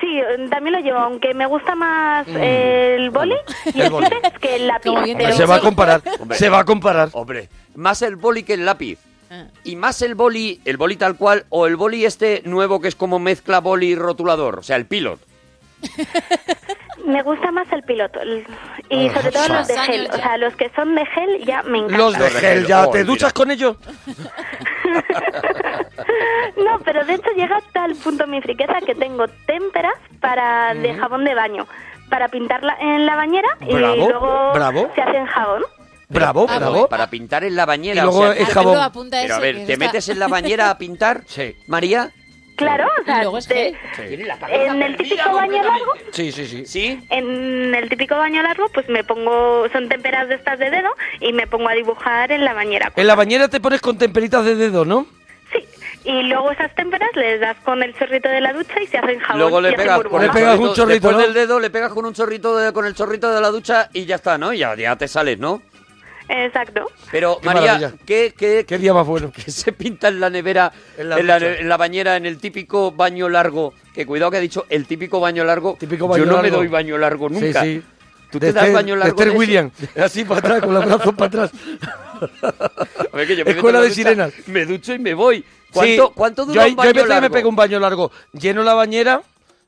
Speaker 26: Sí, también lo llevo, aunque me gusta más el boli y el,
Speaker 27: Mm. El boli.
Speaker 26: estuche es que el lápiz. pero-
Speaker 2: se va a comparar, se va a comparar.
Speaker 27: Hombre, más el boli que el lápiz.
Speaker 3: Ah.
Speaker 27: Y más el boli, el boli tal cual, o el boli este nuevo que es como mezcla boli y rotulador, o sea, el pilot.
Speaker 26: Me gusta más el piloto. el- Y
Speaker 27: Ah,
Speaker 26: sobre todo
Speaker 27: o sea.
Speaker 26: los de gel. O sea, los que son de gel ya me encantan.
Speaker 2: Los de gel, ya te duchas con ellos.
Speaker 26: No, pero de hecho llega hasta el punto mi friqueza que tengo témperas para de jabón de baño. Para pintarla en la bañera y
Speaker 27: Bravo,
Speaker 26: luego
Speaker 27: bravo.
Speaker 26: se hacen jabón.
Speaker 2: Bravo,
Speaker 27: Pero,
Speaker 2: bravo.
Speaker 27: Para pintar en la bañera.
Speaker 2: Y luego
Speaker 27: o sea,
Speaker 2: es jabón. Arturo,
Speaker 3: apunta
Speaker 27: Pero a
Speaker 3: eso,
Speaker 27: ver,
Speaker 3: que
Speaker 27: ¿te
Speaker 3: está-
Speaker 27: metes en la bañera a pintar, María?
Speaker 26: Claro, o sea, te- en el típico baño largo,
Speaker 2: Sí, sí, sí.
Speaker 27: ¿Sí?
Speaker 26: en el típico baño largo, pues me pongo, son témperas de estas de dedo y me pongo a dibujar en la bañera.
Speaker 2: En la bañera te pones con temperitas de dedo, ¿no?
Speaker 26: Y luego esas témperas les das con el chorrito de la ducha y se hacen jabón.
Speaker 27: Luego le
Speaker 26: y hacen
Speaker 27: pegas, con
Speaker 26: burbujas.
Speaker 27: el
Speaker 2: un chorrito,
Speaker 27: después
Speaker 2: ¿no?
Speaker 27: del dedo le pegas con un chorrito de- con el chorrito de la ducha y ya está, ¿no? Ya, ya te sales, ¿no?
Speaker 26: Exacto.
Speaker 27: Pero
Speaker 2: Qué
Speaker 27: María,
Speaker 2: maravilla.
Speaker 27: ¿qué, qué,
Speaker 2: ¿Qué día más bueno?
Speaker 27: que se pinta en la nevera, en
Speaker 2: En
Speaker 27: la,
Speaker 2: la ducha.
Speaker 27: en la bañera, en el típico baño largo. Que cuidado que ha dicho el típico baño largo.
Speaker 2: Típico baño
Speaker 27: Yo no me
Speaker 2: largo.
Speaker 27: doy baño largo nunca.
Speaker 2: Sí, sí.
Speaker 27: Tú
Speaker 2: De
Speaker 27: te das
Speaker 2: Esther-
Speaker 27: baño
Speaker 2: de
Speaker 27: largo.
Speaker 2: Esther
Speaker 27: de eso.
Speaker 2: William, así para atrás, con los brazos para atrás.
Speaker 27: A ver, que yo me meto
Speaker 2: Escuela
Speaker 27: en la
Speaker 2: de
Speaker 27: ducha,
Speaker 2: sirenas.
Speaker 27: Me ducho y me voy.
Speaker 2: Sí,
Speaker 27: ¿Cuánto, cuánto
Speaker 2: yo
Speaker 27: dura
Speaker 2: hay,
Speaker 27: un
Speaker 2: yo hay
Speaker 27: baño
Speaker 2: veces que
Speaker 27: largo?
Speaker 2: me pego un baño largo. Lleno la bañera,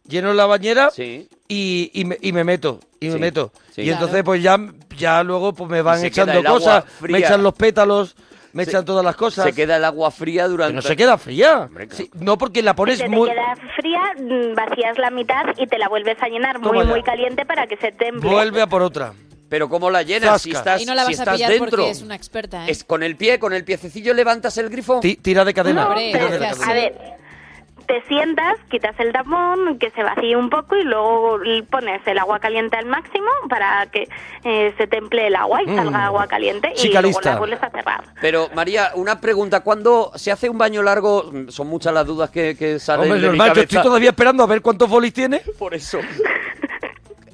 Speaker 2: lleno la bañera y, y me, y me meto, y me
Speaker 27: Sí,
Speaker 2: meto.
Speaker 27: sí.
Speaker 2: Y entonces pues ya, ya luego pues me van
Speaker 27: se queda
Speaker 2: echando
Speaker 27: el agua
Speaker 2: cosas,
Speaker 27: fría.
Speaker 2: me echan los pétalos, me
Speaker 27: Se-
Speaker 2: echan todas las cosas.
Speaker 27: Se queda el agua fría durante.
Speaker 2: Pero no se queda fría.
Speaker 27: claro.
Speaker 2: Sí, no, porque la pones
Speaker 26: Se te
Speaker 2: muy...
Speaker 26: queda fría, mm, vacías la mitad y te la vuelves a llenar muy,
Speaker 2: Toma ya.
Speaker 26: muy caliente para que se temple.
Speaker 2: Vuelve a por otra.
Speaker 27: Pero ¿cómo la llenas? Si
Speaker 2: Zasca.
Speaker 27: estás,
Speaker 3: Y no la
Speaker 27: si
Speaker 3: vas a
Speaker 27: estás
Speaker 3: pillar
Speaker 27: dentro.
Speaker 3: porque es una experta, ¿eh?
Speaker 27: Es con el pie, con el piececillo levantas el grifo.
Speaker 2: Ti- tira de cadena.
Speaker 26: No,
Speaker 2: tira
Speaker 26: pero,
Speaker 2: de la cadena.
Speaker 26: a ver, te sientas, quitas el tapón, que se vacíe un poco y luego l- pones el agua caliente al máximo para que eh, se temple el agua y
Speaker 27: Mm.
Speaker 26: salga agua caliente y
Speaker 27: Chica
Speaker 26: luego
Speaker 27: lista.
Speaker 26: la vuelves a cerrar.
Speaker 27: Pero María, una pregunta, cuando se hace un baño largo, mm, son muchas las dudas que, que salen
Speaker 2: Hombre,
Speaker 27: de mi
Speaker 2: normal, yo
Speaker 27: cabeza.
Speaker 2: estoy todavía esperando a ver cuántos bolis tiene.
Speaker 27: Por eso.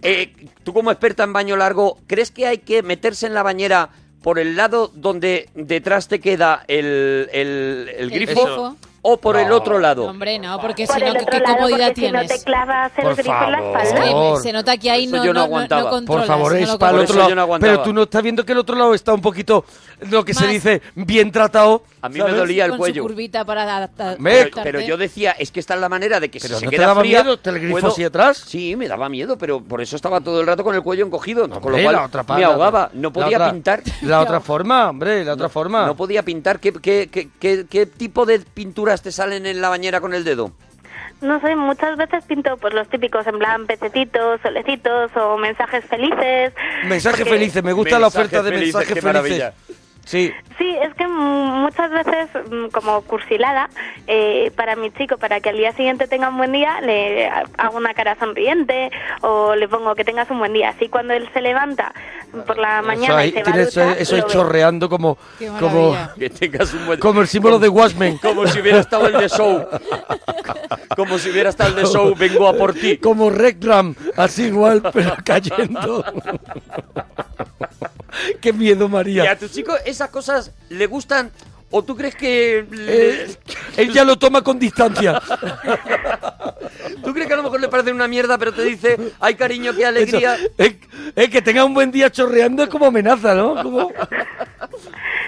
Speaker 27: Eh, tú como experta en baño largo, ¿crees que hay que meterse en la bañera por el lado donde detrás te queda el, el- el
Speaker 3: El
Speaker 27: grifo
Speaker 3: grifo.
Speaker 27: o por el otro lado?
Speaker 3: Hombre, no, porque
Speaker 26: Por
Speaker 3: si no,
Speaker 26: el
Speaker 3: ¿qué,
Speaker 26: otro
Speaker 3: qué
Speaker 26: lado,
Speaker 3: comodidad
Speaker 26: porque si no
Speaker 3: tienes?
Speaker 26: te clavas el
Speaker 2: Por
Speaker 26: grifo en la
Speaker 2: favor.
Speaker 26: espalda.
Speaker 3: Es que
Speaker 2: favor.
Speaker 3: se nota que ahí
Speaker 27: Eso
Speaker 3: no,
Speaker 27: yo no
Speaker 3: no, no- no
Speaker 27: aguantaba. Por
Speaker 2: Por
Speaker 3: controlas,
Speaker 2: favor,
Speaker 3: no
Speaker 2: es
Speaker 3: lo
Speaker 2: para el
Speaker 27: Por
Speaker 2: otro
Speaker 27: eso yo
Speaker 2: lado.
Speaker 27: no aguantaba.
Speaker 2: Pero tú no estás viendo que el otro lado está un poquito, lo que se
Speaker 3: Más.
Speaker 2: dice, bien tratado.
Speaker 27: A mí me dolía el
Speaker 3: con
Speaker 27: cuello.
Speaker 3: su curvita para adaptar-
Speaker 27: Pero,
Speaker 3: adaptarte.
Speaker 27: pero yo decía, es que esta es la manera de que si
Speaker 2: Pero
Speaker 27: se
Speaker 2: ¿no te
Speaker 27: queda
Speaker 2: daba
Speaker 27: fría,
Speaker 2: miedo el grifo
Speaker 27: puedo-
Speaker 2: así atrás?
Speaker 27: Sí, me daba miedo, pero por eso estaba todo el rato con el cuello encogido, con lo
Speaker 2: Hombre,
Speaker 27: cual
Speaker 2: la otra pa-
Speaker 27: me
Speaker 2: la otra-
Speaker 27: ahogaba, no
Speaker 2: la
Speaker 27: podía
Speaker 2: otra-
Speaker 27: pintar.
Speaker 2: La otra forma, hombre, la otra forma.
Speaker 27: No podía pintar. ¿Qué, qué, qué, qué- qué tipo de pinturas te salen en la bañera con el dedo?
Speaker 26: No sé, muchas veces pinto pues los típicos en plan pececitos, solecitos o mensajes felices.
Speaker 2: Mensaje
Speaker 26: porque-
Speaker 2: feliz, me gusta la
Speaker 27: Mensajes
Speaker 2: oferta de
Speaker 27: felices,
Speaker 2: mensajes
Speaker 27: qué
Speaker 2: felices.
Speaker 4: Pues,
Speaker 27: maravilla.
Speaker 2: Sí.
Speaker 26: Sí, es que mm, muchas veces, mm, como cursilada, eh, para mi chico, para que al día siguiente tenga un buen día, le ha- hago una cara sonriente o le pongo que tengas un buen día. Así cuando él se levanta por la
Speaker 2: Eso
Speaker 26: mañana y
Speaker 2: ahí,
Speaker 26: se va a
Speaker 2: tienes
Speaker 26: duchar,
Speaker 2: eso
Speaker 26: lo
Speaker 2: ahí
Speaker 26: veo.
Speaker 2: chorreando como,
Speaker 26: Qué
Speaker 2: como,
Speaker 26: maravilla.
Speaker 27: Que tengas un buen-
Speaker 2: como el símbolo de Watchmen.
Speaker 27: Como si hubiera estado el de Show. Como si hubiera estado el de Show, vengo a por ti.
Speaker 2: Como Reclam, así igual, pero cayendo. Qué miedo,
Speaker 27: ¿Y a
Speaker 2: María.
Speaker 27: tu chico esas cosas le gustan o tú crees que... le-
Speaker 2: Eh, él ya lo toma con distancia.
Speaker 27: ¿Tú crees que a lo mejor le parece una mierda pero te dice, ay cariño, qué alegría?
Speaker 2: Eso, eh, eh, que tenga un buen día chorreando es como amenaza, ¿no? Como-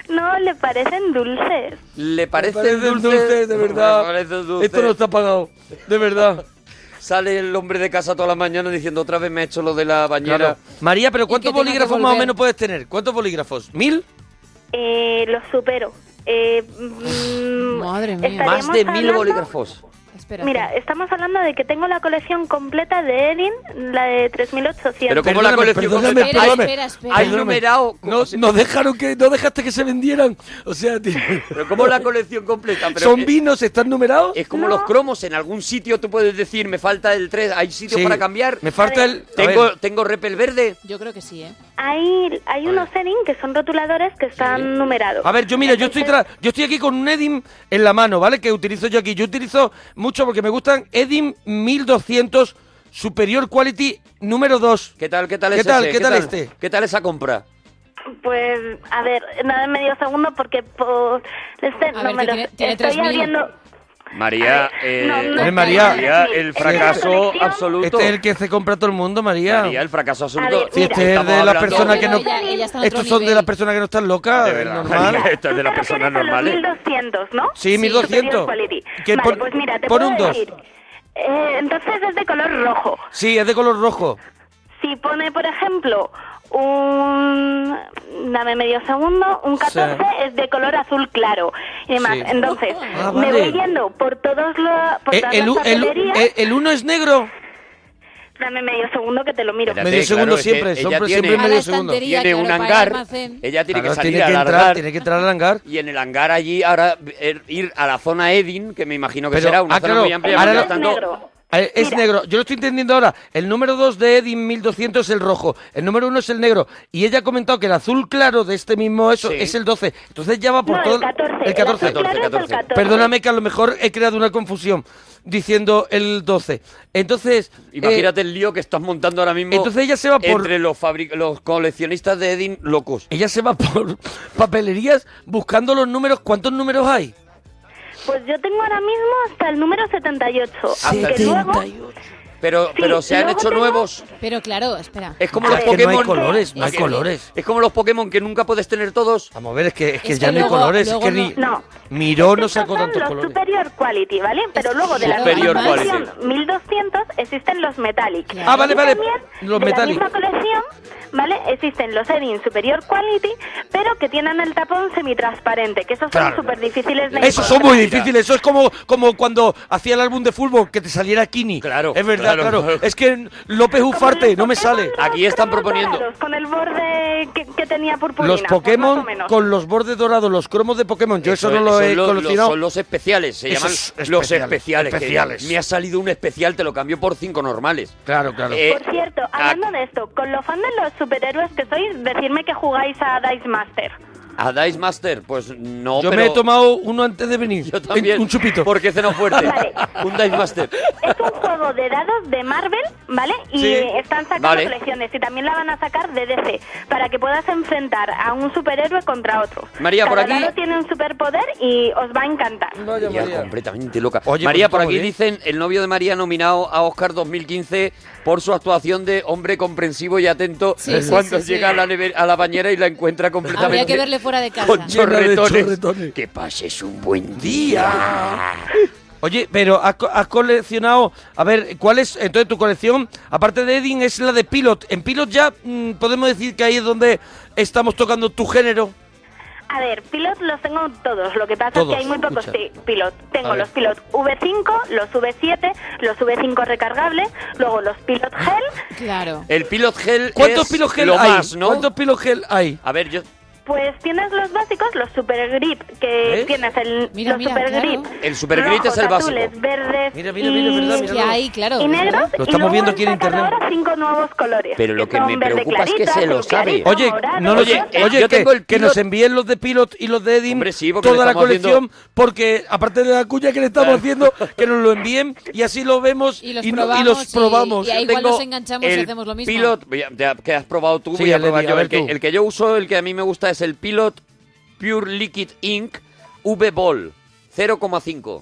Speaker 26: No, le parecen dulces.
Speaker 27: Le parece,
Speaker 2: parece
Speaker 27: dulce,
Speaker 2: dulce, de verdad.
Speaker 27: Le parece dulce.
Speaker 2: Esto no está pagado, de verdad.
Speaker 27: Sale el hombre de casa toda la mañana diciendo otra vez me ha hecho lo de la bañera.
Speaker 2: Claro. María, pero ¿cuántos
Speaker 26: tenga que
Speaker 2: bolígrafos más o
Speaker 26: volver.
Speaker 2: menos puedes tener? ¿Cuántos bolígrafos? ¿Mil?
Speaker 26: Eh, los supero. Eh, Madre
Speaker 27: mía. Más de mil bolígrafos.
Speaker 26: Mira, estamos hablando de que tengo la colección completa de Elin, la de 3800.
Speaker 27: Pero como la colección
Speaker 2: perdóname,
Speaker 27: completa-
Speaker 2: perdóname.
Speaker 27: Espera, espera, espera.
Speaker 2: Perdóname.
Speaker 27: numerado-
Speaker 2: No, no dejaron que, no dejaste que se vendieran. O sea, tío.
Speaker 27: Pero como la colección completa. Pero
Speaker 2: ¿Son
Speaker 27: eh,
Speaker 2: vinos? ¿Están numerados?
Speaker 27: Es como los cromos, en algún sitio tú puedes decir, me falta el 3, hay sitio
Speaker 2: Sí,
Speaker 27: para cambiar.
Speaker 2: me falta el- a
Speaker 27: Tengo,
Speaker 2: ver.
Speaker 27: tengo repel verde.
Speaker 3: Yo creo que sí, ¿eh?
Speaker 26: Hay, hay unos Elin que son rotuladores que están numerados.
Speaker 2: A ver, yo mira, yo estoy tra- yo estoy aquí con un Edim en la mano, ¿vale? Que utilizo yo aquí. Yo utilizo mucho porque me gustan Edim 1200 Superior Quality número 2.
Speaker 27: ¿Qué tal, qué tal
Speaker 2: ¿Qué
Speaker 27: es
Speaker 2: tal,
Speaker 27: ese?
Speaker 2: qué tal este?
Speaker 27: ¿Qué tal esa compra?
Speaker 26: Pues, a ver, nada en medio segundo porque por este no
Speaker 3: ver,
Speaker 26: me
Speaker 3: que
Speaker 26: lo
Speaker 3: tiene- tiene
Speaker 26: estoy
Speaker 3: 3000.
Speaker 26: abriendo.
Speaker 27: María, eh,
Speaker 26: no, no
Speaker 2: Eh, María,
Speaker 27: el fracaso absoluto.
Speaker 2: Este es el que se compra todo el mundo, María.
Speaker 27: María, el fracaso absoluto.
Speaker 2: Sí, este es
Speaker 27: Estamos
Speaker 2: de las
Speaker 27: hablando-
Speaker 2: personas que no.
Speaker 3: Ella- ella está en otro
Speaker 2: Estos son de
Speaker 3: nivel.
Speaker 2: las personas que no están locas.
Speaker 27: De
Speaker 2: es
Speaker 27: verdad,
Speaker 2: normal.
Speaker 27: María, esto es de las personas normales.
Speaker 26: 1200, ¿no?
Speaker 2: Sí, 1200.
Speaker 26: Superior quality.
Speaker 2: Que
Speaker 26: vale,
Speaker 2: pon-
Speaker 26: pues mira, te
Speaker 2: pon
Speaker 26: puedo
Speaker 2: un dos.
Speaker 26: decir. eh, entonces es de color rojo.
Speaker 2: Sí, es de color rojo.
Speaker 26: Si pone, por ejemplo, un... Dame medio segundo. Un 14 es de color azul claro. Y demás.
Speaker 2: Sí.
Speaker 26: Entonces,
Speaker 2: Ah,
Speaker 26: me
Speaker 2: vale.
Speaker 26: voy yendo por todos los... Por
Speaker 2: Eh,
Speaker 26: todas
Speaker 2: el,
Speaker 26: las
Speaker 2: u- el, u-
Speaker 26: papelerías.
Speaker 2: eh, el uno es negro.
Speaker 26: Dame medio segundo que te lo miro.
Speaker 27: Espérate,
Speaker 2: Medio segundo
Speaker 27: es que
Speaker 2: siempre,
Speaker 27: ella
Speaker 2: siempre,
Speaker 27: tiene-
Speaker 2: siempre
Speaker 27: A la
Speaker 2: medio segundo.
Speaker 3: estantería,
Speaker 27: Tiene un
Speaker 3: claro, para el
Speaker 27: hangar.
Speaker 3: almacén.
Speaker 27: Ella tiene
Speaker 2: Claro,
Speaker 27: que salir
Speaker 2: tiene
Speaker 27: a
Speaker 2: que
Speaker 27: largar.
Speaker 2: entrar, tiene que entrar al hangar.
Speaker 27: Y en el hangar allí, ahora er, ir a la zona Edin, que me imagino que
Speaker 2: Pero,
Speaker 27: será Pues una
Speaker 2: ah,
Speaker 27: zona
Speaker 2: claro,
Speaker 27: muy amplia.
Speaker 2: ahora
Speaker 27: porque
Speaker 2: lo-
Speaker 27: están-
Speaker 2: Eh, Es negro. Yo lo estoy entendiendo ahora. El número 2 de Eddie 1200 es el rojo. El número 1 es el negro. Y ella ha comentado que el azul claro de este mismo eso
Speaker 27: Sí.
Speaker 2: es el 12. Entonces ya va por
Speaker 26: No,
Speaker 2: todo.
Speaker 26: el 14.
Speaker 2: El 14.
Speaker 26: El azul claro es el 14.
Speaker 2: Perdóname que a lo mejor he creado una confusión diciendo el 12. Entonces. eh,
Speaker 27: Imagínate el lío que estás montando ahora mismo.
Speaker 2: Entonces ella se va por-
Speaker 27: Entre los, fabric- los coleccionistas de Edin locos.
Speaker 2: ella se va por papelerías buscando los números. ¿Cuántos números hay?
Speaker 26: Pues yo tengo ahora mismo hasta el número 78.
Speaker 27: Hasta
Speaker 26: Aunque
Speaker 27: el-
Speaker 26: luego...
Speaker 27: Pero, pero se han
Speaker 26: luego
Speaker 27: hecho
Speaker 26: tengo-
Speaker 27: nuevos.
Speaker 3: Pero claro, espera.
Speaker 27: Es como
Speaker 2: Ah,
Speaker 27: los
Speaker 2: es que no hay
Speaker 27: Pokémon.
Speaker 2: colores, no hay
Speaker 27: Es que-
Speaker 2: colores.
Speaker 27: Es como los Pokémon que nunca puedes tener todos.
Speaker 2: Vamos a ver, es que, es que
Speaker 3: Es
Speaker 2: ya
Speaker 3: que
Speaker 2: no hay
Speaker 3: luego-
Speaker 2: colores. Es
Speaker 3: luego
Speaker 2: que ni.
Speaker 26: no.
Speaker 2: Miró, no
Speaker 26: Estos
Speaker 2: sacó
Speaker 26: son
Speaker 2: tantos
Speaker 26: los
Speaker 2: colores.
Speaker 26: superior quality, ¿vale? Pero luego de la
Speaker 27: Superior
Speaker 26: misma
Speaker 27: quality.
Speaker 26: colección 1200 existen los metallic.
Speaker 2: Ah, vale,
Speaker 26: Y
Speaker 2: vale,
Speaker 26: también
Speaker 2: los
Speaker 26: de
Speaker 2: metallic.
Speaker 26: la misma colección, ¿vale? Existen los Edin superior quality, pero que tienen el tapón semitransparente, que esos
Speaker 2: Claro.
Speaker 26: son súper difíciles de
Speaker 2: Eso son
Speaker 26: encontrar.
Speaker 2: muy difíciles. Eso es como, como cuando hacía el álbum de fútbol que te saliera Kini.
Speaker 27: Claro,
Speaker 2: Es verdad,
Speaker 27: claro.
Speaker 2: claro. Es que López Ufarte no me sale.
Speaker 27: Aquí están proponiendo.
Speaker 26: Dorados, Con el borde que, que tenía purpurina.
Speaker 2: Los
Speaker 26: pues, más
Speaker 2: Pokémon
Speaker 26: o menos.
Speaker 2: con los bordes dorados, los cromos de Pokémon. Yo eso,
Speaker 27: Son-
Speaker 2: no lo
Speaker 27: son
Speaker 2: he
Speaker 27: los- los-
Speaker 2: conocido.
Speaker 27: Son los especiales, se
Speaker 2: Esos
Speaker 27: llaman
Speaker 2: especiales,
Speaker 27: los especiales. que
Speaker 2: especiales.
Speaker 27: me ha salido un especial, te lo cambio por cinco normales.
Speaker 2: Claro, claro.
Speaker 27: Eh,
Speaker 26: Por cierto, hablando de esto, con lo fan de los superhéroes que sois, decirme que jugáis a Dice Master.
Speaker 27: a Dice Master, pues no,
Speaker 2: Yo
Speaker 27: pero
Speaker 2: me he tomado uno antes de venir.
Speaker 27: yo también.
Speaker 2: Un chupito.
Speaker 27: Porque ceno fuerte.
Speaker 26: Vale.
Speaker 27: un Dice Master.
Speaker 26: Es un juego de dados de Marvel, ¿vale? Y
Speaker 27: Sí.
Speaker 26: eh, están sacando
Speaker 27: Vale.
Speaker 26: colecciones y también la van a sacar de DC para que puedas enfrentar a un superhéroe contra otro.
Speaker 27: María,
Speaker 26: Cada
Speaker 27: por aquí-
Speaker 26: dado tiene un superpoder y os va a encantar.
Speaker 2: Vaya,
Speaker 27: Ya,
Speaker 2: María.
Speaker 27: completamente loca.
Speaker 2: Oye,
Speaker 27: María,
Speaker 2: pues
Speaker 27: por
Speaker 2: está muy
Speaker 27: aquí
Speaker 2: bien.
Speaker 27: dicen el novio de María nominado a Oscar 2015 por su actuación de hombre comprensivo y atento
Speaker 3: Sí, sí,
Speaker 27: cuando
Speaker 3: sí, sí.
Speaker 27: llega A, la neve- a la bañera y la encuentra completamente
Speaker 3: Habría que verle fuera de casa.
Speaker 27: con
Speaker 2: Llena de
Speaker 27: chorretones.
Speaker 2: chorretones.
Speaker 27: Que pases un buen día.
Speaker 2: Oye, pero has, co- has coleccionado. A ver, ¿cuál es? Entonces tu colección, aparte de Edding, es la de Pilot. En Pilot ya mm, podemos decir que ahí es donde estamos tocando tu género.
Speaker 26: A ver, pilot los tengo todos. Lo que pasa
Speaker 2: Todos,
Speaker 26: es que hay muy pocos
Speaker 2: escucha.
Speaker 26: pi- pilot.
Speaker 2: A
Speaker 26: Tengo
Speaker 2: ver.
Speaker 26: los pilot V5, los V7, los V5 recargables, luego los pilot
Speaker 27: Ah.
Speaker 26: gel.
Speaker 3: Claro.
Speaker 27: El Pilot Gel
Speaker 2: ¿Cuántos
Speaker 27: es
Speaker 2: Pilot Gel
Speaker 27: lo
Speaker 2: hay?
Speaker 27: más, ¿no?
Speaker 2: ¿Cuántos Pilot Gel hay?
Speaker 27: A ver, yo
Speaker 26: Pues tienes los básicos, los super grip, que
Speaker 27: ¿Ves?
Speaker 26: tienes el,
Speaker 3: Mira,
Speaker 26: los
Speaker 3: mira,
Speaker 26: super
Speaker 3: claro.
Speaker 26: grip.
Speaker 27: El supergrid
Speaker 26: rojos,
Speaker 27: es el básico.
Speaker 26: azules, verdes
Speaker 27: Mira, mira, mira, es verdad,
Speaker 26: y,
Speaker 27: mira, mira.
Speaker 3: Ahí, claro,
Speaker 26: y
Speaker 3: es
Speaker 26: negros.
Speaker 3: verdad.
Speaker 27: Lo
Speaker 26: y
Speaker 27: estamos
Speaker 26: luego
Speaker 27: viendo
Speaker 26: han
Speaker 27: aquí en
Speaker 26: sacado
Speaker 27: internet.
Speaker 26: ahora cinco nuevos colores.
Speaker 27: Pero lo que
Speaker 26: son
Speaker 27: me
Speaker 26: verde
Speaker 27: preocupa es que
Speaker 26: clarito,
Speaker 27: se lo
Speaker 26: azul
Speaker 27: sabe.
Speaker 26: clarito,
Speaker 2: Oye,
Speaker 26: morado,
Speaker 2: no lo
Speaker 27: Oye,
Speaker 2: lle-
Speaker 27: eh,
Speaker 2: oye,
Speaker 27: yo
Speaker 2: que,
Speaker 27: tengo el
Speaker 2: que
Speaker 27: Pilot-
Speaker 2: nos envíen los de Pilot y los de Edim
Speaker 27: sí, porque le
Speaker 2: toda la
Speaker 27: estamos haciendo-
Speaker 2: colección, porque aparte de la cuña que le estamos
Speaker 27: Claro.
Speaker 2: haciendo, que nos lo envíen y así lo vemos y,
Speaker 3: los
Speaker 2: no-
Speaker 3: probamos
Speaker 2: los
Speaker 3: y-
Speaker 2: probamos.
Speaker 3: y ahí
Speaker 27: Yo
Speaker 3: igual
Speaker 27: tengo
Speaker 3: nos enganchamos y
Speaker 27: el
Speaker 3: hacemos lo mismo.
Speaker 27: Pilot, voy a- ya que has probado tú,
Speaker 2: Sí,
Speaker 27: voy a
Speaker 2: Eleni,
Speaker 27: probar
Speaker 2: a
Speaker 27: yo.
Speaker 2: ver
Speaker 27: el, que,
Speaker 2: tú.
Speaker 27: el que yo uso, el que a mí me gusta es el Pilot Pure Liquid Ink V Ball 0,5.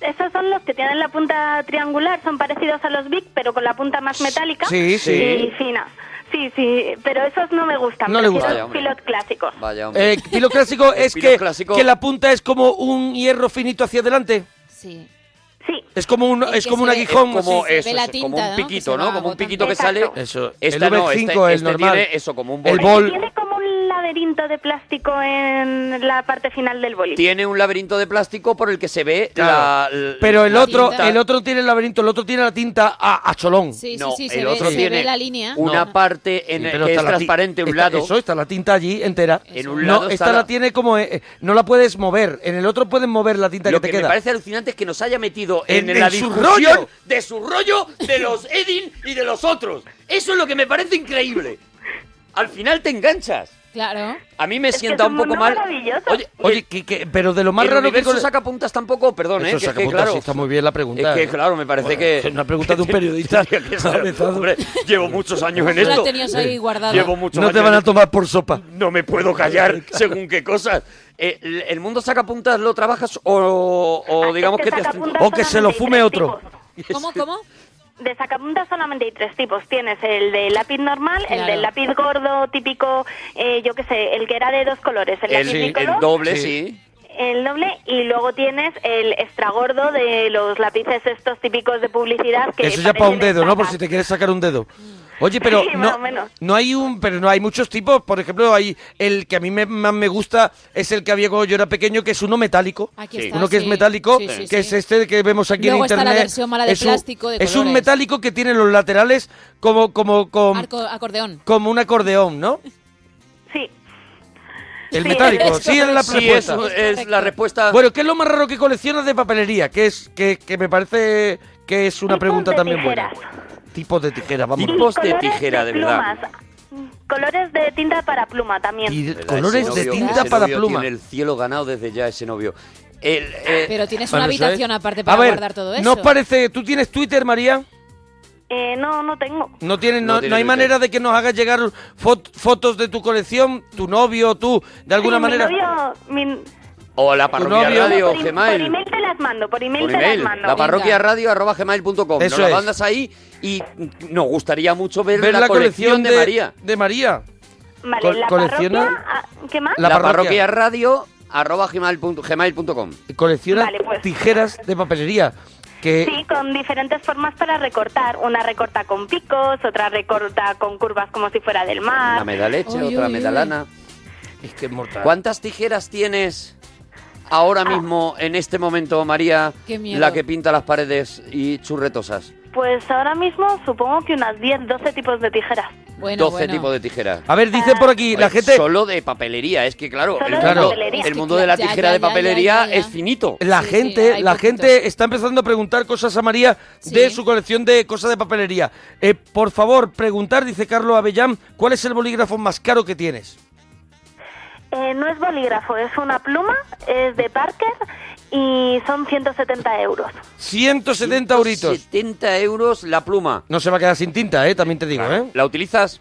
Speaker 26: Esos son los que tienen la punta triangular, son parecidos a los Big, pero con la punta más metálica
Speaker 27: Sí, sí.
Speaker 26: y fina. Sí, sí, pero esos no me gustan.
Speaker 2: No le
Speaker 26: prefiero
Speaker 2: gusta.
Speaker 27: Vaya, hombre.
Speaker 26: Pilot clásicos.
Speaker 27: Vaya, hombre.
Speaker 2: Eh, Pilot clásico
Speaker 27: El
Speaker 2: es
Speaker 27: Pilot
Speaker 2: que,
Speaker 27: clásico-
Speaker 2: que la punta es como un hierro finito hacia adelante.
Speaker 3: Sí.
Speaker 26: Sí,
Speaker 2: Es como un,
Speaker 3: Es
Speaker 2: es
Speaker 3: que
Speaker 2: como un
Speaker 3: se ve-
Speaker 2: aguijón.
Speaker 3: es como-
Speaker 2: así.
Speaker 3: se
Speaker 27: eso,
Speaker 3: ve la
Speaker 27: es como
Speaker 3: tinta,
Speaker 27: un
Speaker 3: ¿no?
Speaker 27: piquito,
Speaker 3: Que se
Speaker 27: ¿no?
Speaker 3: va
Speaker 27: Como un piquito que sale.
Speaker 26: agotando.
Speaker 2: Eso,
Speaker 27: Esta
Speaker 2: el
Speaker 27: no,
Speaker 2: V5
Speaker 27: este-
Speaker 2: el
Speaker 27: este
Speaker 2: normal.
Speaker 27: tiene eso, como un
Speaker 2: El
Speaker 27: boli.
Speaker 2: bol.
Speaker 26: Tiene como un laberinto de plástico en la parte final del boli.
Speaker 27: Tiene un laberinto de plástico por el que se ve
Speaker 2: Claro.
Speaker 27: la, l-
Speaker 2: Pero el
Speaker 27: la
Speaker 2: otro,
Speaker 27: tinta.
Speaker 2: el otro tiene el laberinto, el otro tiene la tinta a, a cholón.
Speaker 3: Sí,
Speaker 27: No,
Speaker 3: sí, sí,
Speaker 27: el
Speaker 3: se,
Speaker 27: otro
Speaker 3: ve, se
Speaker 27: tiene
Speaker 3: ve la línea.
Speaker 27: una
Speaker 3: No.
Speaker 27: parte en
Speaker 2: Sí,
Speaker 27: el
Speaker 2: pero
Speaker 27: que es
Speaker 2: está la ti-
Speaker 27: transparente un
Speaker 2: está-
Speaker 27: lado.
Speaker 2: Eso, está la tinta allí entera.
Speaker 27: En un
Speaker 2: No,
Speaker 27: lado está
Speaker 2: esta la...
Speaker 27: la-
Speaker 2: tiene como... eh, eh, no la puedes mover. En el otro puedes mover la tinta
Speaker 27: Lo
Speaker 2: que
Speaker 27: que,
Speaker 2: te queda.
Speaker 27: me parece alucinante es que nos haya metido en,
Speaker 2: En-
Speaker 27: la
Speaker 2: en su
Speaker 27: discusión
Speaker 2: rollo.
Speaker 27: de su rollo, de los Edin y de los otros. Eso es lo que me parece increíble. Al final te enganchas.
Speaker 3: Claro.
Speaker 27: A mí me
Speaker 26: Es que
Speaker 27: sienta
Speaker 26: es
Speaker 27: un
Speaker 26: un
Speaker 27: poco
Speaker 26: mundo
Speaker 27: mal.
Speaker 26: maravilloso.
Speaker 27: Oye,
Speaker 2: Oye, que- que- pero de lo más
Speaker 27: el
Speaker 2: raro que...
Speaker 27: universo
Speaker 2: con-
Speaker 27: saca puntas tampoco, perdón,
Speaker 2: Eso
Speaker 27: eh, que, es
Speaker 2: saca
Speaker 27: que,
Speaker 2: puntas,
Speaker 27: claro,
Speaker 2: sí, está muy bien la pregunta.
Speaker 27: Es que
Speaker 2: ¿eh?
Speaker 27: claro, me parece
Speaker 2: Bueno,
Speaker 27: que
Speaker 2: es Una pregunta de un periodista.
Speaker 27: Tío, que sabe, hombre, llevo muchos años en
Speaker 3: Tú la
Speaker 27: esto.
Speaker 3: tenías ahí guardada.
Speaker 27: Llevo muchos
Speaker 2: No
Speaker 27: años
Speaker 2: te
Speaker 27: en
Speaker 2: van a
Speaker 27: esto.
Speaker 2: tomar por sopa.
Speaker 27: No me puedo callar según qué cosas. Eh, ¿El, el mundo saca puntas lo trabajas o, o
Speaker 26: Así
Speaker 27: digamos
Speaker 26: que
Speaker 27: que te has-
Speaker 26: sacapuntas
Speaker 2: O que se lo
Speaker 26: solamente
Speaker 2: fume
Speaker 26: hay
Speaker 2: otro.
Speaker 26: tres
Speaker 3: ¿Cómo, cómo?
Speaker 26: tipos. De sacapuntas solamente hay tres tipos. Tienes el de lápiz normal,
Speaker 3: Claro.
Speaker 26: el del lápiz gordo típico, eh, yo qué sé, el que era de dos colores, el,
Speaker 27: El,
Speaker 26: lápiz
Speaker 27: el
Speaker 26: bicolor,
Speaker 27: doble,
Speaker 2: Sí.
Speaker 27: sí.
Speaker 26: el doble, y luego tienes el extra gordo de los lápices estos típicos de publicidad. Que
Speaker 2: Eso ya para un
Speaker 26: parecen
Speaker 2: dedo, ¿no? Por
Speaker 26: estacas.
Speaker 2: si te quieres sacar un dedo. Oye, pero
Speaker 26: Sí, más
Speaker 2: no,
Speaker 26: o menos.
Speaker 2: no hay un, pero no hay muchos tipos. Por ejemplo, hay el que a mí me, más me gusta es el que había cuando yo era pequeño, que es uno metálico.
Speaker 3: Aquí
Speaker 27: Sí.
Speaker 3: está,
Speaker 2: Uno que es
Speaker 3: sí.
Speaker 2: metálico,
Speaker 3: Sí, sí,
Speaker 2: que
Speaker 3: sí.
Speaker 2: es este que vemos aquí
Speaker 3: Luego
Speaker 2: en
Speaker 3: está la
Speaker 2: internet.
Speaker 3: versión mala de
Speaker 2: es un,
Speaker 3: plástico, de
Speaker 2: es un
Speaker 3: colores.
Speaker 2: metálico que tiene los laterales como como como,
Speaker 3: Arco- acordeón.
Speaker 2: como un acordeón, ¿no?
Speaker 26: Sí.
Speaker 2: El
Speaker 26: Sí,
Speaker 2: metálico,
Speaker 26: es
Speaker 2: sí es la
Speaker 26: correcto.
Speaker 27: Sí, es,
Speaker 2: respuesta.
Speaker 3: este
Speaker 27: es la respuesta.
Speaker 2: Bueno, ¿qué es lo más raro que coleccionas de papelería? Que es que, que me parece que es una
Speaker 26: Tipos
Speaker 2: pregunta
Speaker 26: de
Speaker 2: también buena.
Speaker 26: tijeras.
Speaker 2: Tipos de tijeras, vamos.
Speaker 27: Tipo- Tipos de
Speaker 26: colores
Speaker 27: tijera, de verdad.
Speaker 26: plumas. Colores de tinta para pluma también.
Speaker 2: Y
Speaker 27: ¿Verdad?
Speaker 2: colores
Speaker 27: Ese
Speaker 2: de
Speaker 27: novio-
Speaker 2: tinta
Speaker 27: ese
Speaker 2: para
Speaker 27: novio
Speaker 2: pluma.
Speaker 27: Tiene el cielo ganado desde ya ese novio. El, eh,
Speaker 3: Pero tienes una
Speaker 2: Bueno, ¿sabes?
Speaker 3: habitación aparte para
Speaker 2: A ver,
Speaker 3: guardar todo eso.
Speaker 2: ¿No os parece? ¿Tú tienes Twitter, María?
Speaker 26: Eh, no, no tengo.
Speaker 2: No, tienes,
Speaker 27: No
Speaker 2: no,
Speaker 27: tiene
Speaker 2: no hay
Speaker 27: Twitter.
Speaker 2: manera de que nos hagas llegar fot- fotos de tu colección, tu novio, tú, de alguna
Speaker 26: Sí,
Speaker 2: manera.
Speaker 26: Mi novio, mi-
Speaker 27: o la parroquia
Speaker 2: novio-
Speaker 27: radio,
Speaker 26: por, im- por
Speaker 27: Gmail.
Speaker 26: email te las mando, por email,
Speaker 27: Por
Speaker 26: te
Speaker 27: email,
Speaker 26: las mando.
Speaker 27: la parroquia radio arroba gmail.com. Nos
Speaker 2: Eso
Speaker 27: la
Speaker 2: es.
Speaker 27: mandas ahí y nos gustaría mucho ver,
Speaker 2: Ver
Speaker 27: la, colección de, María.
Speaker 2: De María.
Speaker 26: Vale,
Speaker 2: Col-
Speaker 26: la
Speaker 2: colecciona-
Speaker 26: parroquia, ah, ¿Qué más?
Speaker 2: La
Speaker 27: La,
Speaker 2: parroquia.
Speaker 27: parroquia radio arroba gmail punto- gmail.com.
Speaker 2: Colecciona
Speaker 26: Vale, pues.
Speaker 2: tijeras de papelería. Que,
Speaker 26: Sí, con diferentes formas para recortar. Una recorta con picos, otra recorta con curvas como si fuera del
Speaker 27: Una
Speaker 26: mar.
Speaker 27: me da leche,
Speaker 3: Uy,
Speaker 27: otra
Speaker 3: uy,
Speaker 27: me
Speaker 3: uy.
Speaker 27: da lana.
Speaker 2: es que es mortal.
Speaker 27: ¿Cuántas tijeras tienes
Speaker 26: Ah.
Speaker 27: ahora mismo, en este momento, María,
Speaker 3: Qué miedo.
Speaker 27: la que pinta las paredes y churretosas?
Speaker 26: Pues ahora mismo supongo que unas 10, 12 tipos de tijeras.
Speaker 3: Bueno,
Speaker 27: 12
Speaker 3: bueno.
Speaker 27: tipos de tijeras.
Speaker 2: A ver, dice por aquí, la
Speaker 27: Oye,
Speaker 2: gente.
Speaker 27: Solo de papelería, es que claro,
Speaker 26: Solo
Speaker 27: el
Speaker 26: de
Speaker 27: mundo,
Speaker 26: papelería.
Speaker 27: el mundo de la
Speaker 3: Ya, ya,
Speaker 27: tijera de
Speaker 3: ya, ya,
Speaker 27: papelería
Speaker 3: ya, ya.
Speaker 27: es finito.
Speaker 2: La
Speaker 3: Sí, sí,
Speaker 2: gente,
Speaker 3: hay
Speaker 2: la
Speaker 3: poquitos.
Speaker 2: gente está empezando a preguntar cosas a María de
Speaker 3: Sí.
Speaker 2: su colección de cosas de papelería. Eh, por favor, preguntar, dice Carlos Avellán, ¿cuál es el bolígrafo más caro que tienes?
Speaker 26: Eh, no es bolígrafo, es una pluma, es de Parker y son 170 euros.
Speaker 2: 170 euritos.
Speaker 27: 70 euros la pluma.
Speaker 2: No se va a quedar sin tinta, eh, también te digo, ¿eh?
Speaker 27: ¿La utilizas?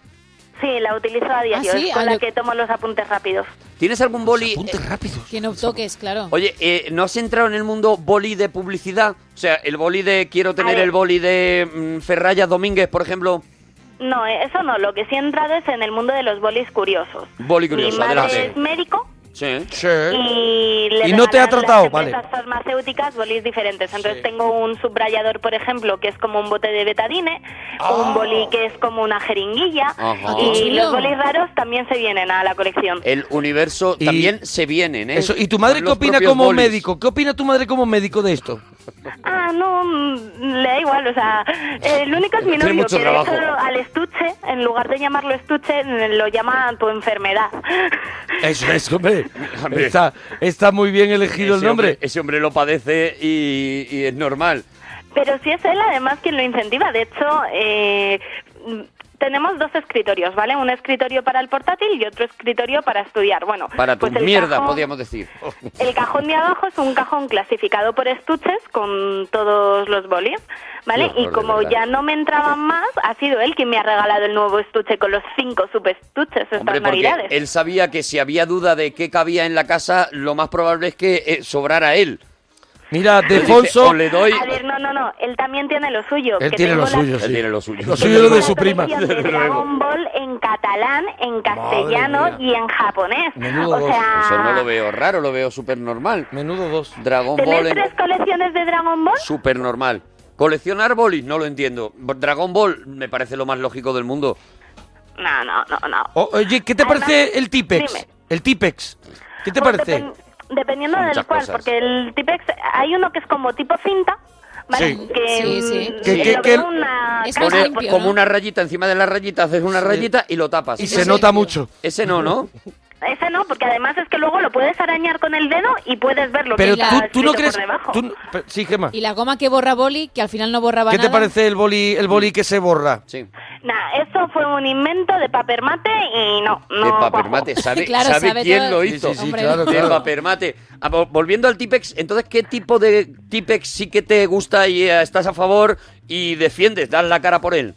Speaker 26: Sí, la utilizo a diario,
Speaker 3: sí?
Speaker 26: es con
Speaker 3: Ah,
Speaker 26: la
Speaker 3: yo-
Speaker 26: que tomo los apuntes rápidos.
Speaker 27: ¿Tienes algún boli? Eh,
Speaker 2: Apuntes rápido.
Speaker 3: Que no toques, claro.
Speaker 27: Oye, eh, ¿no has entrado en el mundo boli de publicidad? O sea, el boli de quiero tener
Speaker 26: ver.
Speaker 27: el boli de mm, Ferrayas Domínguez, por ejemplo.
Speaker 26: No, eh, eso no, lo que sí he entrado es en el mundo de los bolis curiosos.
Speaker 27: Boli curioso,
Speaker 26: Mi madre
Speaker 27: adelante.
Speaker 26: es médico
Speaker 27: Sí.
Speaker 26: Y, le
Speaker 2: ¿Eh? Y no te ha
Speaker 26: regalan las
Speaker 2: tratado,
Speaker 26: empresas
Speaker 2: vale.
Speaker 26: farmacéuticas bolis diferentes. Entonces tengo un subrayador, por ejemplo, que es como un bote de betadine,
Speaker 2: Ah.
Speaker 26: un boli que es como una jeringuilla
Speaker 3: Ah,
Speaker 27: Ajá. Qué
Speaker 26: y
Speaker 27: chulo.
Speaker 26: los bolis raros también se vienen a la colección.
Speaker 27: El universo también se vienen, ¿eh?
Speaker 2: Eso, ¿y tu madre
Speaker 27: Son
Speaker 2: qué
Speaker 27: los
Speaker 2: opina
Speaker 27: propios
Speaker 2: como
Speaker 27: bolis.
Speaker 2: médico? ¿Qué opina tu madre como médico de esto?
Speaker 26: Ah, no, mm, le da igual, o sea, el único es mi
Speaker 2: Tiene
Speaker 26: novio,
Speaker 2: mucho
Speaker 26: que de hecho
Speaker 2: trabajo.
Speaker 26: al estuche, en lugar de llamarlo estuche, lo llama tu enfermedad.
Speaker 2: Eso es, hombre.
Speaker 27: Hombre.
Speaker 2: Está, está muy bien elegido el
Speaker 27: Ese
Speaker 2: nombre.
Speaker 27: hombre- ese hombre lo padece y, y es normal.
Speaker 26: Pero sí es él además quien lo incentiva. De hecho, eh, mm, tenemos dos escritorios, ¿vale? Un escritorio para el portátil y otro escritorio para estudiar. Bueno,
Speaker 27: Para tu
Speaker 26: pues el
Speaker 27: mierda,
Speaker 26: cajón-
Speaker 27: podríamos decir.
Speaker 26: El cajón de abajo es un cajón clasificado por estuches con todos los bolis, ¿vale?
Speaker 27: Qué
Speaker 26: Y
Speaker 27: horror, de
Speaker 26: como
Speaker 27: verdad.
Speaker 26: ya no me entraban más, ha sido él quien me ha regalado el nuevo estuche con los cinco subestuches estas
Speaker 27: Hombre, porque
Speaker 26: navidades.
Speaker 27: él sabía que si había duda de qué cabía en la casa, lo más probable es que eh, sobrara él.
Speaker 2: Mira,
Speaker 27: Dice,
Speaker 2: Defonso-
Speaker 27: o le doy...
Speaker 26: A ver, no, no, no, él también tiene lo suyo.
Speaker 2: Él
Speaker 26: que
Speaker 2: tiene
Speaker 26: tengo
Speaker 2: lo
Speaker 26: la-
Speaker 2: suyo, sí.
Speaker 27: Él tiene lo suyo.
Speaker 2: Lo suyo es lo de su prima.
Speaker 26: colección de Dragon Ball en catalán, en castellano y en japonés. o sea,
Speaker 27: Eso no lo veo raro, lo veo súper normal.
Speaker 2: Menudo dos.
Speaker 27: Dragon
Speaker 26: ¿tenés
Speaker 27: Ball en...
Speaker 26: tres colecciones de Dragon Ball?
Speaker 27: Súper normal. Coleccionar bolis, no lo entiendo. Dragon Ball me parece lo más lógico del mundo.
Speaker 26: No, no, no, no.
Speaker 2: O- oye, ¿qué te
Speaker 26: Además,
Speaker 2: parece el Tipex?
Speaker 26: dime.
Speaker 2: El Tipex. ¿Qué te
Speaker 26: Pues
Speaker 2: parece?
Speaker 26: depen- dependiendo
Speaker 2: Son
Speaker 26: del
Speaker 2: muchas
Speaker 26: cual,
Speaker 2: cosas.
Speaker 26: porque el Tipex, hay uno que es como tipo cinta, ¿vale?
Speaker 27: Sí.
Speaker 26: Que,
Speaker 27: Sí, sí.
Speaker 26: mm,
Speaker 27: Que-
Speaker 26: lo
Speaker 27: que-
Speaker 26: veo
Speaker 27: que el-
Speaker 26: una
Speaker 27: Es
Speaker 26: caja,
Speaker 27: Poner
Speaker 26: porque-
Speaker 27: como una rayita encima de la rayita, haces una rayita y lo tapas.
Speaker 2: Y se nota mucho.
Speaker 27: Ese no, ¿no?
Speaker 26: Ese no, porque además es que luego lo puedes arañar con el dedo y puedes ver lo
Speaker 2: Pero
Speaker 26: que
Speaker 2: tú,
Speaker 26: está
Speaker 2: tú no
Speaker 26: escrito
Speaker 2: crees...
Speaker 26: por debajo.
Speaker 2: tú no- pe- sí, Gemma.
Speaker 3: Y la goma que borra boli, que al final no borraba
Speaker 2: ¿Qué te
Speaker 3: nada.
Speaker 2: parece el boli, el boli que se borra?
Speaker 27: Sí.
Speaker 26: Nah, eso fue un invento de paper mate y no, no.
Speaker 27: de
Speaker 26: cuajo.
Speaker 27: papermate. ¿Sabe,
Speaker 26: Claro,
Speaker 27: sabe
Speaker 26: sabe
Speaker 27: quién
Speaker 26: todo.
Speaker 27: lo
Speaker 26: Sí,
Speaker 27: hizo?
Speaker 26: sí, sí, Hombre. claro,
Speaker 27: De
Speaker 26: claro.
Speaker 27: papermate. Ah, vol- Volviendo al Tipex, entonces, ¿qué tipo de Tipex sí que te gusta y eh, estás a favor y defiendes, das la cara por él?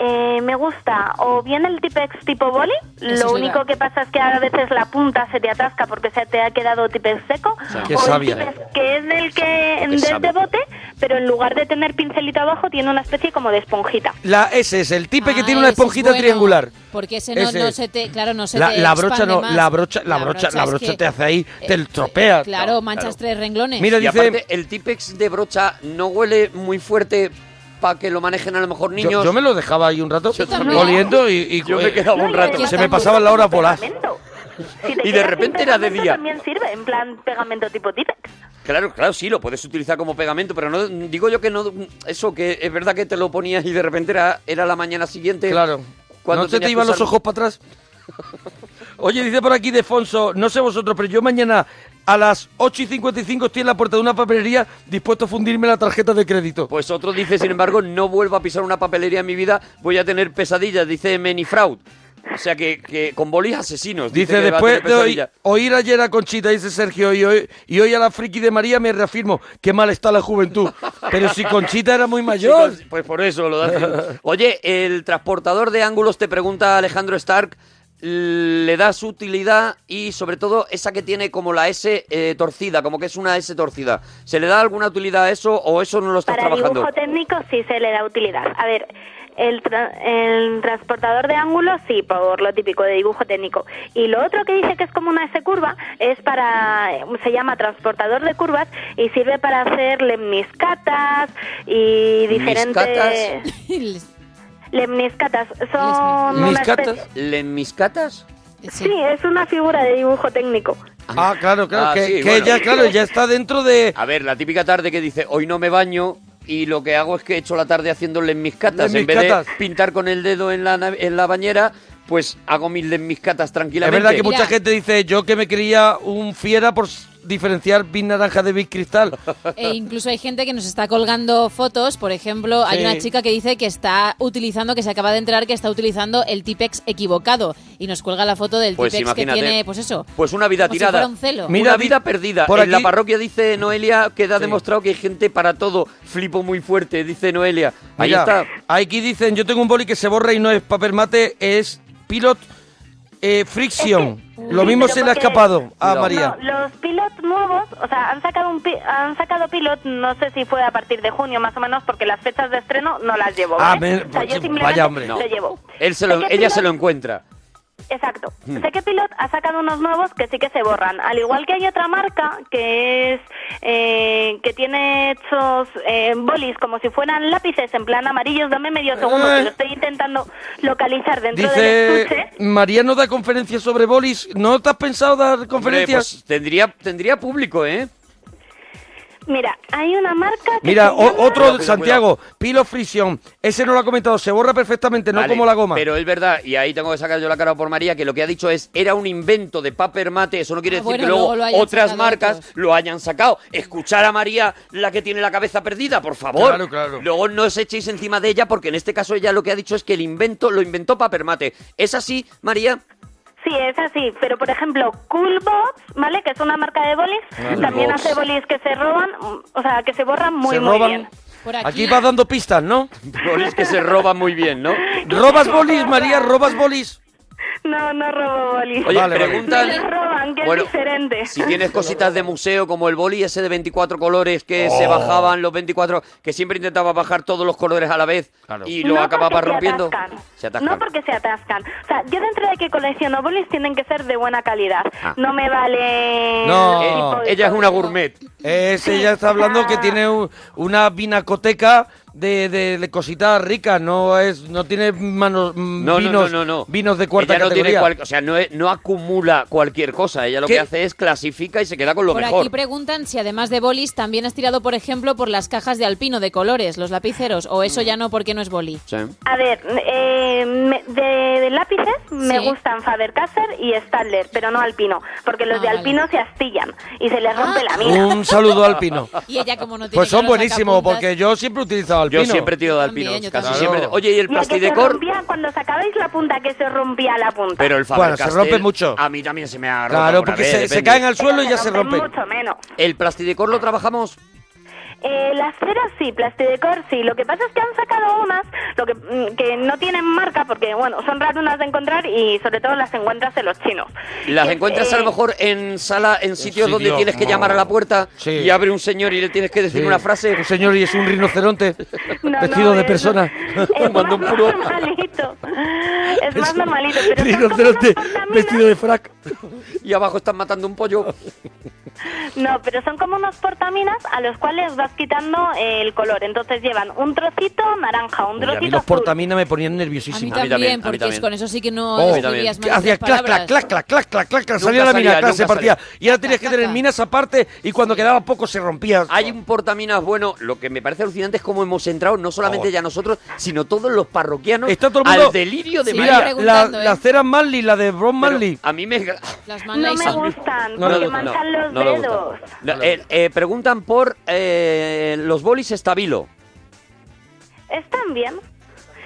Speaker 26: Eh, me gusta o bien el Tipex tipo boli,
Speaker 3: Eso
Speaker 26: lo
Speaker 3: es
Speaker 26: único
Speaker 3: verdad.
Speaker 26: que pasa es que a veces la punta se te atasca porque se te ha quedado Tipex seco,
Speaker 2: sea,
Speaker 26: o
Speaker 2: qué
Speaker 26: el
Speaker 2: sabia,
Speaker 26: Tipex
Speaker 2: eh.
Speaker 26: que es del que
Speaker 2: Qué
Speaker 26: del
Speaker 2: sabia.
Speaker 26: de bote, pero en lugar de tener pincelito abajo tiene una especie como de esponjita.
Speaker 2: La, ese es el tipe que
Speaker 3: Ah,
Speaker 2: tiene una
Speaker 3: ese es
Speaker 2: esponjita
Speaker 3: bueno,
Speaker 2: triangular.
Speaker 3: Porque ese no,
Speaker 2: Ese
Speaker 3: no
Speaker 2: es.
Speaker 3: se te, claro, no se
Speaker 2: La,
Speaker 3: te
Speaker 2: la brocha
Speaker 3: expande
Speaker 2: no,
Speaker 3: más.
Speaker 2: la brocha, la brocha, la
Speaker 3: es
Speaker 2: brocha
Speaker 3: que-
Speaker 2: te hace ahí, te
Speaker 3: eh,
Speaker 2: el tropea.
Speaker 3: Claro, manchas tres renglones.
Speaker 2: Mira,
Speaker 27: y
Speaker 2: dice-
Speaker 27: aparte, el Tipex de brocha no huele muy fuerte para que lo manejen a lo mejor
Speaker 2: Yo-
Speaker 27: niños.
Speaker 2: Yo, me lo dejaba ahí un rato
Speaker 27: también.
Speaker 2: oliendo y, y-
Speaker 27: Yo me quedaba un rato.
Speaker 2: Se me pasaban la hora volar.
Speaker 26: Si
Speaker 27: Y
Speaker 26: te
Speaker 27: de
Speaker 26: quedas sin
Speaker 27: repente era de
Speaker 26: pegamento,
Speaker 27: día.
Speaker 26: También sirve en plan pegamento tipo Tipex.
Speaker 27: Claro, claro, sí, lo puedes utilizar como pegamento, pero no digo yo que no eso que es verdad que te lo ponías y de repente era, era la mañana siguiente. Claro. Cuando
Speaker 2: ¿No se
Speaker 27: tenías
Speaker 2: te
Speaker 27: que
Speaker 2: iban los
Speaker 27: usar-
Speaker 2: ojos para atrás? Oye, dice por aquí Defonso, no sé vosotros, pero yo mañana a las 8 y 55 estoy en la puerta de una papelería dispuesto a fundirme la tarjeta de crédito.
Speaker 27: Pues otro dice, sin embargo, no vuelvo a pisar una papelería en mi vida, voy a tener pesadillas, dice Menifraud. O sea que, que con bolis asesinos.
Speaker 2: Dice,
Speaker 27: que va a
Speaker 2: después
Speaker 27: tener
Speaker 2: de hoy,
Speaker 27: pesadillas.
Speaker 2: oír ayer a Conchita, dice Sergio, y hoy, y hoy a la friki de María me reafirmo, qué mal está la juventud. Pero si Conchita era muy mayor.
Speaker 27: Sí, con- pues por eso lo das. Oye, el transportador de ángulos te pregunta Alejandro Stark, le da su utilidad y sobre todo esa que tiene como la S eh, torcida, como que es una S torcida. ¿Se le da alguna utilidad a eso o eso no lo estás
Speaker 26: Para
Speaker 27: trabajando?
Speaker 26: dibujo técnico sí se le da utilidad. A ver, el, tra- el transportador de ángulos sí, por lo típico de dibujo técnico. Y lo otro que dice que es como una S curva es para, se llama transportador de curvas y sirve para hacer lemniscatas y diferentes... Lemniscatas son una especie-
Speaker 27: ¿Lemniscatas?
Speaker 26: Sí, es una figura de dibujo técnico.
Speaker 2: Ah, claro, claro,
Speaker 27: Ah,
Speaker 2: que,
Speaker 27: sí,
Speaker 2: que
Speaker 27: bueno.
Speaker 2: ya, claro, ya está dentro de...
Speaker 27: A ver, la típica tarde que dice, hoy no me baño y lo que hago es que echo la tarde haciendo lemniscatas. En vez de
Speaker 2: Lemniscatas.
Speaker 27: pintar con el dedo en la, na- en la bañera, pues hago mis lemniscatas
Speaker 2: Es
Speaker 27: tranquilamente.
Speaker 2: verdad que mucha gente dice, yo que me creía un fiera por s- diferenciar Big Naranja de Big Cristal.
Speaker 3: E incluso hay gente que nos está colgando fotos. Por ejemplo, hay
Speaker 2: Sí.
Speaker 3: una chica que dice que está utilizando, que se acaba de enterar que está utilizando el Tipex equivocado. Y nos cuelga la foto del
Speaker 27: Pues
Speaker 3: Tipex que
Speaker 27: imagínate.
Speaker 3: tiene, pues eso.
Speaker 27: Pues una vida
Speaker 3: Como si
Speaker 27: tirada.
Speaker 3: fuera un celo.
Speaker 27: Mira,
Speaker 3: Una
Speaker 27: una vida perdida.
Speaker 2: por
Speaker 27: en la
Speaker 2: aquí-
Speaker 27: parroquia dice Noelia que ha demostrado que hay gente para todo. Flipo muy fuerte, dice Noelia. Ahí
Speaker 2: Mira,
Speaker 27: está.
Speaker 2: Aquí dicen, yo tengo un boli que se borra y no es papel mate, es pilot eh, friction. Lo
Speaker 26: Sí,
Speaker 2: mismo
Speaker 26: pero
Speaker 2: se le ha
Speaker 26: porque-
Speaker 2: escapado a
Speaker 26: No,
Speaker 2: María.
Speaker 26: los pilots nuevos, o sea, han sacado un pi- han sacado pilot, no sé si fue a partir de junio más o menos, porque las fechas de estreno no las llevo.
Speaker 27: Ah,
Speaker 26: ¿vale?
Speaker 27: men-
Speaker 26: O sea, yo
Speaker 27: pues,
Speaker 26: simplemente
Speaker 27: vaya hombre.
Speaker 26: lo
Speaker 27: No.
Speaker 26: llevo.
Speaker 27: Él se lo-
Speaker 26: Es que
Speaker 27: ella
Speaker 26: pilot-
Speaker 27: se lo encuentra.
Speaker 26: Exacto.
Speaker 1: Hmm.
Speaker 26: Sé que Pilot ha sacado unos nuevos que sí que se borran. Al igual que hay otra marca que es eh, que tiene hechos eh, bolis como si fueran lápices en plan amarillos. Dame medio segundo que lo estoy intentando localizar dentro del estuche.
Speaker 2: Eh. Dice, Mariano da conferencias sobre bolis. ¿No te has pensado dar conferencias?
Speaker 27: pues tendría, tendría público, ¿eh?
Speaker 26: Mira, hay una marca que
Speaker 2: Mira,
Speaker 26: se
Speaker 2: o-
Speaker 26: llama-
Speaker 2: otro, Santiago, Pilo Frisión. Ese no lo ha comentado, se borra perfectamente, no
Speaker 27: Vale,
Speaker 2: como la goma.
Speaker 27: Pero es verdad, y ahí tengo que sacar yo la cara por María, que lo que ha dicho es, era un invento de paper mate, eso no quiere
Speaker 2: Ah,
Speaker 27: decir
Speaker 2: bueno,
Speaker 27: que luego,
Speaker 2: luego lo hayan
Speaker 27: otras
Speaker 2: sacado
Speaker 27: marcas lo hayan sacado. Escuchar a María, la que tiene la cabeza perdida, por favor.
Speaker 2: Claro, claro.
Speaker 27: Luego no os echéis encima de ella, porque en este caso ella lo que ha dicho es que el invento lo inventó paper mate. ¿Es así, María?
Speaker 26: Sí, es así. Pero, por ejemplo, Coolbox, ¿vale? Que es una marca de bolis,
Speaker 2: Coolbox.
Speaker 26: también hace bolis que se roban, o sea, que se borran muy,
Speaker 2: se
Speaker 26: muy
Speaker 2: roban.
Speaker 26: bien.
Speaker 2: Aquí vas dando pistas, ¿no?
Speaker 27: Bolis que se roban muy bien, ¿no?
Speaker 2: ¿Robas bolis, María? ¿Robas bolis?
Speaker 26: No, no robo bolis.
Speaker 27: Oye, Vale, vale. preguntan-
Speaker 26: Me los roban, que
Speaker 27: Bueno,
Speaker 26: es diferente.
Speaker 27: Si tienes cositas de museo como el boli ese de 24 colores que se
Speaker 2: Oh.
Speaker 27: bajaban los 24, que siempre intentaba bajar todos los colores a la vez y lo
Speaker 26: No,
Speaker 27: acababa
Speaker 26: porque se
Speaker 27: rompiendo.
Speaker 26: atascan.
Speaker 27: Se atascan.
Speaker 26: No porque se atascan. O sea, yo dentro de que colecciono bolis tienen que ser de buena calidad.
Speaker 27: Ah.
Speaker 26: No me vale...
Speaker 2: No, Eh,
Speaker 26: ella
Speaker 27: es una gourmet.
Speaker 2: Es, ella está hablando que tiene u- una vinacoteca de, de- de cositas ricas, no es, no tiene manos, mm,
Speaker 27: No, no,
Speaker 2: vinos,
Speaker 27: no, no, no.
Speaker 2: vinos de cuarta
Speaker 27: Ella no tiene
Speaker 2: categoría.
Speaker 27: cual- o sea, no, es- no acumula cualquier cosa. Ella lo
Speaker 2: ¿Qué?
Speaker 27: que hace es clasifica y se queda con lo
Speaker 3: por
Speaker 27: mejor.
Speaker 3: aquí preguntan si además de bolis también has tirado, por ejemplo, por las cajas de alpino de colores, los lapiceros, o
Speaker 27: Mm.
Speaker 3: eso ya no porque no es boli.
Speaker 26: A ver, eh, me- de, de lápices me gustan Faber-Castell y Stadler, pero no Alpino, porque
Speaker 3: Ah,
Speaker 26: los de Alpino se astillan y se les rompe la mina.
Speaker 2: Un saludo al pino.
Speaker 3: Y ella como no tiene
Speaker 2: Pues son
Speaker 3: que los
Speaker 2: buenísimos,
Speaker 3: sacapuntas-
Speaker 2: porque yo siempre he utilizado al
Speaker 27: Yo
Speaker 2: pino.
Speaker 27: siempre he tirado de alpinos, También, yo casi también. siempre. Oye, ¿y el
Speaker 26: Y el que se rompía, cuando sacabais la punta, que se rompía la punta.
Speaker 27: Pero el
Speaker 2: Bueno, se
Speaker 27: Faber-Castell
Speaker 2: rompe mucho.
Speaker 27: A mí también se me ha roto
Speaker 2: Claro,
Speaker 27: alguna
Speaker 2: porque
Speaker 27: vez,
Speaker 2: se- se
Speaker 27: depende.
Speaker 2: caen al suelo y ya se rompen.
Speaker 26: Mucho menos.
Speaker 27: El plastidecor lo trabajamos
Speaker 26: Eh, las ceras sí, plastidecor sí. Lo que pasa es que han sacado unas lo que, mm, que no tienen marca porque, bueno, son raras de encontrar y sobre todo las encuentras en los chinos.
Speaker 27: Las
Speaker 26: Es,
Speaker 27: encuentras a lo
Speaker 26: eh,
Speaker 27: mejor en sala, en sitios donde
Speaker 2: sitio,
Speaker 27: tienes que llamar a la puerta y abre un señor y le tienes que decir
Speaker 2: Sí.
Speaker 27: una frase.
Speaker 2: Un señor y es un rinoceronte
Speaker 26: no,
Speaker 2: vestido de
Speaker 26: es-
Speaker 2: persona.
Speaker 26: Es más
Speaker 2: Cuando un puro-
Speaker 26: normalito. Es más normalito, pero son
Speaker 2: rinoceronte vestido de frac.
Speaker 27: Y abajo están matando un pollo.
Speaker 26: No, pero son como unos portaminas a los cuales vas quitando eh, el color. Entonces llevan un trocito naranja, un
Speaker 2: Uy, a mí
Speaker 26: trocito
Speaker 2: los
Speaker 26: azul.
Speaker 2: portamina me ponían
Speaker 3: A mí
Speaker 2: nerviosísimo.
Speaker 3: también, porque es con eso sí que no
Speaker 2: Oh.
Speaker 3: escribías más de
Speaker 2: Hacía clac,
Speaker 3: tres
Speaker 2: clac,
Speaker 3: palabras.
Speaker 2: clac, clac, clac, clac, clac, clac,
Speaker 27: Nunca
Speaker 2: salía la mina,
Speaker 27: salía,
Speaker 2: claro, se
Speaker 27: nunca
Speaker 2: partía.
Speaker 27: salía.
Speaker 2: Y ahora tenías que tener minas aparte y cuando quedaba poco se rompía.
Speaker 27: Hay un portaminas bueno. Lo que me parece alucinante es cómo hemos entrado, no solamente
Speaker 2: Oh.
Speaker 27: ya nosotros, sino todos los parroquianos
Speaker 2: Está todo el mundo.
Speaker 27: al delirio de María.
Speaker 2: Mira, la, la cera Manly, la de Bron Manly.
Speaker 27: A mí me.
Speaker 26: No me gustan,
Speaker 27: No,
Speaker 26: porque
Speaker 27: no,
Speaker 26: manchan
Speaker 27: no,
Speaker 26: los
Speaker 27: no le gusta.
Speaker 26: dedos.
Speaker 27: No, eh, eh, preguntan por eh, los bolis estabilo.
Speaker 26: Están bien.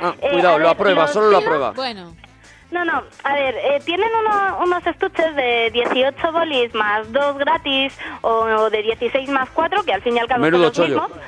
Speaker 27: Ah,
Speaker 26: Eh,
Speaker 27: cuidado,
Speaker 26: a
Speaker 27: lo
Speaker 26: ver,
Speaker 27: aprueba,
Speaker 26: los
Speaker 27: solo lo
Speaker 26: chinos-
Speaker 27: aprueba.
Speaker 26: No, no, a ver, eh, tienen uno- unos estuches de 18 bolis más 2 gratis o, o de 16 más 4, que al fin y al cabo
Speaker 27: Menudo
Speaker 26: son
Speaker 27: chollo.
Speaker 26: los mismos.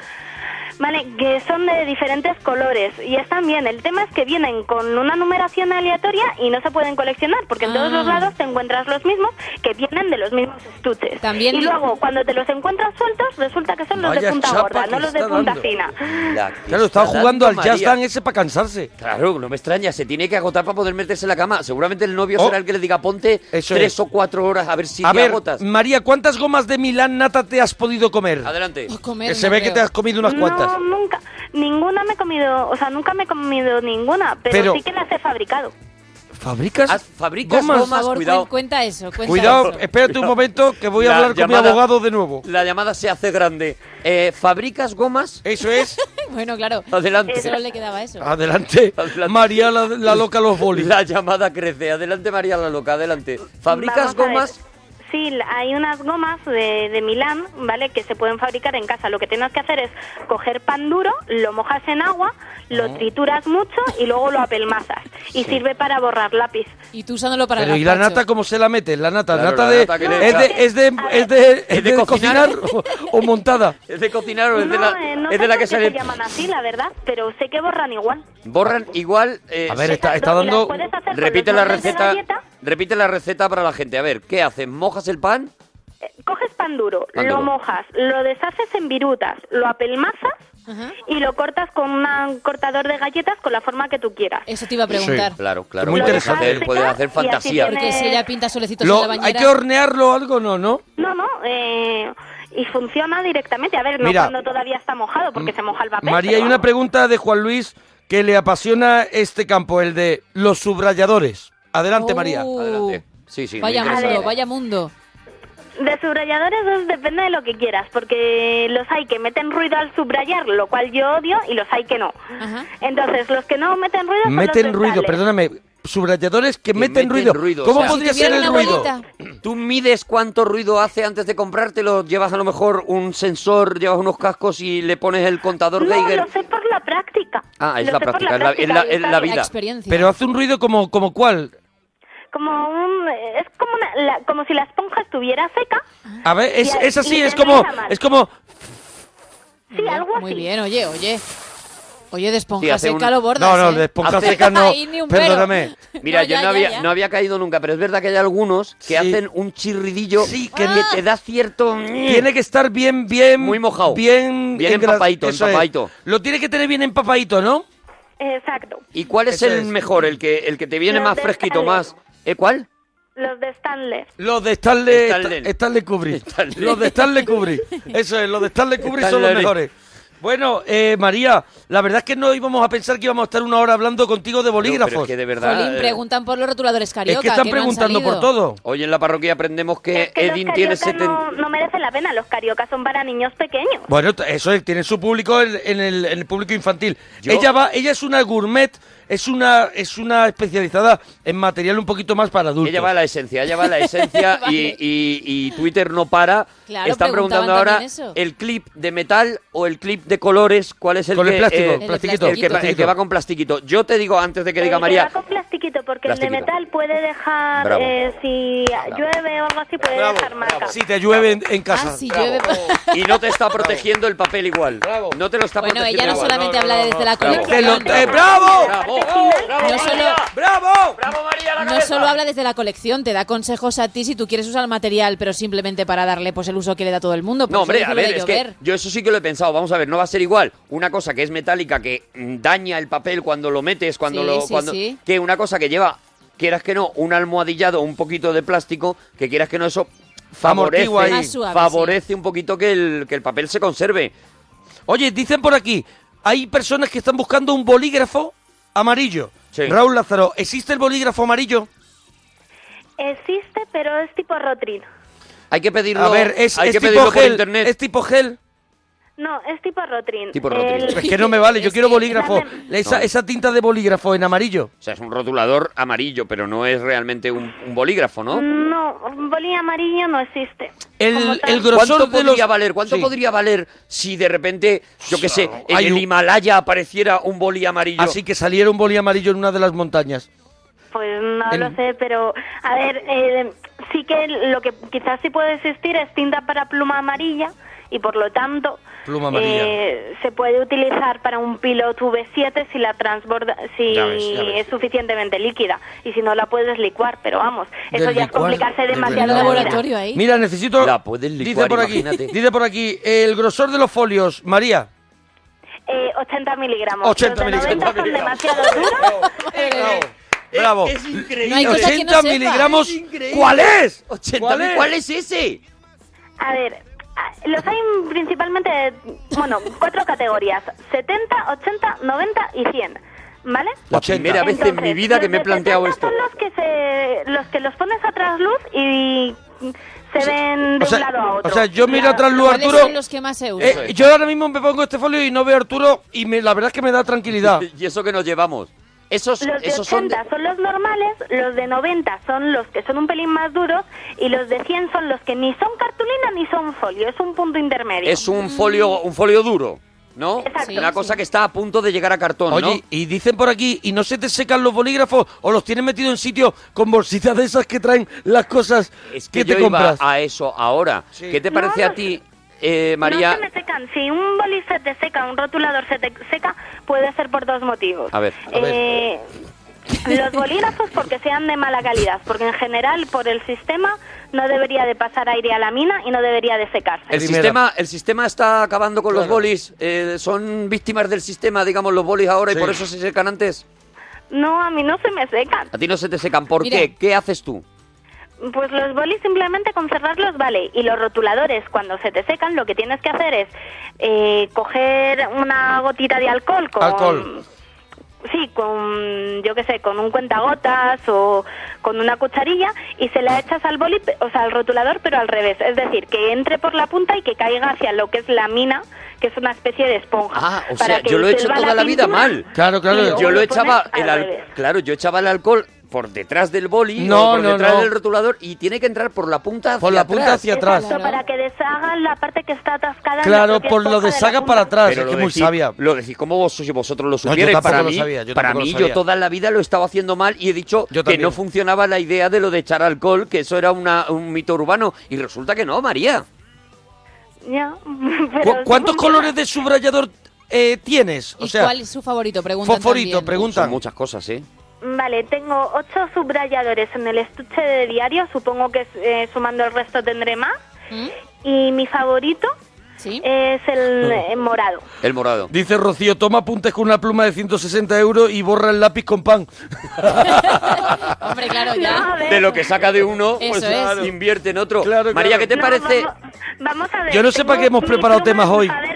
Speaker 26: Vale, que son de diferentes colores y están bien. El tema es que vienen con una numeración aleatoria y no se pueden coleccionar porque en todos
Speaker 3: Ah.
Speaker 26: los lados te encuentras los mismos que vienen de los mismos estuches.
Speaker 3: También-
Speaker 26: Y luego, cuando te los encuentras sueltos, resulta que son los
Speaker 2: Vaya
Speaker 26: de punta
Speaker 2: chapa
Speaker 26: gorda,
Speaker 2: que
Speaker 26: no los de
Speaker 2: está
Speaker 26: punta
Speaker 2: dando.
Speaker 26: fina.
Speaker 2: Claro, estaba jugando al jazz dance
Speaker 27: ese para cansarse. Claro, no me extraña, se tiene que agotar para poder meterse en la cama. Seguramente el novio será el que le diga ponte tres
Speaker 2: Oh. es.
Speaker 27: o cuatro horas a ver si
Speaker 2: A
Speaker 27: te
Speaker 2: ver,
Speaker 27: agotas.
Speaker 2: María, ¿cuántas gomas de Milán nata te has podido comer?
Speaker 27: Adelante.
Speaker 2: Que Eh, se ve que te has comido unas cuantas.
Speaker 26: No, nunca. Ninguna me he comido, o sea, nunca me he comido ninguna, pero,
Speaker 2: Pero-
Speaker 26: sí que las he fabricado.
Speaker 2: ¿Fabricas?
Speaker 27: fabricas
Speaker 3: Por favor, cuen- cuenta eso, cuenta
Speaker 2: Cuidado,
Speaker 3: eso.
Speaker 2: espérate un momento que voy a
Speaker 27: La
Speaker 2: hablar con mi
Speaker 27: llamada-
Speaker 2: abogado de nuevo.
Speaker 27: La llamada se hace grande. Eh, ¿Fabricas gomas?
Speaker 2: Eso es.
Speaker 3: Bueno, claro.
Speaker 27: Adelante.
Speaker 3: Solo le quedaba eso.
Speaker 2: Adelante. María la, la loca los bolis.
Speaker 27: La llamada crece. Adelante, María la loca, adelante. ¿Fabricas
Speaker 26: Vamos a ver.
Speaker 27: gomas?
Speaker 26: Sí, la- hay unas gomas de, de Milán, ¿vale? Que se pueden fabricar en casa. Lo que tienes que hacer es coger pan duro, lo mojas en agua, lo
Speaker 2: Ah.
Speaker 26: trituras mucho y luego lo apelmazas. Y sirve para borrar lápiz.
Speaker 3: Y tú usándolo para
Speaker 2: Pero
Speaker 3: el
Speaker 2: ¿y la
Speaker 3: gazpacho.
Speaker 2: nata cómo se la mete? La nata,
Speaker 27: Claro,
Speaker 2: nata
Speaker 27: la
Speaker 2: de,
Speaker 27: nata que le
Speaker 2: es,
Speaker 27: echa-
Speaker 2: de, es de
Speaker 7: Ah,
Speaker 2: es de es de
Speaker 27: cocinar.
Speaker 2: cocinar o, o montada.
Speaker 27: ¿Es de cocinar o es de la,
Speaker 26: Eh, no
Speaker 27: es de la
Speaker 26: sé
Speaker 27: que
Speaker 26: por qué
Speaker 27: sale?
Speaker 26: se llaman así, la verdad, pero sé que borran igual.
Speaker 27: Borran igual. eh,
Speaker 2: A ver,
Speaker 27: sí.
Speaker 2: está- está
Speaker 26: Exacto, y dando- las puedes hacer con
Speaker 27: Repite
Speaker 26: los
Speaker 27: la
Speaker 26: moldes de
Speaker 27: receta.
Speaker 26: galleta.
Speaker 27: Repite la receta para la gente. A ver, ¿qué haces? ¿Mojas el pan?
Speaker 26: Eh, Coges pan duro,
Speaker 27: Pan
Speaker 26: lo
Speaker 27: duro.
Speaker 26: mojas, lo deshaces en virutas, lo apelmazas y lo cortas con una- un cortador de galletas con la forma que tú quieras.
Speaker 7: Eso te iba a preguntar.
Speaker 27: Claro, claro.
Speaker 2: Muy
Speaker 27: Puedes
Speaker 2: interesante.
Speaker 27: hacer- Puedes hacer
Speaker 26: así
Speaker 27: fantasía.
Speaker 7: Porque si ella pinta solecitos
Speaker 2: Lo-
Speaker 7: en la bañera...
Speaker 2: hay que hornearlo o algo, no, ¿no?
Speaker 26: No, no, eh, y funciona directamente. A ver, no
Speaker 2: Mira.
Speaker 26: cuando todavía está mojado, porque se moja el papel.
Speaker 2: María,
Speaker 26: pero
Speaker 2: hay una pregunta de Juan Luis que le apasiona este campo, el de los subrayadores. Adelante,
Speaker 7: Oh.
Speaker 2: María.
Speaker 7: Adelante.
Speaker 27: Sí, sí.
Speaker 7: Vaya mundo, vaya mundo.
Speaker 26: De subrayadores pues, depende de lo que quieras, porque los hay que meten ruido al subrayar, lo cual yo odio, y los hay que no. Entonces, los que no meten ruido... son los
Speaker 2: Meten ruido,
Speaker 26: dentales.
Speaker 2: perdóname. Subrayadores que, meten, ruido.
Speaker 27: ruido,
Speaker 2: ¿Cómo
Speaker 27: o sea,
Speaker 2: podría
Speaker 27: si tuviera
Speaker 2: ser el
Speaker 27: una
Speaker 2: ruido?
Speaker 27: bolita. Tú mides cuánto ruido hace antes de comprártelo, llevas a lo mejor un sensor, llevas unos cascos y le pones el contador
Speaker 26: No,
Speaker 27: Geiger.
Speaker 26: lo sé por la práctica.
Speaker 27: Ah, es
Speaker 26: Lo
Speaker 27: la
Speaker 26: sé por
Speaker 27: práctica, es la- es la-
Speaker 26: práctica,
Speaker 27: es la
Speaker 26: está
Speaker 27: vida.
Speaker 26: bien.
Speaker 27: La
Speaker 7: experiencia.
Speaker 2: Pero hace un ruido como, como cuál.
Speaker 26: Como un, es como, una- la- como si la esponja estuviera seca.
Speaker 2: A ver, es,
Speaker 26: Y-
Speaker 2: es así,
Speaker 26: y
Speaker 2: es
Speaker 26: te
Speaker 2: como,
Speaker 26: enreda mal.
Speaker 2: es como
Speaker 26: Sí, algo
Speaker 7: Muy bien, oye, oye. Oye, de
Speaker 27: Sí,
Speaker 7: esponja
Speaker 27: hace un-
Speaker 7: seca lo bordas, ¿eh?
Speaker 27: Hace-
Speaker 7: Ahí ni un pelo.
Speaker 27: Mira,
Speaker 7: No,
Speaker 27: yo
Speaker 7: ya,
Speaker 27: no,
Speaker 7: ya,
Speaker 27: había,
Speaker 7: ya.
Speaker 27: no había caído nunca, pero es verdad que hay algunos que hacen un chirridillo que, te da cierto...
Speaker 2: Tiene que estar bien, bien. Muy
Speaker 27: mojado.
Speaker 2: Bien.
Speaker 27: Bien
Speaker 2: engra-
Speaker 27: empapadito,
Speaker 2: eso es.
Speaker 27: empapadito.
Speaker 2: Lo tiene que tener bien empapadito, ¿no?
Speaker 26: Exacto.
Speaker 27: ¿Y cuál es
Speaker 2: Eso
Speaker 27: el
Speaker 2: es.
Speaker 27: mejor? ¿El que, el que te viene
Speaker 26: Los
Speaker 27: más
Speaker 26: de
Speaker 27: fresquito,
Speaker 26: Stanley.
Speaker 27: más...? ¿Eh, cuál?
Speaker 26: Los de Stanley.
Speaker 2: Los de Stanley,
Speaker 27: Stanley.
Speaker 2: Sta- Stanley Kubrick. Los de Stanley Kubrick. Eso es, los de Stanley Kubrick son los
Speaker 27: Stanley.
Speaker 2: mejores. Bueno, eh, María, la verdad es que no íbamos a pensar que íbamos a estar una hora hablando contigo de bolígrafos.
Speaker 27: es que de verdad- eh,
Speaker 7: Jolín, preguntan por los rotuladores carioca. no han salido.
Speaker 27: Hoy en la parroquia aprendemos que,
Speaker 26: Que
Speaker 27: Edin Eh,
Speaker 26: los
Speaker 27: tiene
Speaker 26: cariocas
Speaker 27: 70...
Speaker 26: no, no merece la pena, los cariocas son para niños pequeños.
Speaker 2: Bueno, t- eso es, tiene su público en, en el, en el público infantil. Ella va, ella es una gourmet, es una, es una especializada en material un poquito más para adultos.
Speaker 27: Ella va a la esencia, ella va a la esencia y,
Speaker 2: Vale.
Speaker 27: y- y Twitter no para.
Speaker 2: Claro,
Speaker 27: Están
Speaker 2: preguntaban
Speaker 27: preguntando ahora
Speaker 2: también eso.
Speaker 27: el clip de metal o el clip de colores, ¿cuál es el
Speaker 2: Con el
Speaker 27: que,
Speaker 2: plástico,
Speaker 27: eh,
Speaker 2: El de plastiquito,
Speaker 27: el que, va- el
Speaker 2: plastiquito.
Speaker 27: que va con plastiquito. Yo te digo antes de que diga
Speaker 26: El que
Speaker 27: María,
Speaker 26: va Eh, con plastiquito, porque el de
Speaker 27: Plastiquito.
Speaker 26: metal puede dejar,
Speaker 27: Bravo.
Speaker 26: eh, si llueve o algo así, puede dejar marca.
Speaker 2: Si te llueve en, en casa.
Speaker 7: Ah, si
Speaker 2: Bravo.
Speaker 7: llueve...
Speaker 27: y no te está protegiendo el papel igual. No te lo está
Speaker 7: Bueno,
Speaker 27: protegiendo
Speaker 7: ella no
Speaker 27: igual.
Speaker 7: solamente habla desde la
Speaker 27: Bravo.
Speaker 2: Te lo-
Speaker 7: colección.
Speaker 2: eh, ¡Bravo!
Speaker 7: No solo...
Speaker 2: ¡Bravo!
Speaker 7: No solo habla desde la colección, te da consejos a ti si tú quieres usar el material, pero simplemente para darle pues el uso que le da todo el mundo. Por
Speaker 27: No,
Speaker 7: eso
Speaker 27: hombre,
Speaker 7: dice
Speaker 27: a
Speaker 7: lo de
Speaker 27: ver, es que
Speaker 7: llover.
Speaker 27: yo eso sí que lo he pensado. Vamos a ver, no va a ser igual una cosa que es metálica, que mm, daña el papel cuando lo metes, cuando
Speaker 7: Sí,
Speaker 27: lo.
Speaker 7: sí,
Speaker 27: cuando,
Speaker 7: sí.
Speaker 27: Que una cosa que lleva, quieras que no, un almohadillado, un poquito de plástico, que quieras que no, eso favorece,
Speaker 2: Amortigua ahí. Más suave,
Speaker 27: favorece un poquito que el, que el papel se conserve.
Speaker 2: Oye, dicen por aquí, hay personas que están buscando un bolígrafo amarillo. Raúl Lázaro, ¿existe el bolígrafo amarillo?
Speaker 26: Existe, pero es tipo Rotring.
Speaker 27: Hay que pedirlo.
Speaker 2: A ver, es,
Speaker 27: hay
Speaker 2: es
Speaker 27: que
Speaker 2: tipo
Speaker 27: pedirlo por
Speaker 2: gel.
Speaker 27: internet.
Speaker 2: Es tipo gel.
Speaker 26: No, es tipo Rotring.
Speaker 27: Tipo Rotring.
Speaker 26: El-
Speaker 2: Es que no me vale, yo quiero bolígrafo. Esa,
Speaker 27: No.
Speaker 2: esa tinta de bolígrafo en amarillo.
Speaker 27: O sea, es un rotulador amarillo, pero no es realmente un, un bolígrafo, ¿no?
Speaker 26: No, un bolí amarillo no existe. Como
Speaker 27: El,
Speaker 26: tal.
Speaker 27: ¿Cuánto podría valer? ¿Cuánto podría valer si de repente, yo qué sé, en
Speaker 2: Hay
Speaker 27: el
Speaker 2: un-
Speaker 27: Himalaya apareciera un boli amarillo?
Speaker 2: Así que saliera un boli amarillo en una de las montañas.
Speaker 26: Pues no
Speaker 2: El-
Speaker 26: lo sé, pero a ver, eh, sí que lo que quizás sí puede existir es tinta para pluma amarilla y por lo tanto
Speaker 2: Pluma amarilla.
Speaker 26: eh, se puede utilizar para un piloto V7 si la transborda, si
Speaker 2: Ya ves, ya ves.
Speaker 26: es suficientemente líquida y si no la puedes licuar, pero vamos, eso ya es
Speaker 2: Deslicuar,
Speaker 26: complicarse
Speaker 2: de
Speaker 26: demasiado.
Speaker 2: verdad.
Speaker 26: la vida.
Speaker 2: Mira, necesito.
Speaker 27: La puedes
Speaker 2: dice
Speaker 27: licuar,
Speaker 2: por aquí,
Speaker 27: imagínate.
Speaker 2: dice por aquí, el grosor de los folios, María.
Speaker 26: Eh, 80 miligramos.
Speaker 2: 80
Speaker 26: Los de 90
Speaker 2: miligramos.
Speaker 26: son demasiado duros.
Speaker 2: Bravo.
Speaker 27: Es increíble.
Speaker 26: No hay cosa que no
Speaker 2: 80
Speaker 26: sepa.
Speaker 2: miligramos.
Speaker 26: Es increíble.
Speaker 2: ¿Cuál es?
Speaker 27: 80
Speaker 2: ¿Cuál es?
Speaker 27: ¿Cuál es ese?
Speaker 26: A ver, a- los hay principalmente, bueno, cuatro categorías, 70, 80, 90 y 100, ¿vale?
Speaker 27: La primera vez en mi vida que me he planteado esto.
Speaker 26: Son los que, se, los que los pones a trasluz y se ven de
Speaker 2: o sea,
Speaker 26: un lado a otro.
Speaker 2: o sea, yo miro a trasluz,
Speaker 7: ¿Cuáles
Speaker 2: Arturo.
Speaker 7: son los que más se usan?
Speaker 2: Eh, yo ahora mismo me pongo este folio y no veo a Arturo y me, la verdad es que me da tranquilidad.
Speaker 27: ¿Y eso que nos llevamos? Esos,
Speaker 26: Los de
Speaker 27: esos son...
Speaker 26: 80 son, los normales, los de 90 son los que son un pelín más duros y los de 100 son los que ni son cartulina ni son folio, es un punto intermedio. Mm.
Speaker 27: Es un folio, un folio duro, ¿no? Una cosa que está a punto de llegar a cartón,
Speaker 2: Oye,
Speaker 27: ¿no?
Speaker 2: y dicen por aquí, ¿y no se te secan los bolígrafos o los tienes metidos en sitio con bolsitas de esas que traen las cosas
Speaker 27: Es que
Speaker 2: que
Speaker 27: yo
Speaker 2: te compras?
Speaker 27: iba a eso ahora. ¿Qué te
Speaker 26: No,
Speaker 27: parece
Speaker 26: no
Speaker 27: a ti, eh, María?
Speaker 26: No se me secan. Si un boli se te seca, un rotulador se te seca, puede ser por dos motivos.
Speaker 27: A ver.
Speaker 26: Eh, Los bolígrafos porque sean de mala calidad, porque en general por el sistema no debería de pasar aire a la mina y no debería de secarse.
Speaker 27: El sistema, el sistema está acabando con los bolis. eh, son víctimas del sistema, digamos, los bolis ahora y por eso se secan antes.
Speaker 26: No, a mí no se me secan.
Speaker 27: A ti no se te secan. ¿Por
Speaker 26: Mira.
Speaker 27: qué? ¿Qué haces tú?
Speaker 26: Pues los bolis simplemente con cerrarlos vale. Y los rotuladores, cuando se te secan, lo que tienes que hacer es eh, coger una gotita de alcohol con...
Speaker 2: Alcohol.
Speaker 26: Sí, con, yo qué sé, con un cuentagotas o con una cucharilla y se la echas al boli, o sea, al rotulador, pero al revés. Es decir, que entre por la punta y que caiga hacia lo que es la mina, que es una especie de esponja.
Speaker 27: Ah, O
Speaker 26: Para
Speaker 27: sea,
Speaker 26: que
Speaker 27: yo lo he hecho
Speaker 26: disuelva
Speaker 27: toda la, vida
Speaker 26: pintura. pues
Speaker 27: mal.
Speaker 2: Claro, claro. Y luego
Speaker 27: Yo lo
Speaker 2: lo
Speaker 27: echaba
Speaker 2: pones
Speaker 27: el
Speaker 2: al
Speaker 27: al-
Speaker 2: revés.
Speaker 27: claro, yo echaba el alcohol por detrás del boli
Speaker 2: No,
Speaker 27: o por
Speaker 2: no,
Speaker 27: detrás
Speaker 2: no.
Speaker 27: del rotulador y tiene que entrar por la punta hacia
Speaker 2: Por la punta hacia atrás.
Speaker 26: Exacto, para que deshagan la parte que está atascada. en la
Speaker 2: Claro,
Speaker 26: propia
Speaker 2: por lo
Speaker 26: esponja
Speaker 2: de
Speaker 26: la
Speaker 2: saga
Speaker 26: punta.
Speaker 2: para atrás,
Speaker 27: Pero
Speaker 2: es
Speaker 27: lo
Speaker 2: que es muy
Speaker 27: decís-
Speaker 2: sabia.
Speaker 27: Lo decís como vos, si vosotros lo
Speaker 2: yo
Speaker 27: supierais.
Speaker 2: tampoco
Speaker 27: para
Speaker 2: lo
Speaker 27: mí,
Speaker 2: sabía, yo
Speaker 27: para
Speaker 2: tampoco
Speaker 27: mí
Speaker 2: lo
Speaker 27: yo
Speaker 2: sabía.
Speaker 27: toda la vida lo estaba haciendo mal y he dicho que
Speaker 2: también.
Speaker 27: no funcionaba la idea de lo de echar alcohol, que eso era una- un mito urbano. Y resulta que no, María.
Speaker 26: Ya,
Speaker 2: ¿Cu-
Speaker 26: pero
Speaker 2: ¿Cuántos colores de subrayador eh, tienes? O
Speaker 7: ¿Y
Speaker 2: sea,
Speaker 7: cuál es su favorito? Preguntan
Speaker 2: fosforito,
Speaker 7: también.
Speaker 2: preguntan.
Speaker 27: muchas cosas, ¿eh?
Speaker 26: Vale, tengo ocho subrayadores en el estuche de diario, supongo que eh, sumando el resto tendré más.
Speaker 7: ¿Mm?
Speaker 26: Y mi favorito es el eh, morado.
Speaker 27: El morado.
Speaker 2: Dice Rocío, toma apuntes con una pluma de 160 euros y borra el lápiz con pan.
Speaker 7: Hombre, claro, ya.
Speaker 27: De lo que saca de uno, pues
Speaker 7: Eso es.
Speaker 27: claro, invierte en otro. María, ¿qué te
Speaker 26: No,
Speaker 27: parece?
Speaker 26: Vamos, vamos a ver.
Speaker 2: Yo no sé
Speaker 26: tengo
Speaker 2: para qué hemos
Speaker 26: mi
Speaker 2: preparado
Speaker 26: pluma
Speaker 2: temas hoy.
Speaker 26: Faber-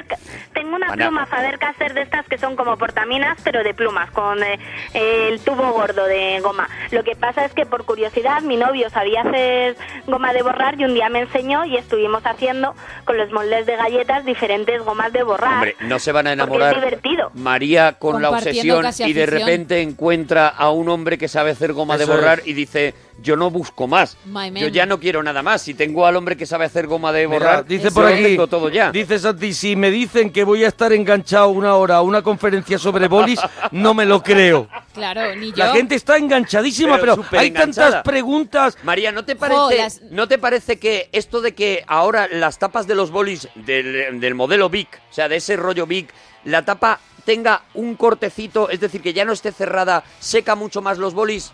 Speaker 26: tengo una
Speaker 2: Ana.
Speaker 26: pluma Faber Castell de estas que son como portaminas, pero de plumas, con eh, el tubo gordo de goma. Lo que pasa es que por curiosidad mi novio sabía hacer goma de borrar y un día me enseñó y estuvimos haciendo con los moldes de galletas diferentes gomas de borrar.
Speaker 27: Hombre, no se van a
Speaker 26: porque es
Speaker 27: enamorar.
Speaker 26: divertido.
Speaker 27: María con la
Speaker 26: Compartiendo
Speaker 27: obsesión
Speaker 26: casi
Speaker 27: y de
Speaker 26: afición.
Speaker 27: repente encuentra a un hombre que sabe hacer goma de
Speaker 2: Eso
Speaker 27: borrar
Speaker 2: es.
Speaker 27: y dice, yo no busco más,
Speaker 2: My
Speaker 27: yo
Speaker 2: man.
Speaker 27: ya no quiero nada más. Si tengo al hombre que sabe hacer goma de
Speaker 2: Mira,
Speaker 27: borrar,
Speaker 2: dice
Speaker 27: yo
Speaker 2: por
Speaker 27: lo
Speaker 2: aquí,
Speaker 27: tengo todo ya.
Speaker 2: dice Santi, si me dicen que voy a estar enganchado una hora a una conferencia sobre bolis, no me lo creo.
Speaker 7: Claro, ni yo.
Speaker 2: La gente está enganchadísima, pero, hay tantas preguntas.
Speaker 27: María, ¿no te
Speaker 7: Jo,
Speaker 27: parece,
Speaker 7: las-
Speaker 27: ¿no te parece que esto de que ahora las tapas de los bolis del, del modelo Vic, o sea, de ese rollo Vic, la tapa tenga un cortecito, es decir, que ya no esté cerrada, seca mucho más los bolis?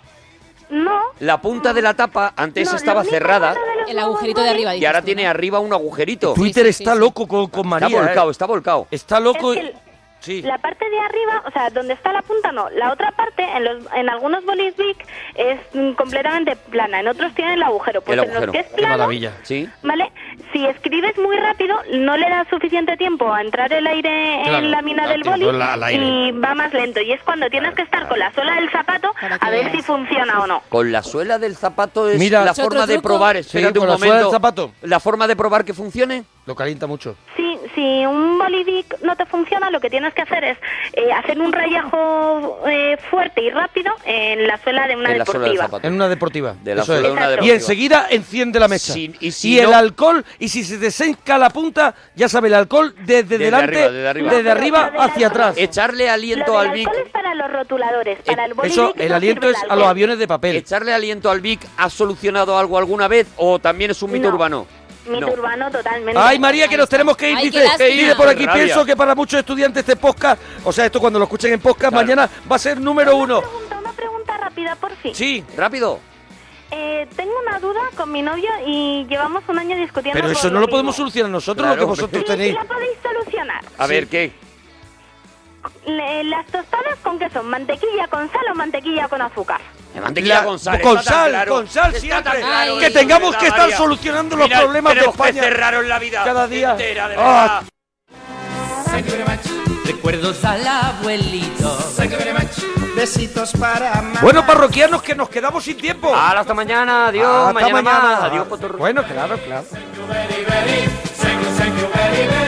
Speaker 26: No.
Speaker 27: La punta de la tapa antes
Speaker 7: No,
Speaker 27: estaba
Speaker 7: lo único
Speaker 27: cerrada.
Speaker 7: El agujerito de arriba,
Speaker 27: Y
Speaker 7: dices
Speaker 27: ahora
Speaker 7: tú,
Speaker 27: tiene
Speaker 7: ¿no?
Speaker 27: arriba un agujerito.
Speaker 2: Twitter está loco con, con María.
Speaker 27: Está volcado,
Speaker 2: ¿eh?
Speaker 27: está volcado.
Speaker 2: Está loco.
Speaker 26: Es que el-
Speaker 2: Sí.
Speaker 26: La parte de arriba, o sea, donde está la punta no, la otra parte en, los, en algunos bolis Bic es mm, completamente plana, en otros tiene el agujero, pues
Speaker 27: El
Speaker 26: en
Speaker 27: agujero.
Speaker 26: los que es plano,
Speaker 27: Sí.
Speaker 26: ¿vale? Si escribes muy rápido no le da suficiente tiempo a entrar el aire
Speaker 27: Claro,
Speaker 26: en la mina
Speaker 27: da
Speaker 26: del
Speaker 27: tiempo
Speaker 26: boli
Speaker 27: al- al aire.
Speaker 26: y va más lento y es cuando tienes que estar con la sola del zapato a ver si funciona o no.
Speaker 27: Con la suela del zapato es
Speaker 2: Mira,
Speaker 27: la
Speaker 2: ¿Es otro
Speaker 27: forma de
Speaker 2: truco?
Speaker 27: probar.
Speaker 2: Sí,
Speaker 27: Espérate
Speaker 2: con
Speaker 27: un
Speaker 2: la suela del
Speaker 27: momento.
Speaker 2: zapato.
Speaker 27: La forma de probar que funcione.
Speaker 2: Lo calienta mucho.
Speaker 26: Sí, si un bolivic no te funciona, lo que tienes que hacer es eh, hacer un rayajo eh, fuerte y rápido en la suela de una deportiva.
Speaker 2: En una deportiva.
Speaker 27: la
Speaker 2: eso
Speaker 27: suela
Speaker 2: es.
Speaker 27: de una
Speaker 2: Y
Speaker 27: deportiva.
Speaker 2: enseguida enciende la mesa.
Speaker 27: Si-
Speaker 2: y
Speaker 27: y si
Speaker 2: el
Speaker 27: no-
Speaker 2: alcohol, y si se desenca la punta, ya sabe, el alcohol desde, delante,
Speaker 27: arriba, desde arriba.
Speaker 2: desde arriba hacia atrás.
Speaker 27: Echarle aliento al Vic.
Speaker 26: Es para los rotuladores, para el boli
Speaker 2: Eh, Eso,
Speaker 26: Bic
Speaker 2: el
Speaker 26: no
Speaker 2: aliento
Speaker 26: sirve
Speaker 2: es
Speaker 26: el
Speaker 2: a los
Speaker 26: alcohol.
Speaker 2: aviones de papel.
Speaker 27: Echarle aliento al Vic ha solucionado algo alguna vez o también es un mito
Speaker 26: No.
Speaker 27: urbano.
Speaker 26: Mito
Speaker 27: No.
Speaker 26: urbano totalmente.
Speaker 2: Ay, María, que nos tenemos que ir.
Speaker 26: Ay, qué
Speaker 2: dice,
Speaker 26: lástima.
Speaker 2: dice por aquí,
Speaker 27: Qué rabia.
Speaker 2: pienso que para muchos estudiantes este podcast, o sea, esto cuando lo escuchen en podcast, mañana va a ser número uno.
Speaker 26: Pregunta rápida, por fin.
Speaker 2: Sí.
Speaker 27: Rápido.
Speaker 26: Eh, tengo una duda con mi novio y llevamos un año discutiendo.
Speaker 2: Pero
Speaker 26: por
Speaker 2: eso no lo
Speaker 26: mismo.
Speaker 2: podemos solucionar nosotros,
Speaker 27: Claro.
Speaker 2: lo que vosotros
Speaker 27: Sí,
Speaker 2: tenéis.
Speaker 26: La podéis solucionar.
Speaker 27: A ver, ¿qué?
Speaker 26: Le- las tostadas con qué son? ¿Mantequilla con sal o mantequilla con azúcar?
Speaker 27: Mantequilla
Speaker 2: La-
Speaker 27: con sal.
Speaker 2: con
Speaker 27: está tan
Speaker 2: sal,
Speaker 27: claro.
Speaker 2: con sal
Speaker 27: Está
Speaker 2: siempre.
Speaker 27: tan claro
Speaker 2: Que
Speaker 27: eso,
Speaker 2: tengamos
Speaker 27: ¿verdad,
Speaker 2: que estar
Speaker 27: María?
Speaker 2: solucionando los
Speaker 27: Mira,
Speaker 2: problemas de
Speaker 27: tenemos
Speaker 2: España.
Speaker 27: Que cerraron la vida.
Speaker 2: Cada día.
Speaker 27: entera, de
Speaker 2: Ah.
Speaker 27: verdad.
Speaker 1: Recuerdos al abuelito. Besitos para
Speaker 2: Bueno, parroquianos, que nos quedamos sin tiempo.
Speaker 27: Hasta mañana, adiós,
Speaker 2: Hasta
Speaker 27: mañana más,
Speaker 2: mañana.
Speaker 27: adiós,
Speaker 2: Bueno, claro, claro.
Speaker 1: Thank you very much.